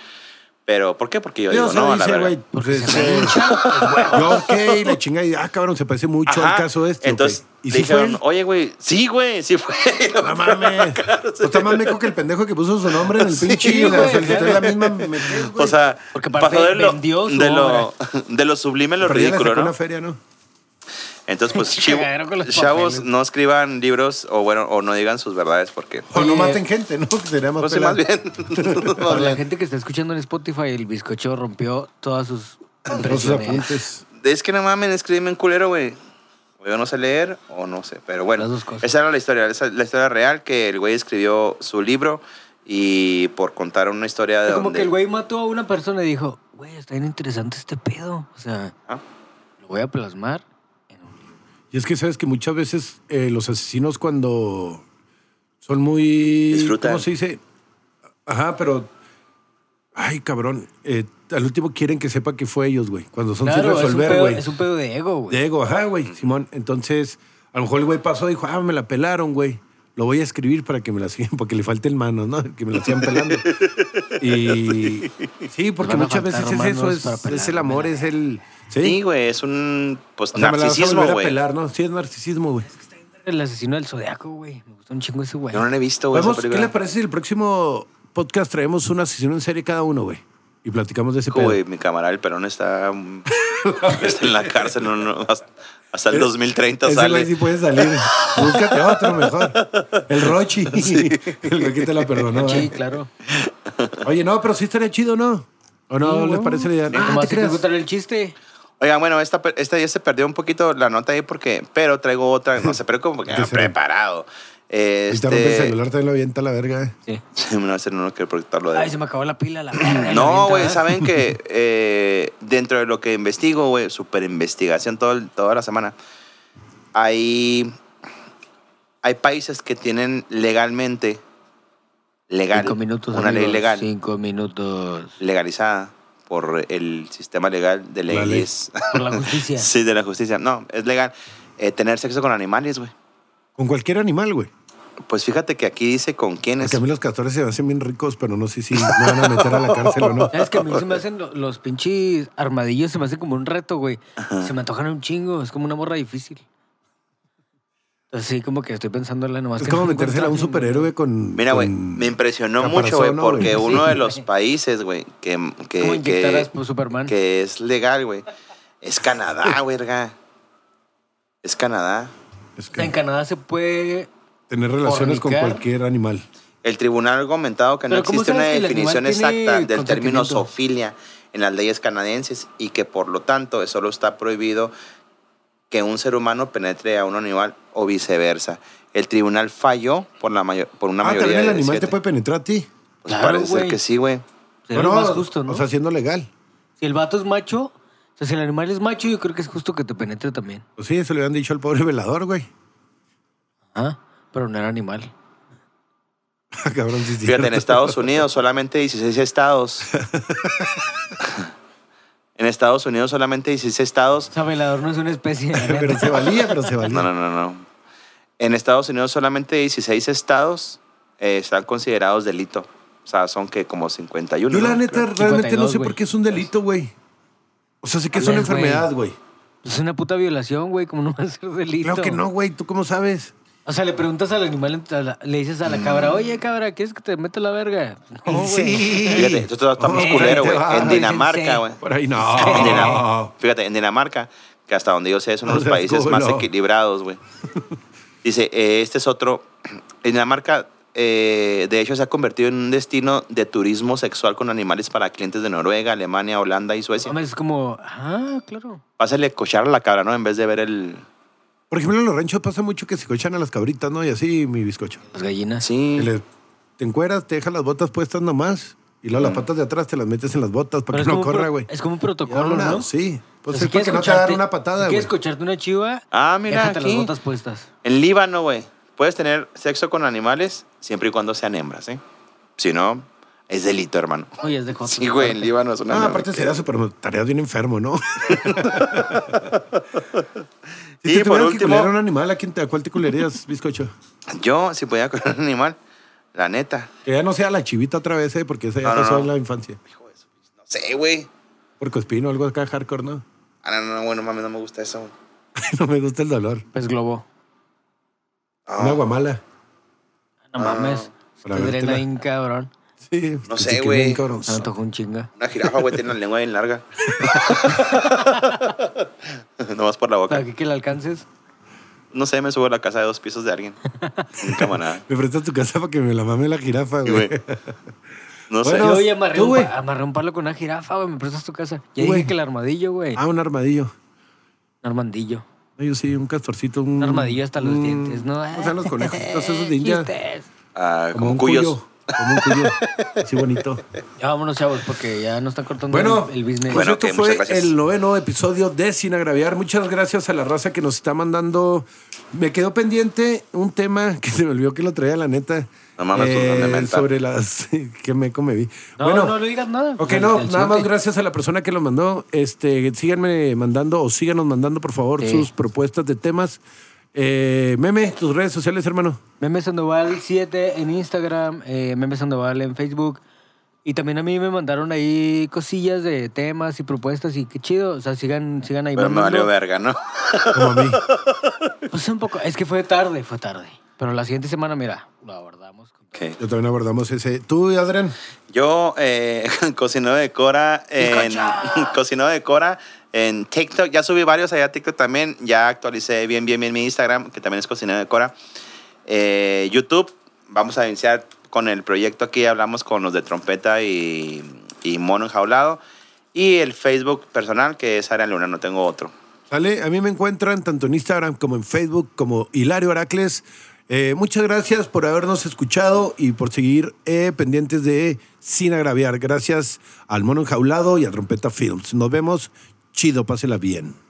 Speaker 3: Pero, ¿por qué? Porque yo digo,
Speaker 1: Yo se
Speaker 3: no,
Speaker 1: lo
Speaker 3: a la
Speaker 1: hice,
Speaker 3: verga.
Speaker 1: güey.
Speaker 2: Porque
Speaker 1: pues,
Speaker 2: se
Speaker 1: eh, Yo, ok, la chingada. y, Ah, cabrón, se parece mucho
Speaker 3: Ajá.
Speaker 1: al caso este. ok.
Speaker 3: Entonces,
Speaker 1: ¿Y
Speaker 3: le
Speaker 1: sí fue
Speaker 3: dijeron,
Speaker 1: él?
Speaker 3: oye, güey, sí, güey, sí fue.
Speaker 1: No mames. O está más meco que el pendejo que puso su nombre en el pinche.
Speaker 2: güey.
Speaker 1: o sea, el que trae la misma. metez, güey.
Speaker 3: o sea,
Speaker 2: Porque aparte
Speaker 3: pasó de lo,
Speaker 2: vendió su
Speaker 3: de, lo, de lo sublime a lo
Speaker 1: Pero ya le
Speaker 3: ridículo,
Speaker 1: sacó
Speaker 3: ¿no?
Speaker 1: una feria, ¿no?
Speaker 3: Entonces, pues,
Speaker 2: Se
Speaker 3: chivo-
Speaker 2: cagaron con los
Speaker 3: chavos,
Speaker 2: papeles.
Speaker 3: no escriban libros o, bueno, o no digan sus verdades porque...
Speaker 1: O no
Speaker 2: Oye.
Speaker 1: maten gente, ¿no? Que sería más
Speaker 3: No sé, pues más
Speaker 1: pelado.
Speaker 3: bien.
Speaker 2: Para la gente que está escuchando en Spotify, el bizcocho rompió todas sus
Speaker 1: Todos sus
Speaker 2: impresiones.
Speaker 1: apuntes.
Speaker 3: Es que no mames, escríbeme en culero, güey. O Yo no sé leer o no sé, pero bueno.
Speaker 2: Las dos cosas.
Speaker 3: Esa era la historia, esa es la historia real que el güey escribió su libro y por contar una historia de
Speaker 2: como
Speaker 3: donde-
Speaker 2: que el güey mató a una persona y dijo, güey, está bien interesante este pedo. O sea,
Speaker 3: Ah.
Speaker 2: lo voy a plasmar en un libro.
Speaker 1: Y es que sabes que muchas veces eh, los asesinos cuando son muy...
Speaker 3: Disfrutan.
Speaker 1: ¿Cómo se dice? Ajá, pero... Ay, cabrón. eh, al último quieren que sepa que fue ellos, güey. Cuando son sin
Speaker 2: es, un
Speaker 1: Pues resolver,
Speaker 2: pedo,
Speaker 1: güey.
Speaker 2: es un pedo de ego, güey.
Speaker 1: Diego, ajá, güey, Simón. Entonces, a lo mejor el güey pasó y dijo, ah, me la pelaron, güey. lo voy a escribir para que me la sigan, porque le falte el mano, ¿no? Que me la sigan pelando. Y sí, porque
Speaker 2: Van a
Speaker 1: muchas
Speaker 2: faltar
Speaker 1: veces es eso,
Speaker 2: manos
Speaker 1: es,
Speaker 2: para pelar,
Speaker 1: es el amor, es el... Sí,
Speaker 3: Sí, güey, es un pues,
Speaker 1: O sea, me la vas a
Speaker 3: narcisismo,
Speaker 1: volver a
Speaker 3: güey. Yo
Speaker 1: pelar, ¿no? Sí, es narcisismo, güey.
Speaker 2: El asesino del zodiaco, güey. Me gustó un chingo ese güey.
Speaker 3: no la he visto, güey. esa
Speaker 1: Vamos, ¿qué
Speaker 3: película.
Speaker 1: les parece si el próximo podcast traemos una sesión en serie cada uno, güey? Y platicamos de ese pedo.
Speaker 3: Güey, mi camarada el Perón está, mm, está en la cárcel no, no, hasta, hasta el 2030
Speaker 1: Ese
Speaker 3: sale.
Speaker 1: güey sí puede salir. Búscate otro mejor. El Rochi. El güey que te la perdonó. ¿eh?
Speaker 2: Sí, claro.
Speaker 1: Oye, no, pero sí estaría chido, ¿no? ¿O no les parece la idea?
Speaker 2: Nomás
Speaker 1: Ah, ¿te
Speaker 2: hay que
Speaker 1: creas?
Speaker 2: contar el chiste.
Speaker 3: Oigan, bueno, esta, per- esta ya se perdió un poquito la nota ahí porque, pero traigo otra, no sé, pero como que
Speaker 1: Te
Speaker 3: ah,
Speaker 1: cero.
Speaker 3: preparado.
Speaker 1: Si te rompe el
Speaker 3: Este,
Speaker 1: celular, también lo avienta a la verga. ¿eh?
Speaker 2: Sí.
Speaker 3: me lo va a hacer uno que proyectarlo de.
Speaker 2: Ay, se me acabó la pila. La verga, la
Speaker 3: Pues- No, güey,
Speaker 2: neta.
Speaker 3: saben que eh, dentro de lo que investigo, güey, super investigación todo, el- toda la semana, hay, hay países que tienen legalmente, legal,
Speaker 2: Cinco minutos.
Speaker 3: una ley
Speaker 2: amigos,
Speaker 3: legal,
Speaker 2: Cinco minutos.
Speaker 3: legalizada por el sistema legal de
Speaker 1: La ley.
Speaker 3: leyes,
Speaker 2: Por la justicia.
Speaker 3: sí, de la justicia. No, es legal eh, tener sexo con animales, güey.
Speaker 1: Con cualquier animal, güey.
Speaker 3: Pues fíjate que aquí dice con quiénes.
Speaker 1: Porque a mí los castores se me hacen bien ricos, pero no sé si me van a meter a la cárcel o no.
Speaker 2: ¿Sabes que a mí se me hacen lo- los pinches armadillos? Se me hacen como un reto, güey. Se me antojan un chingo. Es como una morra difícil. Así como que estoy pensando en la nomás.
Speaker 1: Es
Speaker 2: que no
Speaker 1: como
Speaker 2: me
Speaker 1: metérsela a un
Speaker 2: encuentro alguien,
Speaker 1: superhéroe con.
Speaker 3: Mira, güey,
Speaker 1: con
Speaker 3: me impresionó
Speaker 1: caparazón,
Speaker 3: mucho, güey,
Speaker 1: ¿no,
Speaker 3: porque
Speaker 1: güey?
Speaker 3: uno de
Speaker 2: Sí,
Speaker 3: los
Speaker 2: güey.
Speaker 3: países, güey, que, que,
Speaker 2: Como
Speaker 3: que-
Speaker 2: inyectadas por Superman.
Speaker 3: que es legal, güey, es Canadá, verga. Es Canadá.
Speaker 1: Es
Speaker 2: En
Speaker 1: que
Speaker 2: Canadá se puede.
Speaker 1: tener relaciones con
Speaker 2: fornicar.
Speaker 1: cualquier animal.
Speaker 3: El tribunal ha argumentado que no
Speaker 2: Pero ¿cómo
Speaker 3: existe una
Speaker 2: sabes que el animal
Speaker 3: definición
Speaker 2: tiene
Speaker 3: exacta del término
Speaker 2: consentimiento?
Speaker 3: zoofilia en las leyes canadienses y que por lo tanto solo está prohibido que un ser humano penetre a un animal o viceversa. El tribunal falló por la mayor, por una
Speaker 1: Ah,
Speaker 3: mayoría
Speaker 1: también el
Speaker 3: de
Speaker 1: animal te
Speaker 3: siete.
Speaker 1: puede penetrar a ti.
Speaker 3: Pues
Speaker 2: Claro,
Speaker 3: parece ser
Speaker 2: güey.
Speaker 3: que sí, güey.
Speaker 2: Sería lo
Speaker 1: No,
Speaker 2: más justo, ¿no?
Speaker 1: O sea, siendo legal.
Speaker 2: si el vato es macho, o sea, si el animal es macho, yo creo que es justo que te penetre también.
Speaker 1: Pues sí, eso le habían dicho al pobre velador, güey.
Speaker 2: Ajá. Ah, Pero no era animal.
Speaker 1: Ah, Cabrón, sí, sí.
Speaker 3: Fíjate, en Estados Unidos solamente 16 estados. en Estados Unidos solamente 16 estados.
Speaker 2: O sea, velador no es una especie. la neta.
Speaker 1: Pero se valía, pero se valía.
Speaker 3: No, no, no, no. En Estados Unidos solamente 16 estados eh, están considerados delito. O sea, son que como 51.
Speaker 1: Yo la
Speaker 3: ¿no?
Speaker 1: neta
Speaker 3: Creo.
Speaker 1: realmente no
Speaker 2: 52,
Speaker 1: sé
Speaker 2: güey.
Speaker 1: por qué es un delito, güey. O sea, sé que es una
Speaker 2: Hablé, güey.
Speaker 1: enfermedad, güey.
Speaker 2: Es una puta violación, güey. Como no va a ser delito.
Speaker 1: Claro que no, güey. ¿Tú cómo sabes?
Speaker 2: O sea, le preguntas al animal, a la- le dices a la cabra, oye, cabra, ¿quieres que te meta la verga? No, güey.
Speaker 1: Mm. sí.
Speaker 3: Fíjate, nosotros estamos
Speaker 1: Oh,
Speaker 3: culero,
Speaker 1: ahí te
Speaker 3: güey.
Speaker 1: va.
Speaker 3: En Dinamarca, güey.
Speaker 1: Por ahí
Speaker 3: En Dinam-
Speaker 1: no.
Speaker 3: Fíjate, en Dinamarca, que hasta donde yo sé es uno
Speaker 1: No
Speaker 3: de los
Speaker 1: seas
Speaker 3: países más
Speaker 1: culo.
Speaker 3: equilibrados, güey. Dice, eh, este es otro. En Dinamarca, eh, de hecho, se ha convertido en un destino de turismo sexual con animales para clientes de Noruega, Alemania, Holanda y Suecia.
Speaker 2: Mames, Es como, ah, claro.
Speaker 3: Pásale cochar a la cabra, ¿no? En vez de ver el.
Speaker 1: Por ejemplo, en los ranchos pasa mucho que se cochan a las cabritas, ¿no? Y así mi bizcocho.
Speaker 2: Las gallinas.
Speaker 1: Que
Speaker 3: Sí.
Speaker 1: le- te encueras, te dejas las botas puestas nomás. Y luego las patas de atrás te las metes en las botas para
Speaker 2: Pero
Speaker 1: que no
Speaker 2: como un pro-
Speaker 1: corra, güey.
Speaker 2: Es como un protocolo,
Speaker 1: Vámonos,
Speaker 2: ¿no?
Speaker 1: Sí.
Speaker 2: O
Speaker 1: Pues
Speaker 2: sea,
Speaker 1: es para
Speaker 2: quieres
Speaker 1: que no te agarre
Speaker 2: escucharte-
Speaker 1: una
Speaker 2: si
Speaker 1: patada, güey.
Speaker 2: quieres escucharte una chiva,
Speaker 3: Ah, mira,
Speaker 2: déjate
Speaker 3: aquí.
Speaker 2: las botas puestas.
Speaker 3: En Líbano, güey, puedes tener sexo con animales siempre y cuando sean hembras, ¿eh? Si no, es delito, hermano.
Speaker 2: Oye, es de jotos,
Speaker 3: Sí, güey, en
Speaker 2: aparte.
Speaker 3: Líbano es una.
Speaker 1: No,
Speaker 3: mamá
Speaker 1: aparte
Speaker 3: que-
Speaker 1: sería súper... Estarías bien enfermo, ¿no?
Speaker 3: Y
Speaker 1: si te
Speaker 3: por
Speaker 1: tuvieras que
Speaker 3: último-
Speaker 1: culear a un animal, ¿a, quién te- a cuál te culearías, bizcocho?
Speaker 3: Yo, si pudiera con un animal, la neta.
Speaker 1: Que ya no sea la chivita otra vez, ¿eh? porque esa ya
Speaker 2: Ah,
Speaker 3: No, no,
Speaker 1: pasó
Speaker 3: no.
Speaker 1: en la infancia.
Speaker 3: No sé, güey.
Speaker 1: Porque espino, algo acá hardcore, ¿no?
Speaker 3: Ah, no, no, no, bueno, mames, no me gusta eso.
Speaker 1: no me gusta el dolor.
Speaker 2: Pez globo. Ah.
Speaker 3: No,
Speaker 1: Una guamala.
Speaker 2: No
Speaker 3: Ah,
Speaker 2: mames. Te
Speaker 1: Para vértela.
Speaker 2: drena bien, cabrón.
Speaker 1: Sí. pues
Speaker 3: No
Speaker 1: que
Speaker 3: sé,
Speaker 1: se quede
Speaker 3: güey.
Speaker 1: bien cabrón.
Speaker 2: Se me antojó un chinga.
Speaker 3: Una jirafa, güey, tiene la lengua bien larga. Nomás por la boca.
Speaker 2: ¿Para qué que la alcances?
Speaker 3: No sé, me subo a la casa de dos pisos de alguien. Nunca más nada.
Speaker 1: Me prestas tu casa para que me la mame la jirafa,
Speaker 3: Güey.
Speaker 1: güey.
Speaker 3: No sé.
Speaker 1: Bueno,
Speaker 2: Yo ya amarré,
Speaker 1: tú,
Speaker 2: un,
Speaker 1: güey.
Speaker 2: pa- amarré un palo con una jirafa, güey. Me prestas tu casa. Ya
Speaker 1: Güey.
Speaker 2: dije que el armadillo, güey.
Speaker 1: Ah, un armadillo.
Speaker 2: Un armadillo.
Speaker 1: No, yo sí, un castorcito. Un,
Speaker 2: Un armadillo hasta los
Speaker 1: un-
Speaker 2: dientes, ¿no?
Speaker 1: Mm, O sea, los conejos, todos esos de India.
Speaker 2: Chistes.
Speaker 3: Ah, como,
Speaker 1: un
Speaker 3: cuyos.
Speaker 1: cuyo. Como un cuyo. Así bonito.
Speaker 2: Ya vámonos, chavos, porque ya nos están cortando
Speaker 1: Bueno,
Speaker 2: el, el business.
Speaker 1: Pues
Speaker 3: Bueno, ok,
Speaker 1: esto fue
Speaker 3: muchas gracias.
Speaker 1: el noveno episodio de Sin Agraviar. Muchas gracias a la raza que nos está mandando. Me quedó pendiente un tema que se me olvidó que lo traía, la neta. Eh,
Speaker 3: No mames, pues, ¿dónde me está?
Speaker 1: sobre las que me come vi.
Speaker 2: No,
Speaker 1: bueno,
Speaker 2: no le digas nada.
Speaker 1: Ok,
Speaker 2: Al-
Speaker 1: no,
Speaker 2: al
Speaker 1: nada más
Speaker 2: siguiente.
Speaker 1: gracias a la persona que lo mandó. Este, síganme mandando o síganos mandando, por favor,
Speaker 2: Sí.
Speaker 1: sus propuestas de temas. Eh, meme, tus redes sociales, hermano.
Speaker 2: Meme Sandoval 7 en Instagram, eh, Meme Sandoval en Facebook. Y también a mí me mandaron ahí cosillas de temas y propuestas y qué chido. O sea, sigan, sigan ahí.
Speaker 3: Pero me
Speaker 2: mandando.
Speaker 3: valió verga, ¿no?
Speaker 1: Como a mí.
Speaker 2: Pues un poco. Es que fue tarde, fue tarde. Pero la siguiente semana, mira, lo abordamos. con-
Speaker 3: Ok.
Speaker 1: Yo también abordamos ese. ¿Tú, Adrián?
Speaker 3: Yo eh, cocino de Cora en cocino de Cora en TikTok. Ya subí varios allá a TikTok también. Ya actualicé bien, bien, bien mi Instagram, que también es cocino de Cora. Eh, YouTube, vamos a iniciar con el proyecto aquí. Hablamos con los de trompeta y, y mono enjaulado. Y el Facebook personal, que es Arián Luna, no tengo otro.
Speaker 1: ¿Sale? A mí me encuentran tanto en Instagram como en Facebook como Hilario Aracles. Eh, muchas gracias por habernos escuchado y por seguir eh, pendientes de Sin Agraviar. Gracias al Mono Enjaulado y a Trompeta Films. Nos vemos. Chido, pásela bien.